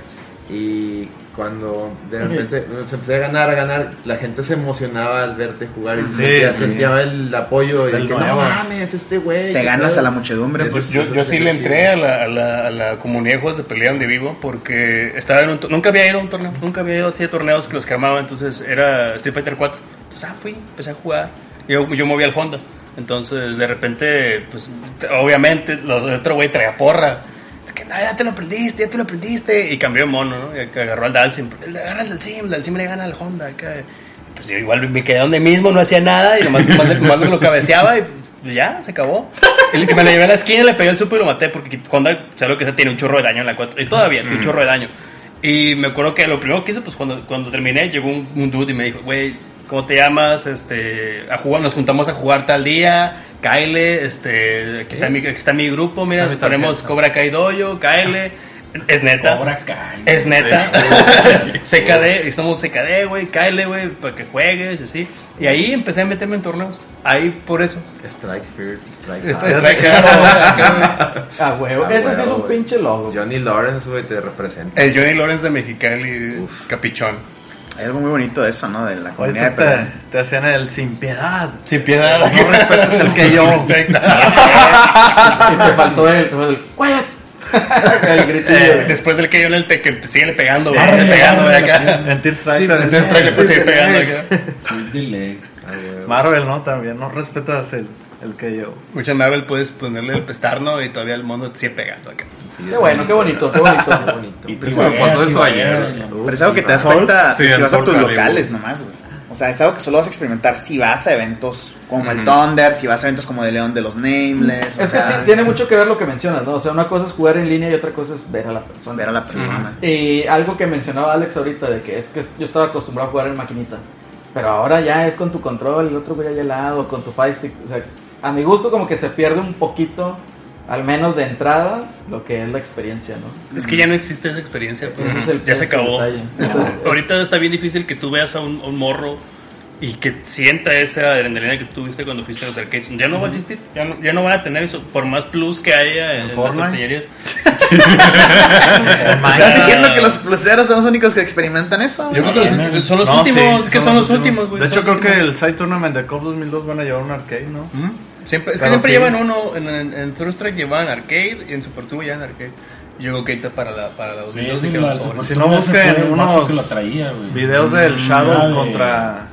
Speaker 2: Y cuando de repente se empecé a ganar, a ganar, la gente se emocionaba al verte jugar y sentía, sentía el apoyo y
Speaker 5: Del
Speaker 2: que no
Speaker 5: nuevo.
Speaker 2: mames, este güey.
Speaker 1: Te
Speaker 2: que
Speaker 1: ganas
Speaker 2: todo".
Speaker 1: a la muchedumbre.
Speaker 2: Pues,
Speaker 1: Pues,
Speaker 3: Yo, yo sí le entré a la, a la, a la comunidad de juegos de pelea donde vivo porque estaba en un to- nunca había ido a un torneo, nunca había ido a siete torneos que los que armaba, entonces era Street Fighter 4. Entonces, ah, fui, empecé a jugar. Yo, yo moví al Honda. Entonces, de repente, pues, t- obviamente, los el otro güey traía porra. Que "No, ya te lo aprendiste, ya te lo aprendiste. Y cambió el mono, ¿no? Y que agarró al Dalsim. Le gana al Dalsim, el Dalsim le gana al Honda. acá. Pues yo igual me quedé donde mismo, no hacía nada. Y nomás, nomás, nomás lo cabeceaba y pues, ya, se acabó. El que me la llevé a la esquina, le pegué el supo y lo maté. Porque Honda, o sea, lo que se tiene un chorro de daño en la 4. Y todavía,
Speaker 10: Mm.
Speaker 3: tiene un chorro de daño. Y me acuerdo que lo primero que hice, pues cuando, cuando terminé, llegó un, un dude y me dijo, güey, ¿cómo te llamas? Este, a jugar, nos juntamos a jugar tal día. Kyle, este, aquí está, mi, aquí está mi grupo, mira,
Speaker 10: Está mi
Speaker 3: ponemos
Speaker 10: tarjeta. Ah.
Speaker 3: Cobra Kai Dojo, Kyle. Es neta.
Speaker 8: Cobra Kai.
Speaker 3: Es neta. CKD, somos CKD, güey, Kyle, güey, para que juegues, así. Y ahí empecé a meterme en torneos. Ahí por eso.
Speaker 2: Strike first, strike
Speaker 5: Ah,
Speaker 3: Esto
Speaker 2: hard.
Speaker 3: es Tracker.
Speaker 4: A huevo.
Speaker 2: Ah,
Speaker 4: Ese sí
Speaker 2: huevo,
Speaker 4: es un
Speaker 2: güey.
Speaker 4: pinche logo.
Speaker 2: Johnny Lawrence, güey, te representa.
Speaker 3: El Johnny Lawrence de Mexicali, capichón.
Speaker 1: Hay algo muy bonito de eso, ¿no? De la comunidad.
Speaker 5: Ahorita
Speaker 1: de
Speaker 5: te,
Speaker 1: pelea.
Speaker 5: te hacían el sin piedad.
Speaker 3: Sin piedad.
Speaker 5: No respetas el que yo.
Speaker 4: Y te faltó el, el quiet. El gritillo.
Speaker 3: Eh, después del que yo en el te que sigue pegando,
Speaker 5: Ah,
Speaker 3: güey, sigue
Speaker 8: Arre,
Speaker 3: pegando de
Speaker 8: arre,
Speaker 3: acá.
Speaker 5: En Tear Strike
Speaker 3: Sí,
Speaker 5: también.
Speaker 3: entonces Tracker, pues, sigue pegando acá.
Speaker 8: Sweet delay.
Speaker 5: Marvel no también, no respetas el, el que yo.
Speaker 3: Mucha Marvel puedes ponerle el pestarno y todavía el mono te sigue pegando acá.
Speaker 4: Qué bueno, qué bonito, qué bonito.
Speaker 2: Y
Speaker 10: Pues, me pasó eso ayer.
Speaker 1: Pero es algo que te das cuenta
Speaker 11: Sí,
Speaker 1: si
Speaker 11: en
Speaker 1: vas a
Speaker 11: Soul
Speaker 1: tus
Speaker 11: Calibur.
Speaker 1: locales nomás, güey. O sea, es algo que solo vas a experimentar si vas a eventos como el Thunder, si vas a eventos como el León de los Nameless. o
Speaker 4: Es que
Speaker 1: sea,
Speaker 4: ti- tiene mucho que ver lo que mencionas, ¿no? O sea, una cosa es jugar en línea y otra cosa es ver a la persona.
Speaker 1: ver a la persona.
Speaker 4: Y algo que mencionaba Alex ahorita, de que es que yo estaba acostumbrado a jugar en maquinita. Pero ahora ya es con tu control, el otro güey allá al lado, con tu fight stick. O sea, a mi gusto como que se pierde un poquito, al menos de entrada, lo que es la experiencia, ¿no?
Speaker 3: Es que ya no existe esa experiencia, pues.
Speaker 4: Ese es el-
Speaker 3: ya
Speaker 4: ese
Speaker 3: se
Speaker 4: es el
Speaker 3: acabó.
Speaker 4: detalle. Entonces, es-
Speaker 3: Ahorita está bien difícil que tú veas a un, a un morro y que sienta esa adrenalina que tuviste cuando fuiste a los arcades. Ya no va a existir, ya no, ya no van a tener eso, por más plus que haya en, las
Speaker 5: Fortnite?
Speaker 3: artillerías.
Speaker 1: ¿Estás diciendo que los pluseros son los únicos que experimentan eso?
Speaker 3: Yo creo que los- son los
Speaker 5: No,
Speaker 3: últimos,
Speaker 5: sí,
Speaker 3: que son los últimos, güey.
Speaker 5: De hecho,
Speaker 3: son los
Speaker 5: creo que
Speaker 3: últimos.
Speaker 5: el Side Tournament de COP 2002 van a llevar un arcade, ¿no?
Speaker 3: Ujú. Siempre, es que
Speaker 5: Pero
Speaker 3: siempre
Speaker 5: sí.
Speaker 3: llevan uno, en, en, en Third Strike llevaban arcade y en Super Turbo llevan arcade. Llegó Keita para la, para la 2002 y dijeron, "Sobres".
Speaker 5: Si no busquen unos
Speaker 8: que lo traía, güey. Mm,
Speaker 5: Videos del Shadow
Speaker 8: Dale.
Speaker 5: contra.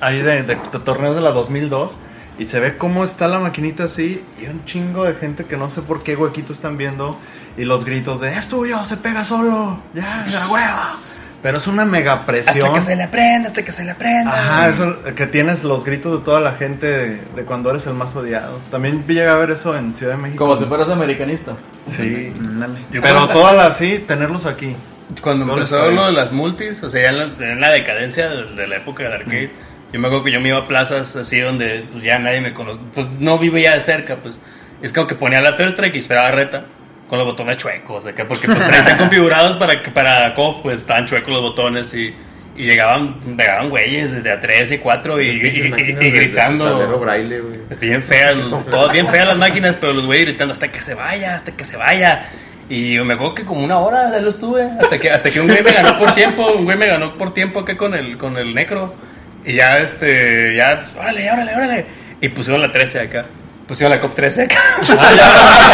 Speaker 5: Ahí de, de torneos de la 2002. Y se ve cómo está la maquinita así. Y un chingo de gente que no sé por qué huequito están viendo. Y los gritos de: ¡Es tuyo! ¡Se pega solo! ¡Ya! ¡La hueva! Pero es una mega presión.
Speaker 3: Hasta que se le aprenda, hasta que se le aprenda.
Speaker 5: Ajá, eso, que tienes los gritos de toda la gente de, de cuando eres el más odiado. También llegué a ver eso en Ciudad de México.
Speaker 4: Como si fueras americanista.
Speaker 5: Sí.
Speaker 1: Ándale.
Speaker 3: Yo
Speaker 5: Pero
Speaker 3: cuando-
Speaker 5: todas las, sí, tenerlos aquí.
Speaker 3: Cuando
Speaker 5: Todo
Speaker 3: empezó
Speaker 5: está bien.
Speaker 3: lo de las multis, o sea, ya en la, en la decadencia de, de la época del arcade, yo me acuerdo que yo me iba a plazas así donde pues, ya nadie me conocía, pues no vivía de cerca, pues. Es como que ponía la Third Strike y esperaba reta con los botones chuecos, acá, porque pues traen- están configurados para que para KOF, pues estaban chuecos los botones y, y llegaban, llegaban güeyes desde a 3 y 4 y, y- y- y
Speaker 2: Tablero
Speaker 3: gritando.
Speaker 2: braille, güey.
Speaker 3: Pues, bien feas, los- todas bien feas las máquinas, pero los güeyes gritando hasta que se vaya, hasta que se vaya. Y yo me acuerdo que como una hora de lo estuve, hasta que, hasta que un güey me ganó por tiempo, un güey me ganó por tiempo que con el, con el necro. Y ya, este, ya, pues, órale, órale, órale. Y pusieron la 13 acá. Pusieron la COP 13 acá.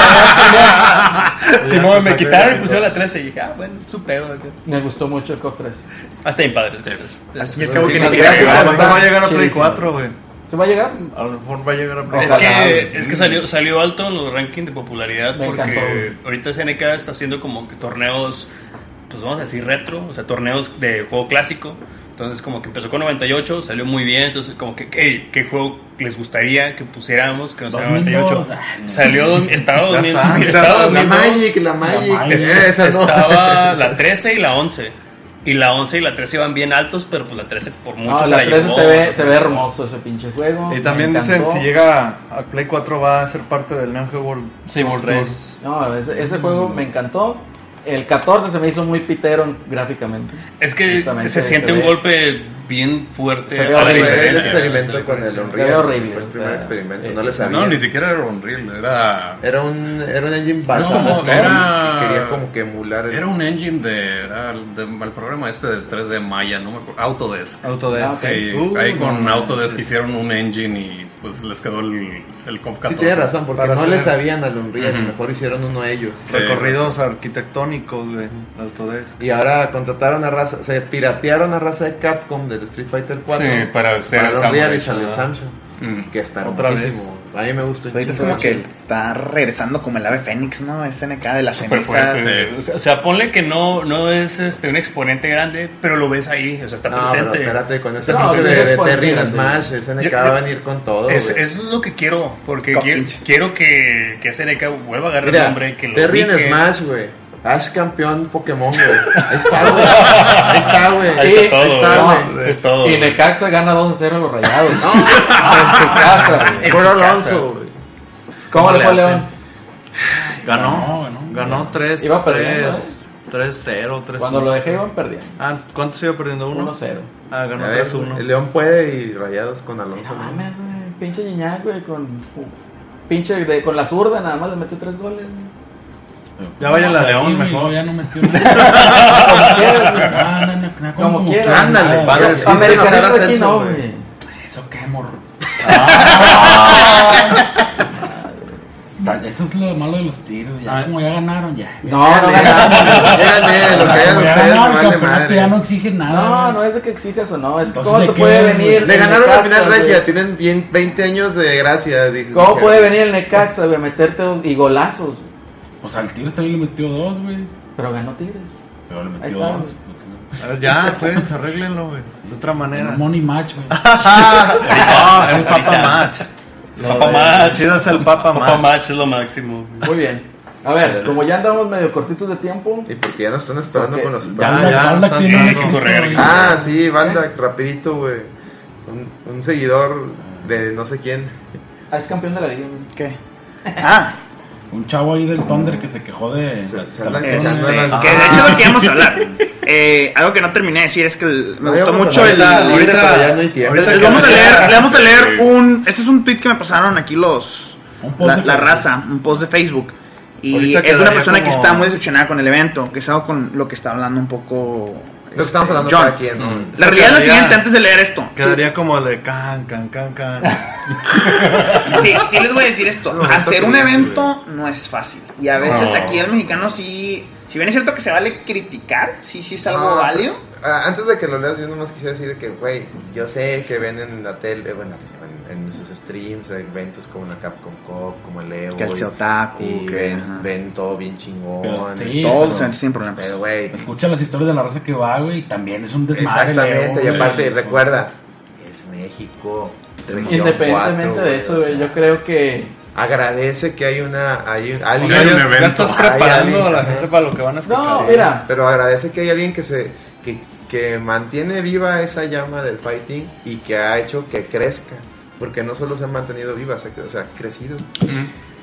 Speaker 1: Ah,
Speaker 3: Si no,
Speaker 1: pues,
Speaker 3: me quitaron y pusieron la 13. Y dije, ah, bueno, su pedo. acá.
Speaker 4: Me gustó mucho el COF 3.
Speaker 3: Hasta bien padre. entonces.
Speaker 1: Así es algo que ni
Speaker 5: Ni
Speaker 1: siquiera
Speaker 5: siquiera
Speaker 1: jugaba.
Speaker 5: jugaban, va a llegar a Play
Speaker 4: Chidísimo.
Speaker 5: 4, güey.
Speaker 4: ¿Se va a llegar?
Speaker 5: A lo mejor va a llegar a Play
Speaker 3: Es
Speaker 5: 4.
Speaker 3: que, es que salió, salió alto en los rankings de popularidad
Speaker 4: Mm. Me
Speaker 3: porque
Speaker 4: encantó.
Speaker 3: ahorita SNK está haciendo como que torneos, pues vamos a decir retro, o sea, torneos de juego clásico. Entonces como que empezó con 98, salió muy bien, entonces como que, hey, ¿qué juego les gustaría que pusiéramos que no sea 98?
Speaker 8: 2002. Ah, no.
Speaker 3: Salió, dos- estaba 2000, estaba
Speaker 2: La
Speaker 3: 2002,
Speaker 2: Magic, la Magic.
Speaker 8: Magic.
Speaker 2: eh, Esa no.
Speaker 3: estaba la 13 y la 11. Y la 11 y la 13 iban bien altos, pero pues la 13 por mucho
Speaker 4: No,
Speaker 3: se
Speaker 4: la 13
Speaker 3: llevó.
Speaker 4: se ve, se ve hermoso ese pinche juego.
Speaker 5: Y
Speaker 4: me
Speaker 5: también dicen,
Speaker 4: encantó.
Speaker 5: si llega a Play 4 va a ser parte del Neo Geo World
Speaker 3: Sí, World Tour.
Speaker 4: No, ese, ese juego me encantó. El 14 se me hizo muy pitero gráficamente.
Speaker 3: Es que
Speaker 4: Justamente
Speaker 3: se
Speaker 4: se
Speaker 3: siente
Speaker 4: ve.
Speaker 3: un golpe bien fuerte.
Speaker 4: Se ve
Speaker 3: a la
Speaker 2: Fue
Speaker 4: horrible.
Speaker 2: el
Speaker 3: diferencia.
Speaker 2: experimento con el
Speaker 4: Se ve
Speaker 2: Unreal.
Speaker 4: horrible,
Speaker 2: Fue el
Speaker 4: o
Speaker 2: primer
Speaker 4: sea,
Speaker 2: experimento,
Speaker 4: eh,
Speaker 2: no le sabía.
Speaker 6: No, ni siquiera era Unreal, era.
Speaker 2: Era un, era un engine basado
Speaker 6: No,
Speaker 2: en Storm
Speaker 6: era-
Speaker 2: que quería como que emular el...
Speaker 6: Era un engine de, era el- de- el programa este de 3D Maya, no me acuerdo, Autodesk.
Speaker 5: Autodesk.
Speaker 4: Ah, ok.
Speaker 6: Sí,
Speaker 5: Uh,
Speaker 6: ahí con
Speaker 5: no
Speaker 6: Autodesk hicieron un engine y pues les quedó el, el Conf 14.
Speaker 2: Sí, tiene razón, porque
Speaker 5: Para
Speaker 2: no le
Speaker 5: hacer-
Speaker 2: sabían al Unreal,
Speaker 6: Ujú.
Speaker 2: mejor hicieron uno ellos.
Speaker 6: Sí.
Speaker 5: Recorridos arquitectónicos de Autodesk.
Speaker 2: Y ahora contrataron a raza, se piratearon a raza de Capcom del Street Fighter 4.
Speaker 6: Sí, para hacer
Speaker 2: para
Speaker 6: el
Speaker 2: el
Speaker 6: Samurai
Speaker 2: Unreal y
Speaker 6: Shodown.
Speaker 2: salió Sancho,
Speaker 6: Mm.
Speaker 2: que está
Speaker 5: Otra vez.
Speaker 2: hermosísimo. A mí me gustó. un
Speaker 1: Ahorita es
Speaker 2: chingo
Speaker 1: como que
Speaker 2: Sancho.
Speaker 1: está regresando como el ave fénix, ¿no? SNK de las
Speaker 6: Súper
Speaker 1: cenizas.
Speaker 6: fuerte, sí.
Speaker 3: O sea, o sea, ponle que no, no es este, un exponente grande, pero lo ves ahí, o sea, está
Speaker 2: No, pero
Speaker 3: presente.
Speaker 2: espérate, con ese
Speaker 4: No,
Speaker 2: anuncio
Speaker 4: sí,
Speaker 2: de,
Speaker 4: es
Speaker 2: de
Speaker 4: por-
Speaker 2: Terry en
Speaker 4: mira,
Speaker 2: Smash, SNK
Speaker 3: yo-
Speaker 2: va a venir con todo.
Speaker 3: Es-
Speaker 2: güey.
Speaker 3: eso es lo que quiero, porque
Speaker 1: Con
Speaker 3: quiero,
Speaker 1: pinche.
Speaker 3: quiero que, que SNK vuelva a agarrar
Speaker 2: Mira,
Speaker 3: el nombre, que lo
Speaker 2: Terry en
Speaker 3: ubique.
Speaker 2: Smash, güey. Ash campeón Pokémon, güey. Ahí está, güey. Ahí está, güey.
Speaker 3: Ahí está
Speaker 2: Ahí
Speaker 3: todo,
Speaker 2: está,
Speaker 3: ¿no?
Speaker 2: güey.
Speaker 3: Es todo.
Speaker 4: Y Necaxa gana 2 a 0 a los rayados. en tu casa, güey.
Speaker 2: Por Alonso, güey.
Speaker 4: ¿Cómo le fue a
Speaker 3: le
Speaker 4: León?
Speaker 5: Ganó.
Speaker 8: No, no.
Speaker 5: Ganó 3
Speaker 4: Iba perdiendo,
Speaker 5: 3-0, 3
Speaker 4: Cuando lo dejé iban perdiendo.
Speaker 5: Ah, ¿cuánto se iba perdiendo? 1
Speaker 4: 1-0.
Speaker 5: Ah, ganó
Speaker 2: A ver, el
Speaker 5: 3-1.
Speaker 2: León puede y rayados con Alonso.
Speaker 4: No
Speaker 2: güey.
Speaker 4: mames, güey. Pinche Guiñac, güey, con. Pinche de- con la zurda nada más le metió tres goles. güey.
Speaker 5: Ya vaya la
Speaker 8: Sí,
Speaker 5: León
Speaker 8: güey,
Speaker 5: mejor.
Speaker 8: no, ya no metió nada.
Speaker 4: Como quieras, güey.
Speaker 8: Ah, no, no, no,
Speaker 4: Como
Speaker 8: ¿cómo?
Speaker 4: quieras.
Speaker 2: Ándale,
Speaker 4: Ah,
Speaker 2: vale,
Speaker 4: güey.
Speaker 2: hiciste notar
Speaker 4: Americanismo aquí
Speaker 2: ascenso,
Speaker 4: no,
Speaker 2: güey.
Speaker 4: güey.
Speaker 8: Eso qué morro. Eso es lo malo de los tiros. Ya, como ya ganaron, ya.
Speaker 4: No, no ganamos.
Speaker 2: Díganle lo que hayan
Speaker 8: Como ya
Speaker 2: ustedes,
Speaker 8: ganaron,
Speaker 2: no
Speaker 8: el
Speaker 2: vale
Speaker 8: campeonato ya no
Speaker 2: madre.
Speaker 8: exige nada.
Speaker 4: No,
Speaker 8: güey.
Speaker 4: no es de que exijas o no, es que
Speaker 8: Entonces,
Speaker 4: cómo
Speaker 8: ¿de
Speaker 4: te
Speaker 8: qué,
Speaker 4: puede
Speaker 8: güey?
Speaker 4: venir.
Speaker 2: Le
Speaker 4: el
Speaker 2: ganaron la
Speaker 4: Necaxa,
Speaker 2: final
Speaker 4: güey?
Speaker 2: regia, tienen 10, 20 años de gracia. dije-
Speaker 4: ¿Cómo
Speaker 2: dije,
Speaker 4: puede venir el Necaxa, güey, a meterte dos y golazos?
Speaker 8: O sea, el Tigres también le metió dos, güey.
Speaker 4: Pero ganó Tigres.
Speaker 8: Pero le
Speaker 4: Ahí
Speaker 8: metió
Speaker 4: está,
Speaker 8: dos.
Speaker 4: güey.
Speaker 5: A ver, ya, pues, arréglenlo, güey. De otra manera.
Speaker 8: Era money match, güey.
Speaker 5: Ah, es un Papa Match.
Speaker 3: Papa Match.
Speaker 5: Chido es el Papa
Speaker 3: Papa
Speaker 5: Match.
Speaker 3: Match es lo máximo.
Speaker 4: Muy bien. A ver, como ya andamos medio cortitos de tiempo,
Speaker 2: Y porque ya nos están esperando
Speaker 4: Ok.
Speaker 2: con los
Speaker 5: Ya,
Speaker 8: Baldak-
Speaker 5: ya,
Speaker 8: Baldak
Speaker 5: están
Speaker 8: tiene
Speaker 5: tratando.
Speaker 8: un escrito,
Speaker 3: Correr,
Speaker 8: güey.
Speaker 2: Ah, sí, banda, rapidito, güey. Un, un seguidor de no sé quién.
Speaker 4: ah, es campeón de la liga. güey.
Speaker 1: ¿Qué? Ah,
Speaker 8: Un chavo ahí del Thunder que se quejó de
Speaker 2: Se-
Speaker 8: las
Speaker 2: se anda
Speaker 1: este,
Speaker 8: instalaciones.
Speaker 2: no, no, no.
Speaker 1: que de hecho es lo que íbamos a hablar. Eh, algo que no terminé de decir es que el- me gustó
Speaker 2: Habíamos
Speaker 1: mucho el.
Speaker 2: hablado de libre,
Speaker 1: ahorita-
Speaker 2: pero ya no hay tiempo.
Speaker 1: ahorita le vamos a leer, le vamos a leer un. Este es un tweet que me pasaron aquí los.
Speaker 8: Un post
Speaker 1: La,
Speaker 8: de
Speaker 1: la
Speaker 8: Facebook.
Speaker 1: raza, un post de Facebook. Y
Speaker 5: Ahorita
Speaker 1: es una
Speaker 5: quedaría
Speaker 1: persona que
Speaker 5: como-
Speaker 1: está muy decepcionada con el evento, que es algo con lo que está hablando un poco.
Speaker 2: Lo que
Speaker 1: este,
Speaker 2: estamos hablando
Speaker 1: John. Mm.
Speaker 2: cada quien, ¿no?
Speaker 1: La realidad es la
Speaker 5: Quedaría-
Speaker 1: siguiente, antes de leer esto.
Speaker 5: Quedaría como de can, can, can, can.
Speaker 1: Sí, sí les voy a decir esto.
Speaker 2: No, está
Speaker 1: Hacer un
Speaker 2: bien,
Speaker 1: evento no es fácil. Y a veces aquí el mexicano sí... Si bien es cierto que se vale criticar, sí, sí es algo
Speaker 2: No,
Speaker 1: válido.
Speaker 2: ah, antes de que lo leas, yo nomás quisiera decir que, güey, yo sé que ven en la tele, eh, bueno, en, en sus streams, eventos como la Capcom Cup, como el Evo.
Speaker 1: Que el
Speaker 2: y-
Speaker 1: Seotaku,
Speaker 2: y
Speaker 1: que-
Speaker 2: ven,
Speaker 1: ajá.
Speaker 2: ven todo bien chingón.
Speaker 8: Pero sí,
Speaker 2: este,
Speaker 1: Todos
Speaker 8: pero-
Speaker 1: se- sin problemas.
Speaker 2: Pero, güey,
Speaker 8: Escucha las historias de la raza que va, güey. y También es un desmadre.
Speaker 2: exactamente.
Speaker 8: León,
Speaker 2: y aparte,
Speaker 8: güey.
Speaker 2: recuerda, es México. región
Speaker 4: Independientemente
Speaker 2: cuatro,
Speaker 4: de
Speaker 2: güey,
Speaker 4: eso,
Speaker 2: o
Speaker 4: güey,
Speaker 2: sea,
Speaker 4: yo creo que
Speaker 2: Agradece que hay una. Hay un, alguien,
Speaker 5: Ya,
Speaker 6: un
Speaker 5: ya,
Speaker 6: evento.
Speaker 5: ya estás
Speaker 2: Ay,
Speaker 5: preparando a la
Speaker 2: alguien.
Speaker 5: gente para lo que van a escuchar.
Speaker 4: No, mira.
Speaker 2: Pero agradece que hay alguien que se que, que mantiene viva esa llama del fighting y que ha hecho que crezca. Porque no solo se ha mantenido viva, se ha, cre- o sea, ha crecido.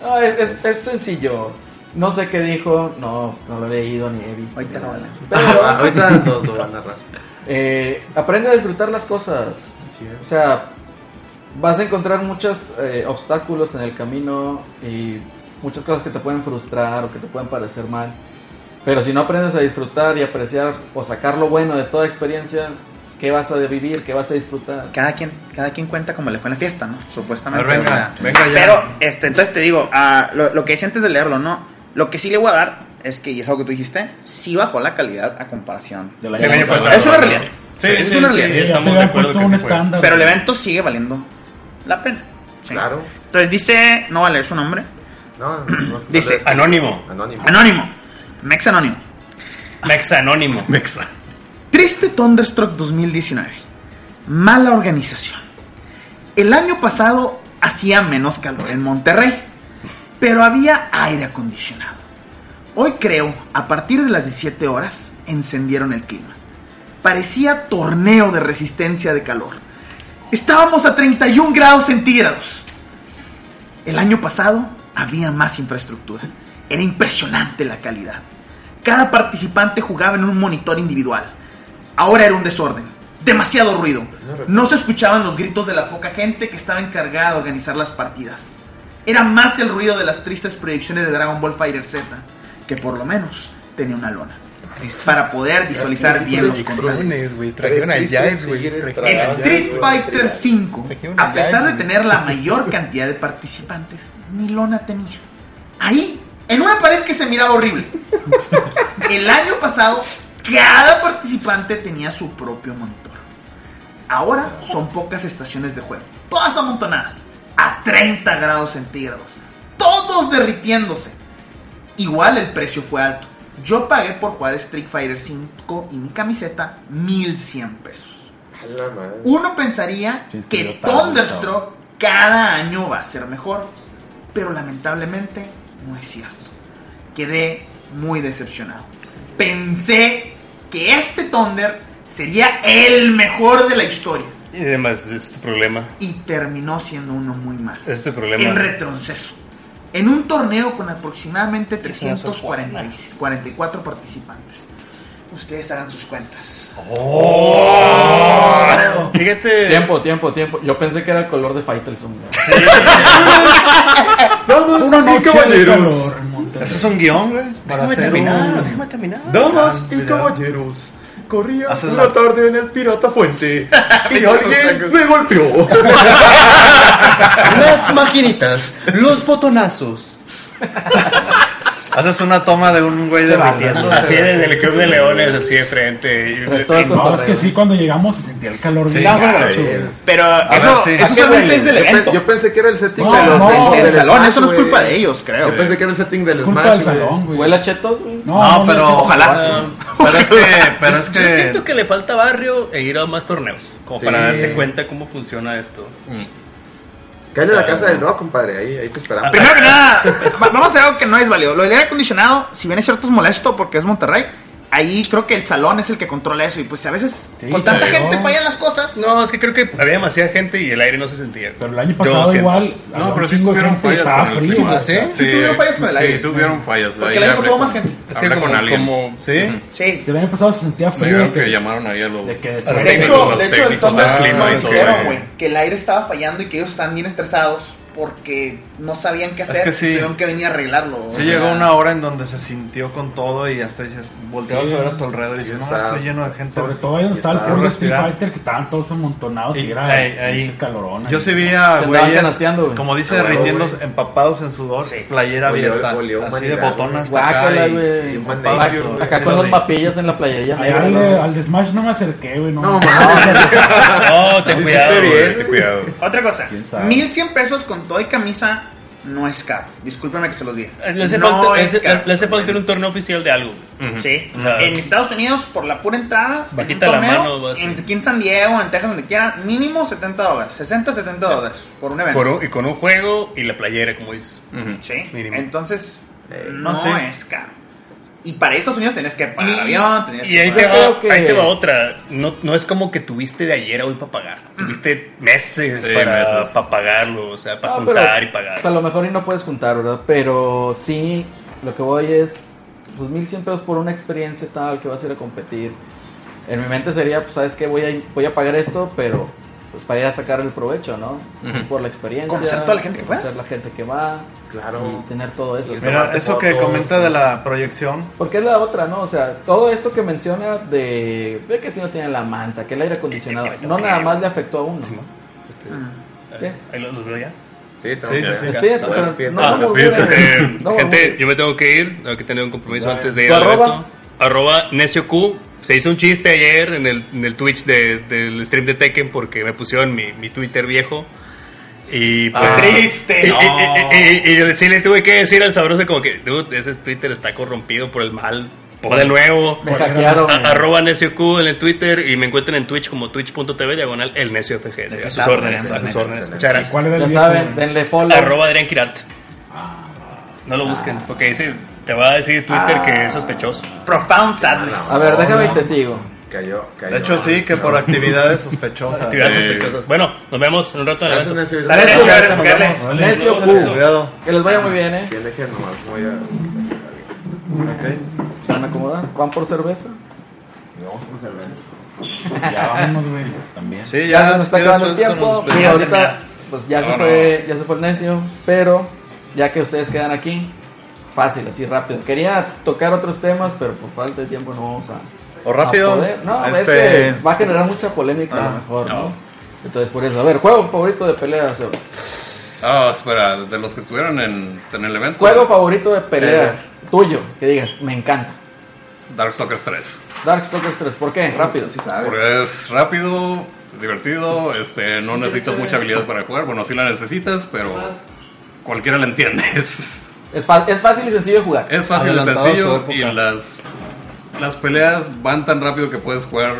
Speaker 4: no, es, es- es sencillo. No sé qué dijo, no, no lo he leído ni he visto.
Speaker 1: Ahorita
Speaker 4: ni
Speaker 1: no,
Speaker 4: nada.
Speaker 2: Ah,
Speaker 4: Pero
Speaker 2: Ahorita nos lo van a narrar.
Speaker 4: eh, aprende a disfrutar las cosas.
Speaker 2: Así
Speaker 4: O
Speaker 2: es.
Speaker 4: sea, vas a encontrar muchos eh, obstáculos en el camino y muchas cosas que te pueden frustrar o que te pueden parecer mal. Pero si no aprendes a disfrutar y apreciar o sacar lo bueno de toda experiencia, ¿qué vas a vivir? ¿Qué vas a disfrutar?
Speaker 1: Cada quien, cada quien cuenta como le fue en la fiesta, ¿no? Supuestamente.
Speaker 5: A ver, venga,
Speaker 1: o sea.
Speaker 5: venga ya.
Speaker 1: Pero, este, entonces te digo, ah, lo, lo que decía antes de leerlo, ¿no? Lo que sí le voy a dar es que, y es algo que tú dijiste, sí bajó la calidad a comparación.
Speaker 8: Del año
Speaker 1: del año
Speaker 8: pasado.
Speaker 1: pasado. Es una realidad.
Speaker 3: Sí,
Speaker 1: Es
Speaker 3: sí,
Speaker 1: una
Speaker 3: sí,
Speaker 1: realidad.
Speaker 8: Sí, ya te
Speaker 3: estamos de
Speaker 8: habían
Speaker 3: acuerdo
Speaker 8: puesto
Speaker 3: que
Speaker 8: un
Speaker 3: sí fue.
Speaker 8: estándar.
Speaker 1: Pero el
Speaker 8: güey.
Speaker 1: evento sigue valiendo la pena. Sí.
Speaker 2: Claro.
Speaker 1: Entonces dice, no va a leer su nombre.
Speaker 2: No, no, no, no
Speaker 1: Dice,
Speaker 2: le-
Speaker 3: Anónimo.
Speaker 2: Anónimo.
Speaker 1: Anónimo. Mex Anónimo.
Speaker 3: Mexa Anónimo.
Speaker 6: Mexa.
Speaker 1: Triste Thunderstruck 2019. Mala organización. El año pasado hacía menos calor en Monterrey, pero había aire acondicionado. Hoy creo, a partir de las 17 horas, encendieron el clima. Parecía torneo de resistencia de calor. Estábamos a 31 grados centígrados. El año pasado había más infraestructura. Era impresionante la calidad. Cada participante jugaba en un monitor individual. Ahora era un desorden. Demasiado ruido. No se escuchaban los gritos de la poca gente que estaba encargada de organizar las partidas. Era más el ruido de las tristes proyecciones de Dragon Ball Fighter Z, que por lo menos tenía una lona. Para poder visualizar bien los controles.
Speaker 6: güey. Trajeron al Jax, güey.
Speaker 1: Street Fighter 5, a pesar de tener la mayor cantidad de participantes, ni lona tenía. Ahí, en una pared que se miraba horrible. El año pasado, cada participante tenía su propio monitor. Ahora son pocas estaciones de juego, todas amontonadas, a 30 grados centígrados, todos derritiéndose. Igual el precio fue alto. Yo pagué por jugar Street Fighter 5 y mi camiseta 1100 pesos.
Speaker 2: A la madre.
Speaker 1: Uno pensaría
Speaker 4: Sí, es que yo
Speaker 1: que
Speaker 4: estaba
Speaker 1: Thunderstruck cada año va a ser mejor, pero lamentablemente no es cierto. Quedé muy decepcionado. Pensé que este Thunder sería el mejor de la historia
Speaker 3: Y además, es tu problema.
Speaker 1: y terminó siendo uno muy malo
Speaker 3: Este
Speaker 1: en
Speaker 3: problema.
Speaker 1: retroceso. En un torneo con aproximadamente 344 participantes. Ustedes hagan sus cuentas.
Speaker 3: Fíjate.
Speaker 4: Tiempo, tiempo, tiempo. Yo pensé que era el color de Faitelson.
Speaker 10: Damas y caballeros.
Speaker 5: Eso es un guión, güey. Para
Speaker 3: Déjame
Speaker 5: hacer
Speaker 3: terminar,
Speaker 5: un...
Speaker 3: déjame terminar.
Speaker 10: Damas y
Speaker 5: Ah,
Speaker 10: caballeros. Corría
Speaker 5: Haces
Speaker 10: una
Speaker 5: la-
Speaker 10: tarde en el Pirata Fuente y alguien me golpeó.
Speaker 6: Las maquinitas, los botonazos.
Speaker 5: Haces una toma de un güey derritiendo.
Speaker 3: Así en el club de leones, así de frente. Y-
Speaker 4: Pero todo
Speaker 3: y-
Speaker 4: el
Speaker 8: No,
Speaker 4: cotorreo.
Speaker 8: es que sí, cuando llegamos se sentía el calor bien
Speaker 5: claro,
Speaker 8: gacho, güey.
Speaker 1: Pero eso,
Speaker 5: ver, sí.
Speaker 1: eso solamente es del
Speaker 2: Yo pe-
Speaker 1: evento.
Speaker 2: Yo pensé que era el setting
Speaker 8: No,
Speaker 2: de los
Speaker 8: no,
Speaker 2: del-
Speaker 1: del
Speaker 2: del
Speaker 1: salón,
Speaker 2: Smash,
Speaker 1: eso no es
Speaker 2: güey.
Speaker 1: culpa de ellos, creo.
Speaker 2: Yo pensé que era el setting del
Speaker 8: Es culpa del
Speaker 2: Smash. güey.
Speaker 8: salón, güey.
Speaker 4: ¿Huele a chetos, güey?
Speaker 8: no,
Speaker 5: No, pero
Speaker 8: no,
Speaker 5: ojalá. Pero es que, pero es
Speaker 3: Yo siento
Speaker 5: que
Speaker 3: que le falta barrio e ir a más torneos. Como
Speaker 2: Sí.
Speaker 3: para darse cuenta cómo funciona esto.
Speaker 2: Cállate a la casa del rock, compadre. Ahí, ahí te esperamos.
Speaker 1: Primero que nada, va- vamos a hacer algo que no es válido. Lo del aire acondicionado, si bien es cierto, es molesto porque es Monterrey. Ahí creo que el salón es el que controla eso. Y pues a veces
Speaker 8: Sí,
Speaker 1: con tanta
Speaker 8: claro.
Speaker 1: gente fallan las cosas.
Speaker 3: No, es que creo que había demasiada gente y el aire no se sentía.
Speaker 8: Pero el año
Speaker 3: Yo
Speaker 8: pasado
Speaker 3: siento.
Speaker 8: igual. había
Speaker 6: No,
Speaker 8: un
Speaker 6: pero sí
Speaker 8: chingo de
Speaker 6: tuvieron
Speaker 8: gente y
Speaker 6: fallas.
Speaker 8: Estaba
Speaker 6: con el
Speaker 8: frío.
Speaker 6: clima.
Speaker 8: güey.
Speaker 3: ¿Ah, sí?
Speaker 1: Sí tuvieron fallas con el aire.
Speaker 6: Sí, tuvieron fallas.
Speaker 1: Porque
Speaker 6: Ahí
Speaker 1: el año
Speaker 6: hablé
Speaker 1: pasado
Speaker 6: con-
Speaker 1: más gente.
Speaker 3: Así
Speaker 6: hablé
Speaker 3: como-
Speaker 6: con alguien.
Speaker 3: como-
Speaker 5: sí.
Speaker 1: Sí.
Speaker 8: Si el año pasado se sentía
Speaker 6: Me
Speaker 8: frío. de
Speaker 6: dijeron
Speaker 8: que-
Speaker 6: que llamaron ahí a los.
Speaker 8: de que
Speaker 6: a los
Speaker 8: se-
Speaker 1: De hecho,
Speaker 6: los
Speaker 1: de hecho, el
Speaker 6: técnicos
Speaker 1: Thunder
Speaker 6: del clima
Speaker 1: nos
Speaker 6: y todo
Speaker 1: dijeron,
Speaker 6: eso.
Speaker 1: güey, que el aire estaba fallando y que ellos estaban bien estresados porque no sabían qué hacer.
Speaker 5: que sí.
Speaker 1: Tuvieron que venir a arreglarlo. o
Speaker 5: Sí
Speaker 1: sea,
Speaker 5: llegó una hora en donde se sintió con todo y hasta dices, volteabas a ver a tu alrededor y
Speaker 2: Sí,
Speaker 5: dices, no,
Speaker 2: está-
Speaker 5: estoy lleno de gente.
Speaker 8: Sobre todo ahí donde estaba el
Speaker 2: Estaba
Speaker 8: pueblo de Street
Speaker 5: respirando.
Speaker 8: Fighter, que estaban todos amontonados y,
Speaker 5: Y
Speaker 8: era
Speaker 5: ahí- ahí.
Speaker 8: mucho calorón.
Speaker 5: Yo
Speaker 8: ahí.
Speaker 5: sí vi a
Speaker 4: Te andaban
Speaker 5: güeyes,
Speaker 4: canasteando, güey.
Speaker 5: como dice,
Speaker 2: Ah, güey.
Speaker 5: derritiendo, empapados en sudor,
Speaker 1: Sí.
Speaker 5: playera
Speaker 2: Olió-
Speaker 5: abierta,
Speaker 2: olió
Speaker 5: así de
Speaker 2: humanidad,
Speaker 5: botón
Speaker 2: güey.
Speaker 5: hasta
Speaker 4: Guácala,
Speaker 5: acá y-
Speaker 4: güey.
Speaker 5: y un
Speaker 2: Acá-
Speaker 5: pantalón, güey.
Speaker 4: Acá con los papillas en la playilla.
Speaker 8: Allá
Speaker 4: negra,
Speaker 8: al,
Speaker 4: güey.
Speaker 8: de- al de Smash no me acerqué, güey. No,
Speaker 2: No,
Speaker 8: mames.
Speaker 2: mames.
Speaker 3: No, ten cuidado,
Speaker 2: bien,
Speaker 3: güey,
Speaker 2: güey.
Speaker 3: ten cuidado.
Speaker 1: Otra cosa,
Speaker 4: ¿Quién sabe?
Speaker 1: 1100 pesos con todo y camisa no es caro. Discúlpeme que se los diga.
Speaker 3: Le hace
Speaker 1: No
Speaker 3: falta-
Speaker 1: es caro.
Speaker 3: le- le hace falta un torneo oficial de algo.
Speaker 1: Sí.
Speaker 3: O sea,
Speaker 1: en Estados Unidos, por la pura entrada, en
Speaker 3: Bajita
Speaker 1: un
Speaker 3: la
Speaker 1: torneo,
Speaker 3: mano, va a ser.
Speaker 1: en, aquí en San Diego, en Texas, donde quiera, mínimo 70 dólares. 60, 70 dólares por un evento.
Speaker 3: Por un- y con un juego y la playera, como dices.
Speaker 1: Sí.
Speaker 3: Mínimo.
Speaker 1: Entonces,
Speaker 2: Eh,
Speaker 1: no,
Speaker 5: no sé.
Speaker 1: es caro. Y para Estados Unidos tenés que pagar avión, tenés
Speaker 3: Y
Speaker 1: que
Speaker 3: ahí te, va,
Speaker 1: pagar-
Speaker 4: creo que-
Speaker 3: ahí te va otra. No, no es como que tuviste de ayer a hoy para pagar. Tuviste meses
Speaker 6: Sí,
Speaker 3: para,
Speaker 6: meses.
Speaker 3: para pagarlo, o sea, para
Speaker 4: No, Ah, pero,
Speaker 3: juntar y
Speaker 4: o sea, A
Speaker 3: pagar.
Speaker 4: lo mejor y no puedes juntar, ¿verdad? Pero sí, lo que voy es, pues 1100 pesos por una experiencia tal que vas a ir a competir. En mi mente sería, pues sabes que voy a, voy a pagar esto, pero pues para ir a sacar el provecho, ¿no? Por la experiencia.
Speaker 1: Conocer toda la gente que va.
Speaker 4: conocer la gente que va.
Speaker 2: Claro.
Speaker 4: Y tener todo eso.
Speaker 5: Mira, eso que
Speaker 2: fotos,
Speaker 5: comenta de la proyección,
Speaker 4: Porque es la otra, ¿no? O sea, todo esto que menciona de, de que si no tienen la manta, que el aire acondicionado, no nada más le afectó a uno. ¿Qué?
Speaker 3: Ahí los, los veo ya.
Speaker 2: Sí, estamos
Speaker 5: Sí,
Speaker 2: bien.
Speaker 5: sí.
Speaker 4: Despídete,
Speaker 2: Bueno,
Speaker 4: pero
Speaker 2: despídete.
Speaker 4: no
Speaker 2: Ah,
Speaker 4: vamos a volver a-
Speaker 3: Este,
Speaker 4: no vamos a
Speaker 3: gente,
Speaker 4: volver.
Speaker 3: yo me tengo que ir. Tengo que tener un compromiso
Speaker 8: Vale.
Speaker 3: antes de ir.
Speaker 4: ¿Tu
Speaker 3: al
Speaker 4: arroba?
Speaker 3: evento. Arroba necio Q. Se hizo un chiste ayer en el, en el Twitch de- del stream de Tekken porque me pusieron mi, mi Twitter viejo. Y pues,
Speaker 4: Ah,
Speaker 1: triste.
Speaker 3: Y,
Speaker 1: No.
Speaker 3: y- y- y- y sí le tuve que decir al sabroso como que, dude, ese Twitter está corrompido por el mal. Pon de nuevo.
Speaker 4: Me hackearon.
Speaker 3: A- arroba necio Q en el Twitter y me encuentran en Twitch como twitch.tv diagonal el necio FGS. A sus órdenes, a sus órdenes. Muchas gracias.
Speaker 8: ¿Cuál era el
Speaker 4: Ya
Speaker 8: viejo,
Speaker 4: saben,
Speaker 8: güey?
Speaker 4: denle follow.
Speaker 3: Arroba Adrián Quirarte. No lo busquen, porque dice, te va a decir Twitter que es sospechoso.
Speaker 1: Profound sadness.
Speaker 4: A ver, déjame y te sigo.
Speaker 2: Cayó, cayó.
Speaker 5: de hecho sí, que por actividades sospechosas.
Speaker 3: Actividades
Speaker 6: Sí.
Speaker 3: sospechosas. Bueno, nos vemos en un rato en el
Speaker 2: Gracias,
Speaker 3: evento.
Speaker 2: Necio.
Speaker 1: Sale,
Speaker 2: Gracias.
Speaker 1: señores, Carle.
Speaker 8: Órale.
Speaker 4: Necio Q.
Speaker 5: Cuidado.
Speaker 4: Que les vaya muy bien, eh.
Speaker 2: Tiene que nomás voy a...
Speaker 10: Ok.
Speaker 4: ¿Se van a acomodar? ¿Van por cerveza?
Speaker 10: Y vamos con cerveza.
Speaker 8: Ya vámonos, güey. También.
Speaker 4: Ya,
Speaker 1: Sí, ya,
Speaker 4: se nos está
Speaker 1: ustedes
Speaker 4: acabando el
Speaker 1: son- son
Speaker 4: tiempo.
Speaker 1: los
Speaker 4: Pues
Speaker 1: primeros.
Speaker 4: ahorita, pues ya se fue, ya se fue el necio. Pero, ya que ustedes quedan aquí, fácil, así rápido. Quería tocar otros temas, pero por falta de tiempo no vamos a.
Speaker 1: O rápido.
Speaker 4: a poder. No,
Speaker 1: este,
Speaker 4: es que va a generar mucha polémica a lo
Speaker 1: Ah,
Speaker 4: mejor, ¿no? Entonces, por eso, a ver, juego favorito de pelea, Seba?
Speaker 6: Ah, espera, de los que estuvieron en, en el evento.
Speaker 4: Juego favorito de pelea tuyo, que digas, me encanta.
Speaker 6: Darkstalkers 3.
Speaker 4: Darkstalkers 3, ¿por qué? Rápido.
Speaker 10: Sí sabe.
Speaker 6: Porque es rápido, es divertido, este, no necesitas mucha habilidad para jugar. Bueno, sí la necesitas, pero cualquiera la entiende. Es,
Speaker 4: Es, fa- es fácil y sencillo de jugar.
Speaker 6: es fácil, es
Speaker 8: Adelantado a
Speaker 6: sencillo
Speaker 8: su época.
Speaker 6: y las, las peleas van tan rápido que puedes jugar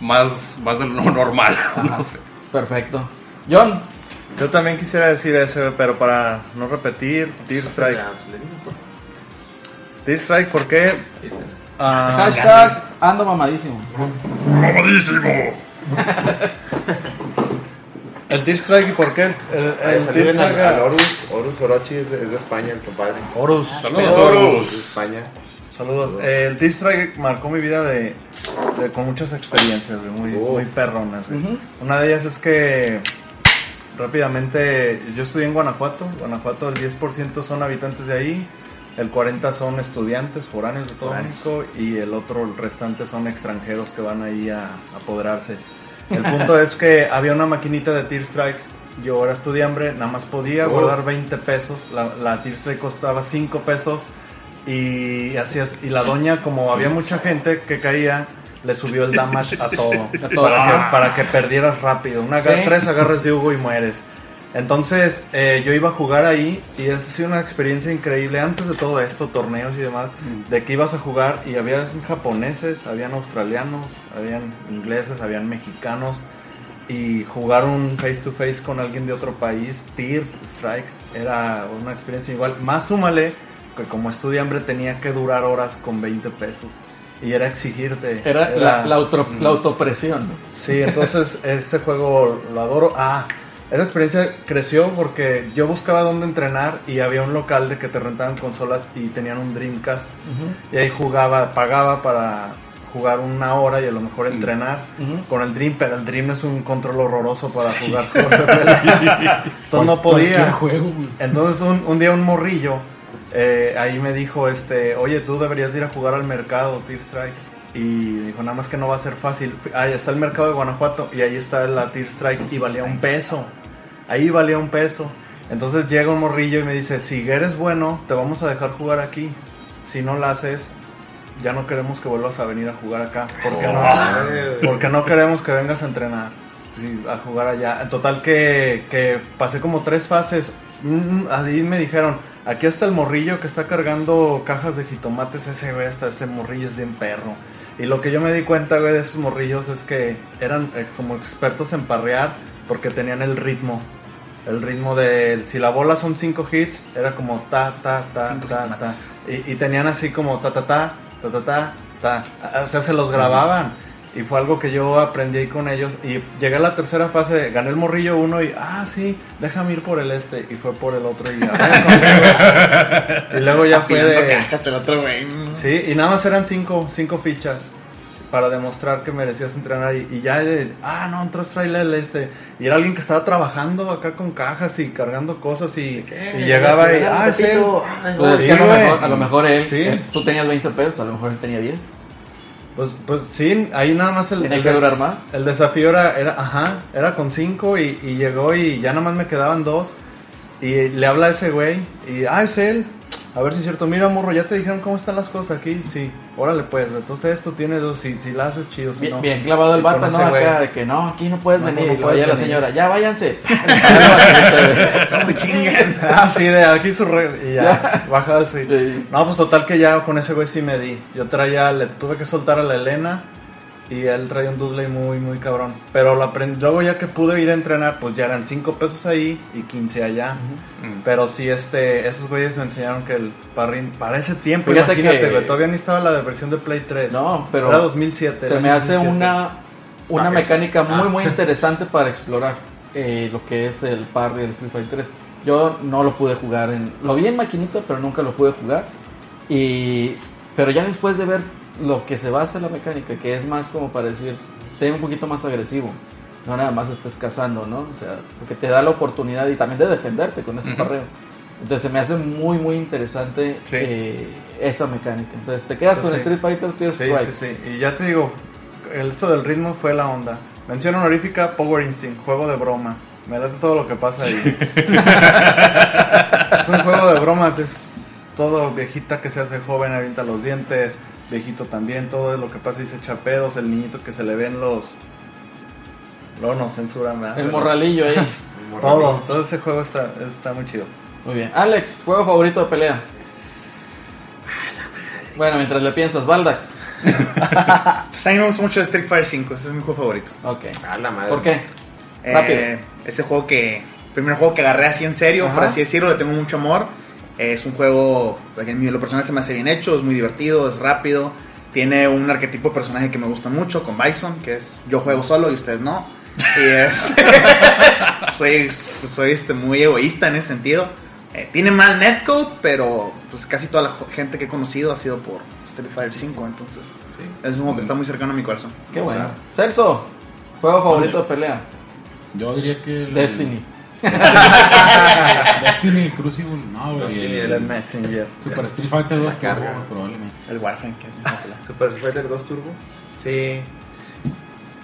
Speaker 6: más, más de lo normal. No sé.
Speaker 4: Perfecto. John,
Speaker 5: Yo también quisiera decir ese, pero para no repetir, Tear Strike. Tear Strike, ¿por qué? Ah,
Speaker 4: hashtag ando mamadísimo.
Speaker 5: el Tear Strike, ¿y por qué? El, el
Speaker 10: Eh,
Speaker 5: Tear
Speaker 10: Saluden al,
Speaker 5: Strike,
Speaker 10: al Horus. Horus Orochi es de, es de España, el compadre.
Speaker 5: Horus.
Speaker 6: Saludos,
Speaker 10: Es de España.
Speaker 5: Saludos. Eh, El Tear Strike marcó mi vida de, de- con muchas experiencias, güey, muy,
Speaker 10: Oh.
Speaker 5: muy perronas. güey. Una de ellas es que rápidamente yo estudié en Guanajuato. Guanajuato el 10% son habitantes de ahí, el 40% son estudiantes foráneos de todo México y el otro, el restante son extranjeros que van ahí a, a apoderarse. El punto es que había una maquinita de Tear Strike. Yo ahora estudié hambre, nada más podía
Speaker 10: Oh.
Speaker 5: guardar 20 pesos. La, la Tear Strike costaba 5 pesos. Y así es. Y la doña, como había mucha gente que caía, le subió el damage a todo.
Speaker 4: A todo.
Speaker 5: Para, que, para que perdieras rápido. Una, aga-
Speaker 4: Sí.
Speaker 5: Tres agarras de Hugo y mueres. Entonces, eh, yo iba a jugar ahí y ha sido una experiencia increíble. Antes de todo esto, torneos y demás,
Speaker 4: Mm.
Speaker 5: de que ibas a jugar y había japoneses, habían australianos, habían ingleses, habían mexicanos. Y jugar un face to face con alguien de otro país, Tear Strike, era una experiencia igual. Más súmale que como estudiante tenía que durar horas con 20 pesos. Y era exigirte.
Speaker 4: Era la, la, auto- la autopresión.
Speaker 5: Sí, entonces ese juego lo adoro. Ah, esa experiencia creció porque yo buscaba dónde entrenar y había un local de que te rentaban consolas y tenían un Dreamcast. Y ahí jugaba, pagaba para jugar una hora y a lo mejor entrenar
Speaker 4: Ujú.
Speaker 5: con el Dream, pero el Dream es un control horroroso para jugar cosas. Entonces no podía.
Speaker 8: Cualquier juego, güey.
Speaker 5: Entonces un, un día un morrillo eh, ahí me dijo, este, oye, tú deberías de ir a jugar al mercado, Tear Strike. Y dijo, nada más que no va a ser fácil. Fui- Ahí está el mercado de Guanajuato y ahí está la Tear Strike y valía un peso. Ahí valía un peso. Entonces llega un morrillo y me dice, si eres bueno, te vamos a dejar jugar aquí. Si no la haces, ya no queremos que vuelvas a venir a jugar acá. Porque,
Speaker 2: Oh.
Speaker 5: no, porque no queremos que vengas a entrenar. sí, a jugar allá. En total que, que pasé como tres fases. Mm, ahí me dijeron, aquí está el morrillo que está cargando cajas de jitomates. Ese güey, hasta ese morrillo es bien perro. Y lo que yo me di cuenta, güey, de esos morrillos es que eran eh, como expertos en parrear porque tenían el ritmo. El ritmo de si la bola son cinco hits, era como ta, ta, ta,
Speaker 1: Cinco
Speaker 5: ta, ta.
Speaker 1: jitomates.
Speaker 5: Y, y tenían así como ta, ta, ta, ta, ta, ta, ta. Ah, O sea, se los grababan. Y fue algo que yo aprendí ahí con ellos. Y llegué a la tercera fase, gané el morrillo uno y, ah, sí, déjame ir por el este. Y fue por el otro y ya. y luego
Speaker 3: Ah,
Speaker 5: ya fue
Speaker 1: Tirando
Speaker 5: de...
Speaker 1: cajas el otro güey. ¿no?
Speaker 5: Sí, y nada más eran cinco, cinco fichas para demostrar que merecías entrenar y, y ya, eh, ah, no, entras trailer el este. Y era alguien que estaba trabajando acá con cajas y cargando cosas y, y llegaba y, ah, es él.
Speaker 4: Pues es que a,
Speaker 5: Sí,
Speaker 4: lo
Speaker 5: güey.
Speaker 4: mejor, a lo mejor él,
Speaker 5: Sí.
Speaker 4: él- tú tenías 20 pesos, a lo mejor él tenía 10.
Speaker 5: Pues, pues sí, ahí nada más el,
Speaker 4: Tenía
Speaker 5: el
Speaker 4: que
Speaker 5: des-
Speaker 4: durar más.
Speaker 5: el desafío era, era, ajá, era con cinco y, y llegó y ya nada más me quedaban dos. Y le habla a ese güey y, ah, es él. A ver si es cierto, mira morro, ya te dijeron cómo están las cosas aquí. Sí, órale pues, entonces esto tiene dos, si, si la haces chido, si
Speaker 4: Bien,
Speaker 5: no.
Speaker 4: bien clavado el
Speaker 5: Y con
Speaker 4: vato, ¿no?
Speaker 5: ese güey.
Speaker 4: Acá, de que no, aquí no puedes
Speaker 5: No,
Speaker 4: venir.
Speaker 5: no
Speaker 4: Y luego ya
Speaker 5: puedes
Speaker 4: la
Speaker 5: venir.
Speaker 4: señora, ya váyanse.
Speaker 5: Ah, sí, de aquí su re... Y ya, baja el switch.
Speaker 4: Sí.
Speaker 5: No, pues total que ya con ese güey sí me di. Yo traía, le tuve que soltar a la Elena y él traía un Dudley muy, muy cabrón. Pero lo aprendí, luego ya que pude ir a entrenar, pues ya eran 5 pesos ahí y 15 allá.
Speaker 4: Mm.
Speaker 5: Pero sí, este, esos güeyes me enseñaron que el parrín, para ese tiempo,
Speaker 4: Fíjate
Speaker 5: imagínate,
Speaker 4: que-
Speaker 5: güey, todavía ni estaba la versión de Play 3.
Speaker 4: No, pero
Speaker 5: Era 2007.
Speaker 4: Se
Speaker 5: era
Speaker 4: me hace
Speaker 5: 2007.
Speaker 4: una, una
Speaker 10: Ah,
Speaker 4: mecánica
Speaker 10: esa.
Speaker 4: muy,
Speaker 10: Ah.
Speaker 4: muy interesante para explorar eh, lo que es el parry del Street Fighter 3. Yo no lo pude jugar en... Lo vi en maquinita, pero nunca lo pude jugar. Y Pero ya después de ver lo que se basa en la mecánica, que es más como para decir, sé un poquito más agresivo. No nada más estés cazando, ¿no? O sea, porque te da la oportunidad y también de defenderte con ese parreo. Entonces se me hace muy, muy interesante
Speaker 5: Sí.
Speaker 4: eh, esa mecánica. Entonces te quedas con
Speaker 5: Sí.
Speaker 4: Street Fighter Tier
Speaker 5: Sí,
Speaker 4: Strike.
Speaker 5: sí, sí. Y ya te digo, el eso del ritmo fue la onda. Mención honorífica, Power Instinct, juego de broma. Me late todo lo que pasa ahí. es un juego de broma, es todo viejita que se hace joven, avienta los dientes, viejito también, todo lo que pasa y se echa pedos, el niñito que se le ven los... Luego nos censuran, ¿verdad?
Speaker 4: El
Speaker 5: Pero
Speaker 4: morralillo ahí.
Speaker 5: Todo, todo ese juego está, está muy chido.
Speaker 4: Muy bien. Alex, juego favorito de pelea. Bueno, mientras le piensas, Baldak.
Speaker 1: Pues a mí me gusta mucho Street Fighter 5, ese es mi juego favorito.
Speaker 4: Ok.
Speaker 2: A la madre.
Speaker 4: ¿Por qué?
Speaker 1: Eh,
Speaker 4: Rápido.
Speaker 1: ese juego que. Primer juego que agarré así en serio,
Speaker 4: Ajá.
Speaker 1: por así decirlo, le tengo mucho amor. Eh, Es un juego que en lo personal se me hace bien hecho, es muy divertido, es rápido. Tiene un arquetipo de personaje que me gusta mucho, con Bison, que es yo juego solo y ustedes no. Y este, soy pues, soy este, muy egoísta en ese sentido. Eh, tiene mal netcode, pero pues casi toda la jo- gente que he conocido ha sido por Street Fighter 5, entonces es un juego que está muy cercano a mi corazón.
Speaker 4: Qué bueno. Celso, juego favorito de pelea.
Speaker 8: Yo diría que. el-
Speaker 4: Destiny.
Speaker 8: Destiny Crucible. No, güey.
Speaker 2: Destiny,
Speaker 8: el-
Speaker 2: el
Speaker 5: Messenger.
Speaker 8: Super Street Fighter 2
Speaker 2: carga.
Speaker 8: Turbo, probablemente.
Speaker 1: El Warframe, que es
Speaker 2: Super Fighter 2 Turbo. Sí.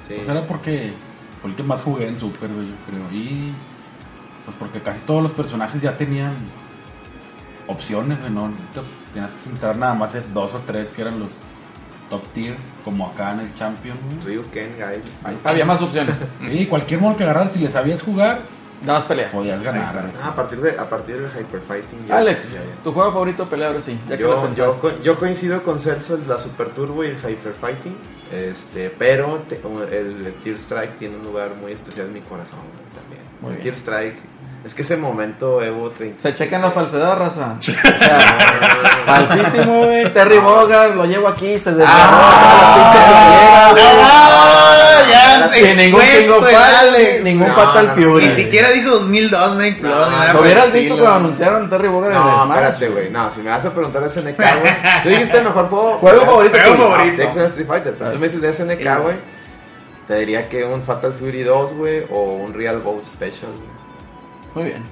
Speaker 2: Sí.
Speaker 8: Pues era porque fue el que más jugué en Super, güey, yo creo. Y. Pues porque casi todos los personajes ya tenían opciones, güey, no te- tenías que centrar nada más en dos o tres que eran los top tier, como acá en el Champion. güey.
Speaker 2: Ryuken, Gai.
Speaker 8: Ahí está.
Speaker 4: Ah, Había más opciones.
Speaker 8: Sí, cualquier modo que agarrar, si le sabías jugar,
Speaker 4: Nada más pelea.
Speaker 8: podías ganar. güey.
Speaker 2: Ah, a partir de a partir del Hyper Fighting. ya-
Speaker 4: Alex,
Speaker 2: ya- ya.
Speaker 4: tu juego favorito de pelea ahora sí, ya que lo
Speaker 2: Yo, yo,
Speaker 4: pensaste.
Speaker 2: co- yo coincido con Celso en la Super Turbo y el Hyper Fighting, este, pero te- o el, el Tear Strike tiene un lugar muy especial en mi corazón güey, también.
Speaker 4: Muy
Speaker 2: el
Speaker 4: bien.
Speaker 2: Tear Strike, es que ese momento Evo 30.
Speaker 4: Se checan la falsedad, raza. O sea, falsísimo, güey. Terry Bogard lo llevo aquí, se desgarró.
Speaker 2: Ah,
Speaker 4: la pinche playera, güey.
Speaker 1: ya
Speaker 4: Sin ningún
Speaker 1: expuesto
Speaker 4: single
Speaker 1: el
Speaker 4: fatal,
Speaker 1: Alex.
Speaker 4: ningún
Speaker 2: No,
Speaker 4: fatal
Speaker 2: no,
Speaker 4: piubre.
Speaker 1: Ni siquiera dijo 2002, me incluyó,
Speaker 2: No,
Speaker 1: ni
Speaker 4: Lo
Speaker 1: nada por el
Speaker 4: hubieras visto
Speaker 1: estilo.
Speaker 4: cuando anunciaron Terry Bogard en el
Speaker 2: No,
Speaker 4: Smash.
Speaker 2: espérate, güey. No, si me vas a preguntar de SNK, güey. Tú dijiste el mejor juego. Ah,
Speaker 4: Juego favorito
Speaker 1: Juego
Speaker 4: tuyo. Ah,
Speaker 1: favorito.
Speaker 2: Texas Street Fighter. Pero tú me dices de SNK, güey. Te diría que un Fatal Fury 2, güey, o un Real Gold Special, güey.
Speaker 4: Muy bien.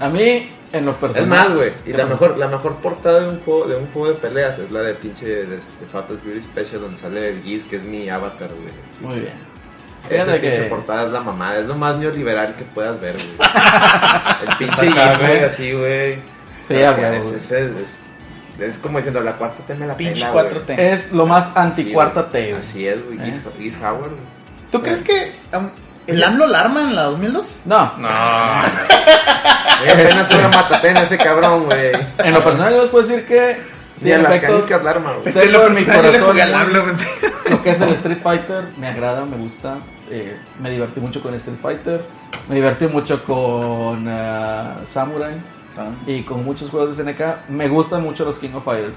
Speaker 4: A mí, en los personajes.
Speaker 2: Es más, güey, y
Speaker 4: ¿Qué
Speaker 2: la
Speaker 4: pasó?
Speaker 2: mejor, la mejor portada de un juego, de un juego de peleas es la de pinche de, de Fatal Fury Special donde sale el Giz, que es mi avatar, güey.
Speaker 4: Muy bien.
Speaker 2: Esa
Speaker 4: Fíjate
Speaker 2: pinche
Speaker 4: que-
Speaker 2: portada es la mamada, es lo más neoliberal que puedas ver, güey. el pinche Giz, güey, así, güey.
Speaker 4: Sí,
Speaker 2: O sea,
Speaker 4: a huevo,
Speaker 2: es,
Speaker 4: güey.
Speaker 2: es, es, es- es como diciendo, la cuarta T me la
Speaker 1: Pinche
Speaker 2: pela,
Speaker 1: 4T.
Speaker 4: Es lo más
Speaker 2: güey. Sí,
Speaker 4: anticuarta
Speaker 2: güey.
Speaker 4: T. güey.
Speaker 2: Así es, güey, Giz,
Speaker 4: ¿Eh?
Speaker 2: Giz Howard. güey.
Speaker 1: ¿Tú crees que um, el AMLO la arma en la 2002?
Speaker 4: No,
Speaker 6: No,
Speaker 2: Güey, apenas fue a Matatena ese cabrón, güey.
Speaker 4: en lo personal yo les puedo decir que.
Speaker 2: Ni a
Speaker 4: en
Speaker 2: las
Speaker 4: efecto,
Speaker 2: canicas la arma, güey.
Speaker 4: Tengo
Speaker 1: Sí, lo
Speaker 4: en mi
Speaker 1: pensé, yo le
Speaker 4: corazón,
Speaker 1: jugué al
Speaker 4: güey.
Speaker 1: AMLO, pensé.
Speaker 4: lo que es el Street Fighter me agrada, me gusta. eh, me divertí mucho con Street Fighter. Me divertí mucho con ah, Samurai y con muchos juegos de SNK. Me gustan mucho los King of Fighters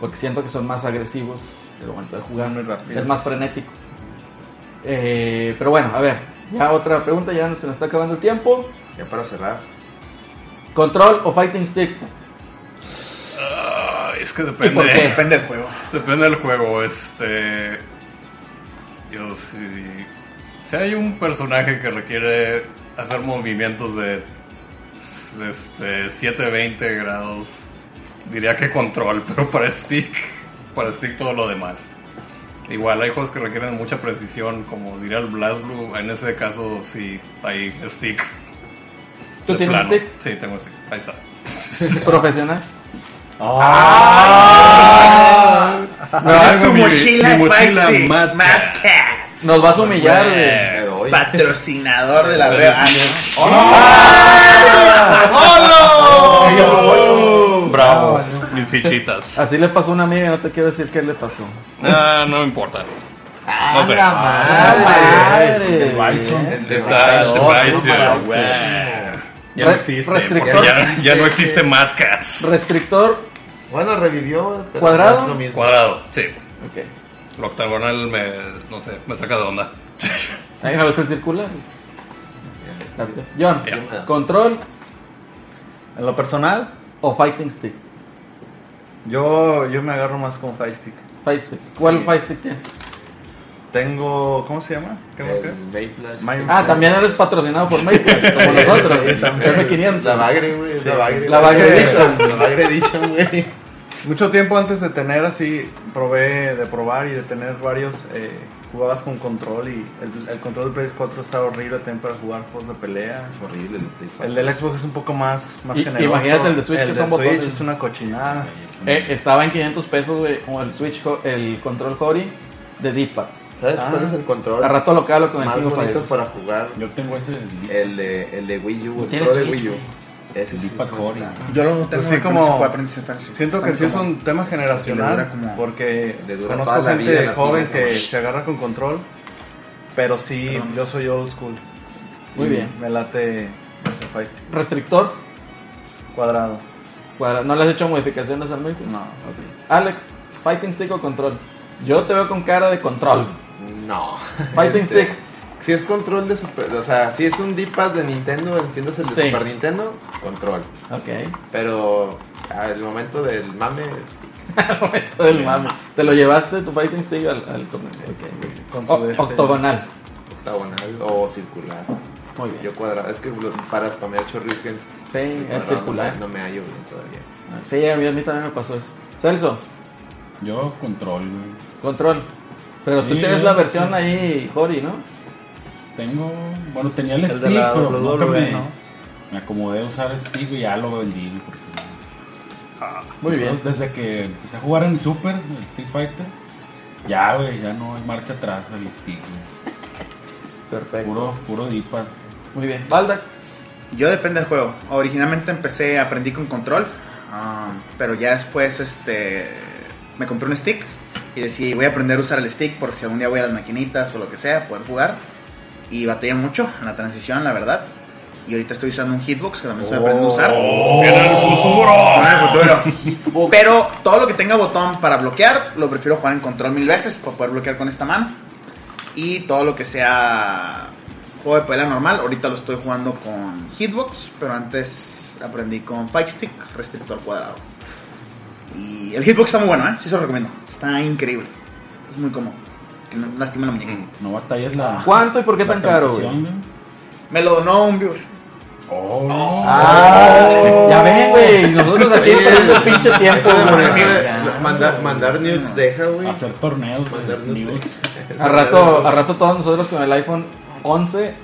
Speaker 4: porque siento que son más agresivos el momento de jugar.
Speaker 5: Muy rápido.
Speaker 4: Es más frenético. Eh, pero bueno, a ver, ya otra pregunta, ya se nos está acabando el tiempo.
Speaker 2: Ya para cerrar.
Speaker 4: ¿Control o Fighting Stick?
Speaker 6: Ah, es que
Speaker 4: ¿Y por
Speaker 6: depende.
Speaker 4: qué?
Speaker 1: Depende del juego.
Speaker 6: Depende del juego, este. Yo sí. Si hay un personaje que requiere hacer movimientos de. de, este. 720 grados, diría que control, pero para stick. Para stick todo lo demás. Igual hay juegos que requieren mucha precisión, como diría el Blast Blue, en ese caso sí hay stick.
Speaker 4: ¿Tú
Speaker 6: de
Speaker 4: tienes
Speaker 6: plano.
Speaker 4: stick
Speaker 6: Sí, tengo stick. Ahí está.
Speaker 4: profesional?
Speaker 1: Abre Ah, su
Speaker 6: mi-
Speaker 1: mochila,
Speaker 6: mi mochila
Speaker 1: Spicy.
Speaker 6: mata.
Speaker 1: Mad Cats.
Speaker 4: Nos vas a humillar. güey.
Speaker 2: Me doy.
Speaker 1: Patrocinador de la red. Ah, no.
Speaker 6: Bravo. Mis fichitas.
Speaker 4: Así le pasó a una amiga y no te quiero decir qué le pasó.
Speaker 6: Ah, no me importa. No sé.
Speaker 4: Madre.
Speaker 8: El Bison.
Speaker 4: ¿eh?
Speaker 6: Está el Bison,
Speaker 2: para
Speaker 6: güey.
Speaker 4: Re-
Speaker 6: Ya no existe.
Speaker 4: restrictor.
Speaker 6: porque Ya, ya no existe Mad Cats.
Speaker 4: Restrictor.
Speaker 2: Bueno, revivió. pero
Speaker 4: ¿Cuadrado?
Speaker 2: no es lo mismo.
Speaker 6: Cuadrado, sí.
Speaker 4: Ok.
Speaker 6: Lo octagonal me, no sé, me saca de onda.
Speaker 4: Ahí me gusta el circular. John,
Speaker 6: Ya.
Speaker 4: control
Speaker 5: En lo personal,
Speaker 4: o fighting stick.
Speaker 5: Yo, yo me agarro más con Fight Stick.
Speaker 4: Fight Stick. ¿Cuál Fight Stick tiene?
Speaker 5: Tengo. ¿Cómo se llama? ¿Qué marca?
Speaker 2: El Mayflash.
Speaker 5: Mind-
Speaker 4: Ah, también eres patrocinado por Maple, como nosotros.
Speaker 2: La
Speaker 4: S500.
Speaker 2: Bagre, güey. es La Bagre.
Speaker 4: La Bagre Edition.
Speaker 2: La Bagre Edition, güey.
Speaker 5: Mucho tiempo antes de tener así, probé de probar y de tener varios eh, jugadas con control y el, el control del PS4 está horrible también para jugar juegos de pelea.
Speaker 10: Es horrible el Play
Speaker 5: El del Xbox es un poco más, más
Speaker 4: Y-
Speaker 5: generoso.
Speaker 4: imagínate el de Switch, que son
Speaker 5: Switch
Speaker 4: botones.
Speaker 5: es una cochinada.
Speaker 4: Eh, estaba en 500 pesos, güey, como el Switch, ho- el control Hori de D-Pad.
Speaker 2: ¿Sabes
Speaker 5: Ah.
Speaker 2: cuál es el control
Speaker 4: A rato lo calo con el
Speaker 2: más
Speaker 4: King of
Speaker 2: bonito
Speaker 4: Fighters.
Speaker 2: para jugar?
Speaker 8: Yo tengo ese.
Speaker 2: El de, el de Wii U, el
Speaker 4: ¿Tienes
Speaker 2: Pro de
Speaker 4: Switch,
Speaker 2: Wii U.
Speaker 4: güey?
Speaker 2: Ese sí
Speaker 8: Deepak
Speaker 2: es
Speaker 8: Hori.
Speaker 2: una-
Speaker 1: Yo lo tengo
Speaker 5: Pues sí,
Speaker 1: en
Speaker 5: como-
Speaker 1: PS4 Prince of Persia.
Speaker 5: Siento que sí es un tema
Speaker 1: Y le dura
Speaker 5: generacional
Speaker 1: como-
Speaker 5: porque
Speaker 2: le dura toda
Speaker 5: conozco
Speaker 2: la
Speaker 5: gente
Speaker 2: vida la
Speaker 5: joven
Speaker 2: pieza,
Speaker 5: que
Speaker 2: ¿no?
Speaker 5: se agarra con control, pero sí, yo soy old school.
Speaker 4: Muy
Speaker 5: Y
Speaker 4: bien.
Speaker 5: Me late ese Fight Stick
Speaker 4: Restrictor.
Speaker 5: cuadrado.
Speaker 4: cuadra- ¿No le has hecho modificaciones al Maple? No. Alex, Fighting Stick o Control. Yo te veo con cara de Control.
Speaker 2: No.
Speaker 4: Fighting
Speaker 2: Este,
Speaker 4: Stick.
Speaker 2: Si es control de Super. O sea, si es un D-pad de Nintendo, entiendes el de
Speaker 4: Sí.
Speaker 2: Super Nintendo, control.
Speaker 4: Ok.
Speaker 2: Pero al momento del mame,
Speaker 4: Todo el mame. Te lo llevaste tu Fighting Stick al, al comercio. Ok.
Speaker 5: Con
Speaker 4: O-
Speaker 5: su este-
Speaker 4: octogonal.
Speaker 2: octagonal o circular.
Speaker 4: Muy bien.
Speaker 2: Yo cuadrado. Es que lo- para spamear Shurikens.
Speaker 4: Sí,
Speaker 2: el
Speaker 4: es
Speaker 2: cuadrado
Speaker 4: circular.
Speaker 2: No me, no me hallo güey, todavía.
Speaker 4: Sí, a mí, a mí también me pasó eso. Celso,
Speaker 8: Yo control, güey.
Speaker 4: control. Pero tú
Speaker 8: Sí,
Speaker 4: tienes
Speaker 8: yo-
Speaker 4: la versión ahí, Jori, ¿no?
Speaker 8: Tengo. Bueno, tenía el,
Speaker 5: El de
Speaker 8: stick,
Speaker 5: la
Speaker 8: pero nunca
Speaker 5: WWE,
Speaker 4: E,
Speaker 8: me,
Speaker 5: ¿no?
Speaker 8: me acomodé a usar stick y ya lo vendí. porque-
Speaker 4: Muy bien.
Speaker 8: Entonces, Desde que empecé a jugar en Super, el Street Fighter, ya, güey, ya no hay marcha atrás el stick, güey.
Speaker 4: Perfecto.
Speaker 8: Puro, puro dipa.
Speaker 4: Muy bien. Baldac,
Speaker 1: Yo depende del juego. Originalmente empecé, aprendí con control, ah, pero ya después este, me compré un stick y decidí voy a aprender a usar el stick porque si algún día voy a las maquinitas o lo que sea, poder jugar. Y batallé mucho en la transición, la verdad. Y ahorita estoy usando un hitbox que también estoy aprendiendo a usar.
Speaker 6: Oh.
Speaker 1: Viene el futuro. Pero todo lo que tenga botón para bloquear, lo prefiero jugar en control mil veces para poder bloquear con esta mano. Y todo lo que sea juego de pelea normal, ahorita lo estoy jugando con hitbox, pero antes aprendí con fight stick, restrictor cuadrado. Y el hitbox está muy bueno, ¿eh? Sí se lo recomiendo. Está increíble. Es muy cómodo. Que no lastima la muñeca.
Speaker 8: No batallas la.
Speaker 4: ¿cuánto y por qué tan caro, güey?
Speaker 1: Me lo donó un viewer.
Speaker 8: Oh, no.
Speaker 4: Ah, ya ven, güey. Nosotros aquí
Speaker 2: Oye,
Speaker 4: perdiendo pinche tiempo.
Speaker 2: Eso de
Speaker 4: güey.
Speaker 2: ponerse de- manda- mandar nudes deja, güey.
Speaker 8: hacer torneos, güey,
Speaker 2: Mandar nudes
Speaker 8: nudes.
Speaker 4: A rato, a rato todos nosotros con el iPhone 11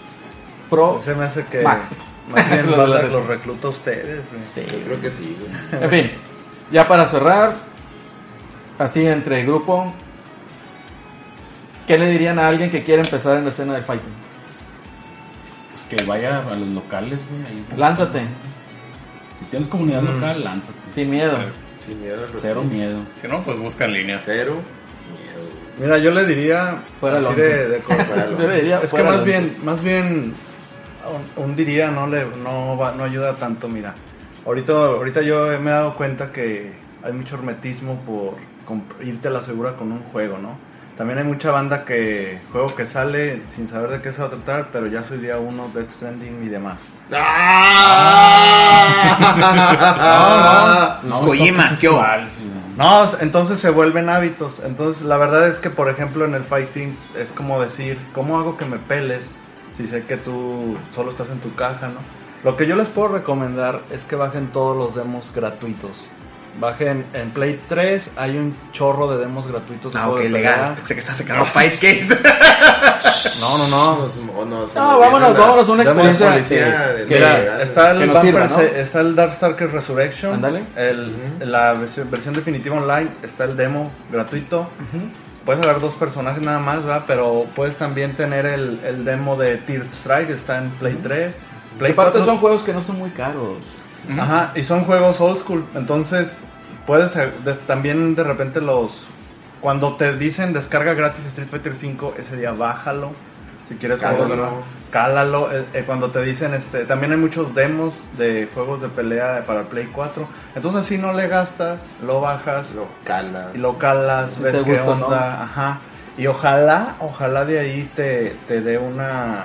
Speaker 4: Pro.
Speaker 5: Se me hace que
Speaker 4: Max.
Speaker 5: más bien
Speaker 4: Los
Speaker 5: los,
Speaker 4: recluta.
Speaker 5: los recluta a ustedes. güey.
Speaker 2: Yo creo que sí, güey.
Speaker 4: En fin, ya para cerrar, así entre grupo, ¿qué le dirían a alguien que quiere empezar en la escena de fighting?
Speaker 8: Pues que vaya a los locales, güey. ahí.
Speaker 4: Lánzate,
Speaker 8: Si tienes comunidad local, lánzate.
Speaker 4: sin miedo.
Speaker 2: Sin miedo al
Speaker 8: Cero miedo.
Speaker 6: Si no, pues busca en línea.
Speaker 2: Cero miedo, güey.
Speaker 5: Mira, yo le diría
Speaker 4: Fuera
Speaker 5: así
Speaker 4: Alonso.
Speaker 5: de, de cor-
Speaker 2: Fuera
Speaker 4: Yo le diría,
Speaker 5: es que
Speaker 4: fuera
Speaker 5: más
Speaker 4: de-
Speaker 5: bien, más bien, un, un diría no le, no va- no ayuda tanto. Mira, ahorita, ahorita yo me he dado cuenta que hay mucho hermetismo por comp- irte a la segura con un juego, ¿no? También hay mucha banda que juego que sale sin saber de qué se va a tratar, pero ya soy día uno, Death Stranding y demás.
Speaker 8: No,
Speaker 1: Kojima,
Speaker 8: toques
Speaker 1: ¿qué hubo?
Speaker 8: sexuales, güey.
Speaker 5: No, entonces se vuelven hábitos. Entonces, la verdad es que, por ejemplo, en el fighting es como decir, ¿cómo hago que me peles si sé que tú solo estás en tu caja, no? Lo que yo les puedo recomendar es que bajen todos los demos gratuitos. Bajen en Play 3, hay un chorro de demos gratuitos. de
Speaker 1: Ah,
Speaker 5: juego
Speaker 1: ok,
Speaker 5: de
Speaker 1: legal.
Speaker 5: pelea.
Speaker 1: Pensé que estás sacando Fight Gate.
Speaker 5: No, no, no.
Speaker 2: Nos- o nos-
Speaker 4: No,
Speaker 2: nos
Speaker 4: vámonos,
Speaker 2: viene la-
Speaker 4: vámonos, una
Speaker 2: dame la
Speaker 4: experiencia
Speaker 2: policía
Speaker 4: que-
Speaker 2: del-
Speaker 4: que
Speaker 2: del-
Speaker 5: Mira, está
Speaker 4: que
Speaker 5: el,
Speaker 4: nos
Speaker 5: Dark
Speaker 4: sirva,
Speaker 5: Perse-
Speaker 4: ¿no?
Speaker 5: está el Darkstalkers Resurrection.
Speaker 4: Ándale.
Speaker 5: El- La versión, versión definitiva online está el demo gratuito. Puedes agarrar dos personajes nada más, ¿verdad? Pero puedes también tener el, el demo de Tear Strike, está en Play 3. Play
Speaker 4: Aparte
Speaker 5: 4
Speaker 4: son juegos que no son muy caros.
Speaker 5: Ajá, y son juegos old school. Entonces, puedes eh, des- también de repente los. Cuando te dicen descarga gratis Street Fighter 5, ese día bájalo. Si quieres
Speaker 2: Cálalo.
Speaker 5: juegos de nuevo, cálalo. Eh, eh, cuando te dicen, este, también hay muchos demos de juegos de pelea para Play 4. Entonces, si no le gastas, lo bajas
Speaker 2: Lo cala.
Speaker 5: y lo calas,
Speaker 4: Si
Speaker 5: ves
Speaker 4: te
Speaker 5: qué
Speaker 4: gusta o no.
Speaker 5: onda, ajá. Y ojalá, ojalá de ahí te, te dé una,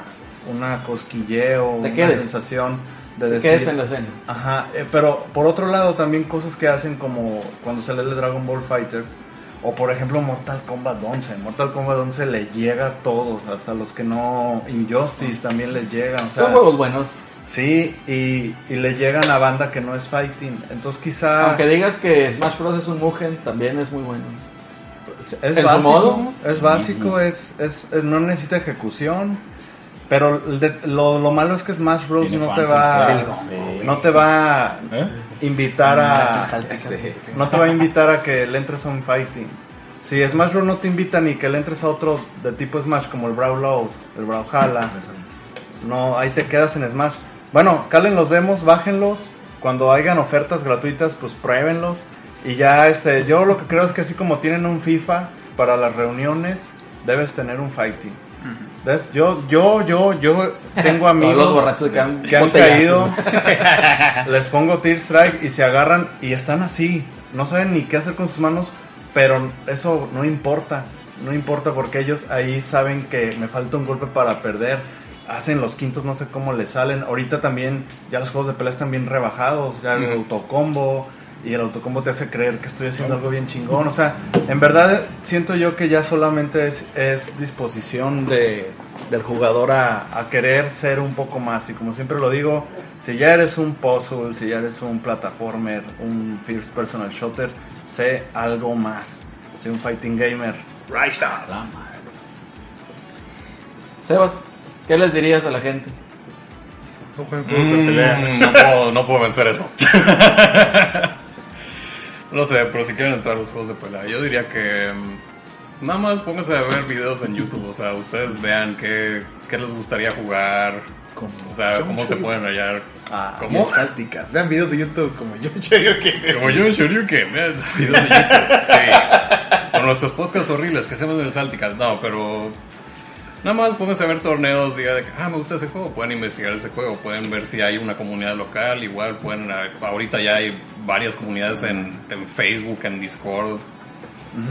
Speaker 5: una cosquilleo,
Speaker 4: Te
Speaker 5: una
Speaker 4: quedes.
Speaker 5: sensación de
Speaker 4: ¿Qué
Speaker 5: decir-
Speaker 4: es en la escena?
Speaker 5: Ajá, eh, pero por otro lado también cosas que hacen como cuando sale el Dragon Ball Fighters o por ejemplo Mortal Kombat 11. En Mortal Kombat 11 le llega a todos, hasta los que no Injustice también les llega, o sea,
Speaker 4: Son juegos buenos.
Speaker 5: sí, y, y le llegan a banda que no es fighting. Entonces quizá
Speaker 4: Aunque digas que Smash Bros es un Mugen, también es muy bueno.
Speaker 5: es
Speaker 4: en su
Speaker 5: básico,
Speaker 4: modo.
Speaker 5: es básico, es, es, es- no necesita ejecución. Pero el de- lo, lo malo es que Smash Bros
Speaker 8: Tiene
Speaker 5: no te
Speaker 8: fans,
Speaker 5: va
Speaker 8: sí.
Speaker 5: no te va a
Speaker 8: ¿Eh?
Speaker 5: invitar
Speaker 4: Ah,
Speaker 5: a este, No te va a invitar a que le entres a un fighting. Si Smash Bros. no te invita ni que le entres a otro de tipo Smash como el Brawlow, el Brawlhalla, no, ahí te quedas en Smash. Bueno, calen los demos, bájenlos. Cuando hayan ofertas gratuitas, pues pruébenlos. Y ya, este, yo lo que creo es que así como tienen un FIFA para las reuniones, debes tener un fighting. ¿Ves? Yo, yo, yo, yo tengo amigos
Speaker 4: los borrachos que han,
Speaker 5: que han
Speaker 4: botellazo.
Speaker 5: caído, les pongo Tear Strike y se agarran y están así. No saben ni qué hacer con sus manos, pero eso no importa. No importa porque ellos ahí saben que me falta un golpe para perder. Hacen los quintos, no sé cómo les salen. Ahorita también, ya los juegos de pelea están bien rebajados. Ya el autocombo. Y el autocombo te hace creer que estoy haciendo algo bien chingón. O sea, en verdad siento yo que ya solamente es, es disposición de, del jugador a, a querer ser un poco más. Y como siempre lo digo, si ya eres un puzzle, si ya eres un plataformer, un first personal shooter, sé algo más. Sé un fighting gamer.
Speaker 1: Rise up.
Speaker 4: Sebas, ¿qué les dirías a la gente?
Speaker 6: Mm, no, puedo, no puedo vencer eso. no sé, pero si quieren entrar a los juegos de pelea, yo diría que mm, nada más pónganse a ver videos en YouTube. O sea, ustedes vean qué, qué les gustaría jugar. O sea, cómo se pueden hallar. ¿Cómo?
Speaker 10: Sálticas. Vean videos de YouTube como yo, yo que
Speaker 6: Como yo en Shoryuken, vean esos videos de YouTube. Sí. Con nuestros podcasts horribles que hacemos en el Sálticas. No, pero. Nada más pónganse a ver torneos, digan, de que, ah, me gusta ese juego, pueden investigar ese juego, pueden ver si hay una comunidad local, igual pueden, ah, ahorita ya hay varias comunidades en, en Facebook, en Discord,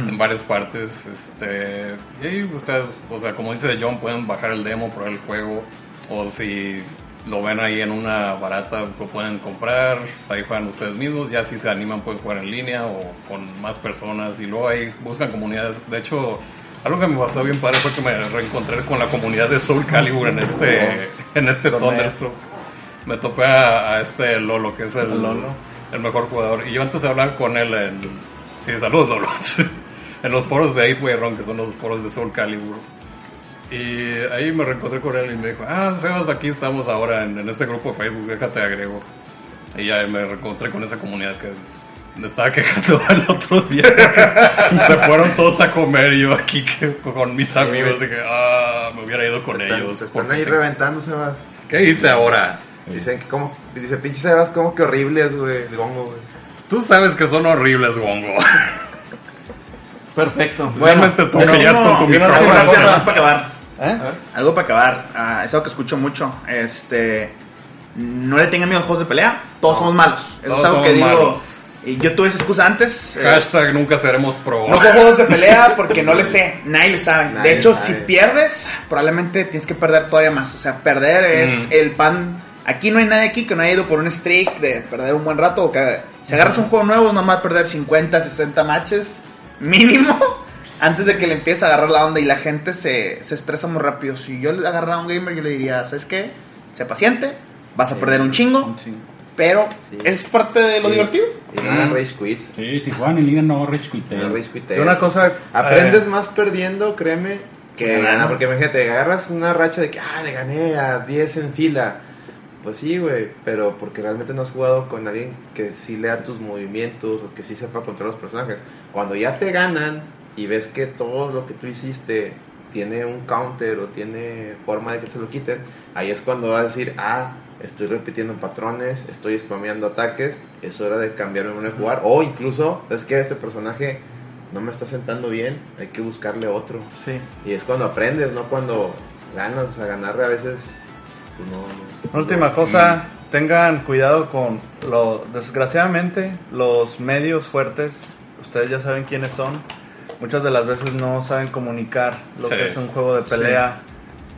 Speaker 6: en varias partes, este, y ahí ustedes, o sea, como dice John, pueden bajar el demo, probar el juego, o si lo ven ahí en una barata, lo pueden comprar, ahí juegan ustedes mismos, ya si se animan pueden jugar en línea o con más personas, y luego ahí buscan comunidades, de hecho... Algo que me pasó bien padre fue que me reencontré con la comunidad de Soul Calibur en este, en este Thunderstroke. Me topé a, a este Lolo, que es el, el mejor jugador. Y yo antes de hablar con él en... Sí, saludos Lolo. en los foros de 8-Way Run, que son los foros de Soul Calibur. Y ahí me reencontré con él y me dijo, ah, Sebas, aquí estamos ahora en, en este grupo de Facebook, déjate agrego. Y ya me reencontré con esa comunidad que me estaba quejando el otro día. Se fueron todos a comer y yo aquí que- con mis amigos dije, ah, me hubiera ido con ellos.
Speaker 10: Te están
Speaker 6: porque
Speaker 10: ahí
Speaker 6: te-
Speaker 10: reventando, Sebas.
Speaker 6: ¿Qué hice ahora?
Speaker 10: Dicen que como, dice pinche Sebas, como que horribles, güey, el gongo, güey.
Speaker 6: Tú sabes que son horribles, Wongo.
Speaker 4: Perfecto. Bueno,
Speaker 6: Realmente tú
Speaker 1: Pero
Speaker 6: querías
Speaker 1: no,
Speaker 6: con tu
Speaker 1: yo creo que una cosa más
Speaker 6: micrófono.
Speaker 1: para acabar.
Speaker 5: ¿Eh?
Speaker 4: a ver,
Speaker 1: Algo para acabar. Ah, es algo que escucho mucho. Este, no le tengan miedo a los juegos de pelea. Todos somos malos. Eso
Speaker 6: Todos
Speaker 1: es algo que digo.
Speaker 6: somos malos.
Speaker 1: Y yo tuve esa excusa antes. eh,
Speaker 6: Hashtag nunca seremos pro.
Speaker 1: no juego juegos de pelea porque no le sé. Nadie le sabe.
Speaker 10: Nadie
Speaker 1: de hecho,
Speaker 10: sabe.
Speaker 1: si pierdes, probablemente tienes que perder todavía más. O sea, perder es
Speaker 6: Mm.
Speaker 1: el pan. Aquí no hay nadie aquí que no haya ido por un streak de perder un buen rato. O que si agarras un juego nuevo, es normal perder 50, 60 matches mínimo antes de que le empieces a agarrar la onda y la gente se, se estresa muy rápido. Si yo le agarrara a un gamer, yo le diría, ¿sabes qué? Sé paciente, vas a perder un chingo, pero
Speaker 2: Sí.
Speaker 1: es parte de lo
Speaker 2: Sí.
Speaker 1: divertido.
Speaker 2: Y no hagan rage quits.
Speaker 8: Sí, si juegan en línea no rage
Speaker 2: No
Speaker 8: quiteo.
Speaker 2: hagan rage quits.
Speaker 5: Y una cosa...
Speaker 10: Aprendes más perdiendo, créeme,
Speaker 2: Que gana, porque imagínate, agarras una racha de que, ah, le gané a 10 en fila. Pues sí, güey, pero porque realmente no has jugado con alguien que sí lea tus movimientos o que sí sepa controlar los personajes. Cuando ya te ganan y ves que todo lo que tú hiciste tiene un counter o tiene forma de que te lo quiten, ahí es cuando vas a decir, ah, estoy repitiendo patrones, estoy spameando ataques, es hora de cambiarme una de jugar. O incluso, es que este personaje no me está sentando bien, hay que buscarle otro.
Speaker 5: Sí.
Speaker 2: Y es cuando aprendes, no cuando ganas. O sea, ganar a veces. pues, no, no-
Speaker 5: Última
Speaker 2: no-
Speaker 5: cosa, tengan cuidado con lo desgraciadamente los medios fuertes, ustedes ya saben quiénes son. Muchas de las veces no saben comunicar lo
Speaker 6: Sí.
Speaker 5: que es un juego de pelea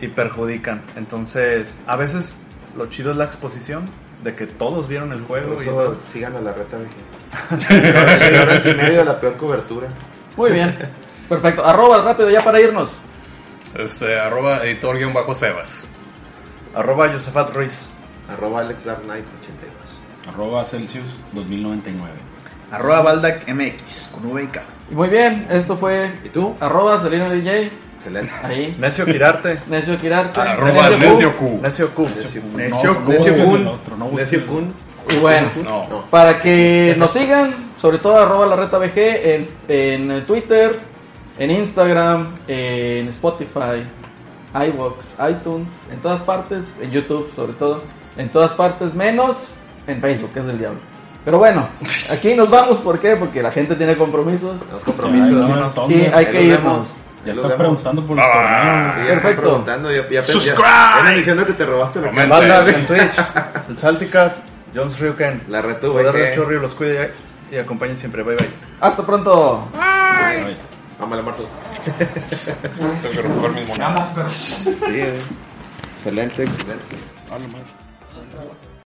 Speaker 5: y perjudican. Entonces, a veces lo chido es la exposición de que todos vieron el juego
Speaker 2: Por
Speaker 5: y
Speaker 2: eso
Speaker 5: todo.
Speaker 2: sigan a la reta, dije. Una hora y media la peor cobertura.
Speaker 4: Muy bien. Perfecto. Arroba rápido ya para irnos.
Speaker 6: Este, arroba editor-sebas.
Speaker 5: Arroba Josefat Ruiz.
Speaker 2: Arroba Alex Dark Knight 82.
Speaker 8: Arroba Celsius 2099.
Speaker 1: Arroba Baldac MX con V y K.
Speaker 4: Muy bien, esto fue.
Speaker 2: ¿Y tú?
Speaker 4: Arroba Selena DJ.
Speaker 2: Excelente.
Speaker 4: Ahí.
Speaker 5: Necio Quirarte.
Speaker 4: Necio Quirarte.
Speaker 6: Arroba
Speaker 4: Necio Q.
Speaker 6: necio Q.
Speaker 5: Necio Q.
Speaker 1: Necio
Speaker 2: Necio
Speaker 1: Q.
Speaker 8: busquen
Speaker 2: Kun.
Speaker 8: el otro, no busquen
Speaker 2: Necio
Speaker 8: el
Speaker 2: Kun.
Speaker 4: Y bueno, para que nos sigan, sobre todo arroba la reta BG en, en Twitter, en Instagram, en Spotify, iVoox, iTunes, en todas partes, en YouTube sobre todo, en todas partes, menos en Facebook, que es el diablo. Pero bueno, aquí nos vamos, ¿por qué? Porque la gente tiene compromisos
Speaker 2: Los
Speaker 8: Ay,
Speaker 2: compromisos.
Speaker 8: no,
Speaker 4: y
Speaker 8: entonces,
Speaker 4: hay
Speaker 2: ahí
Speaker 4: que
Speaker 2: los
Speaker 4: irnos.
Speaker 2: vemos.
Speaker 8: Ya
Speaker 2: Ahí los
Speaker 8: están
Speaker 2: vemos.
Speaker 8: preguntando por los torneos.
Speaker 2: Sí, ya están
Speaker 4: Perfecto.
Speaker 2: preguntando, ya, ya, ya,
Speaker 1: Subscribe.
Speaker 2: ya andan diciendo que te robaste la
Speaker 6: Comenta.
Speaker 5: Baldac en Twitch. El Salticas. Jones Ryuken.
Speaker 2: La reto, güey.
Speaker 5: Poder del
Speaker 2: que-
Speaker 5: Chorrio los cuide y acompañen siempre. Bye bye.
Speaker 4: Hasta pronto.
Speaker 8: Ay.
Speaker 2: Ámale, Marzo.
Speaker 6: Tengo que recoger mis monedas.
Speaker 2: Sí, güey. Excelente, excelente.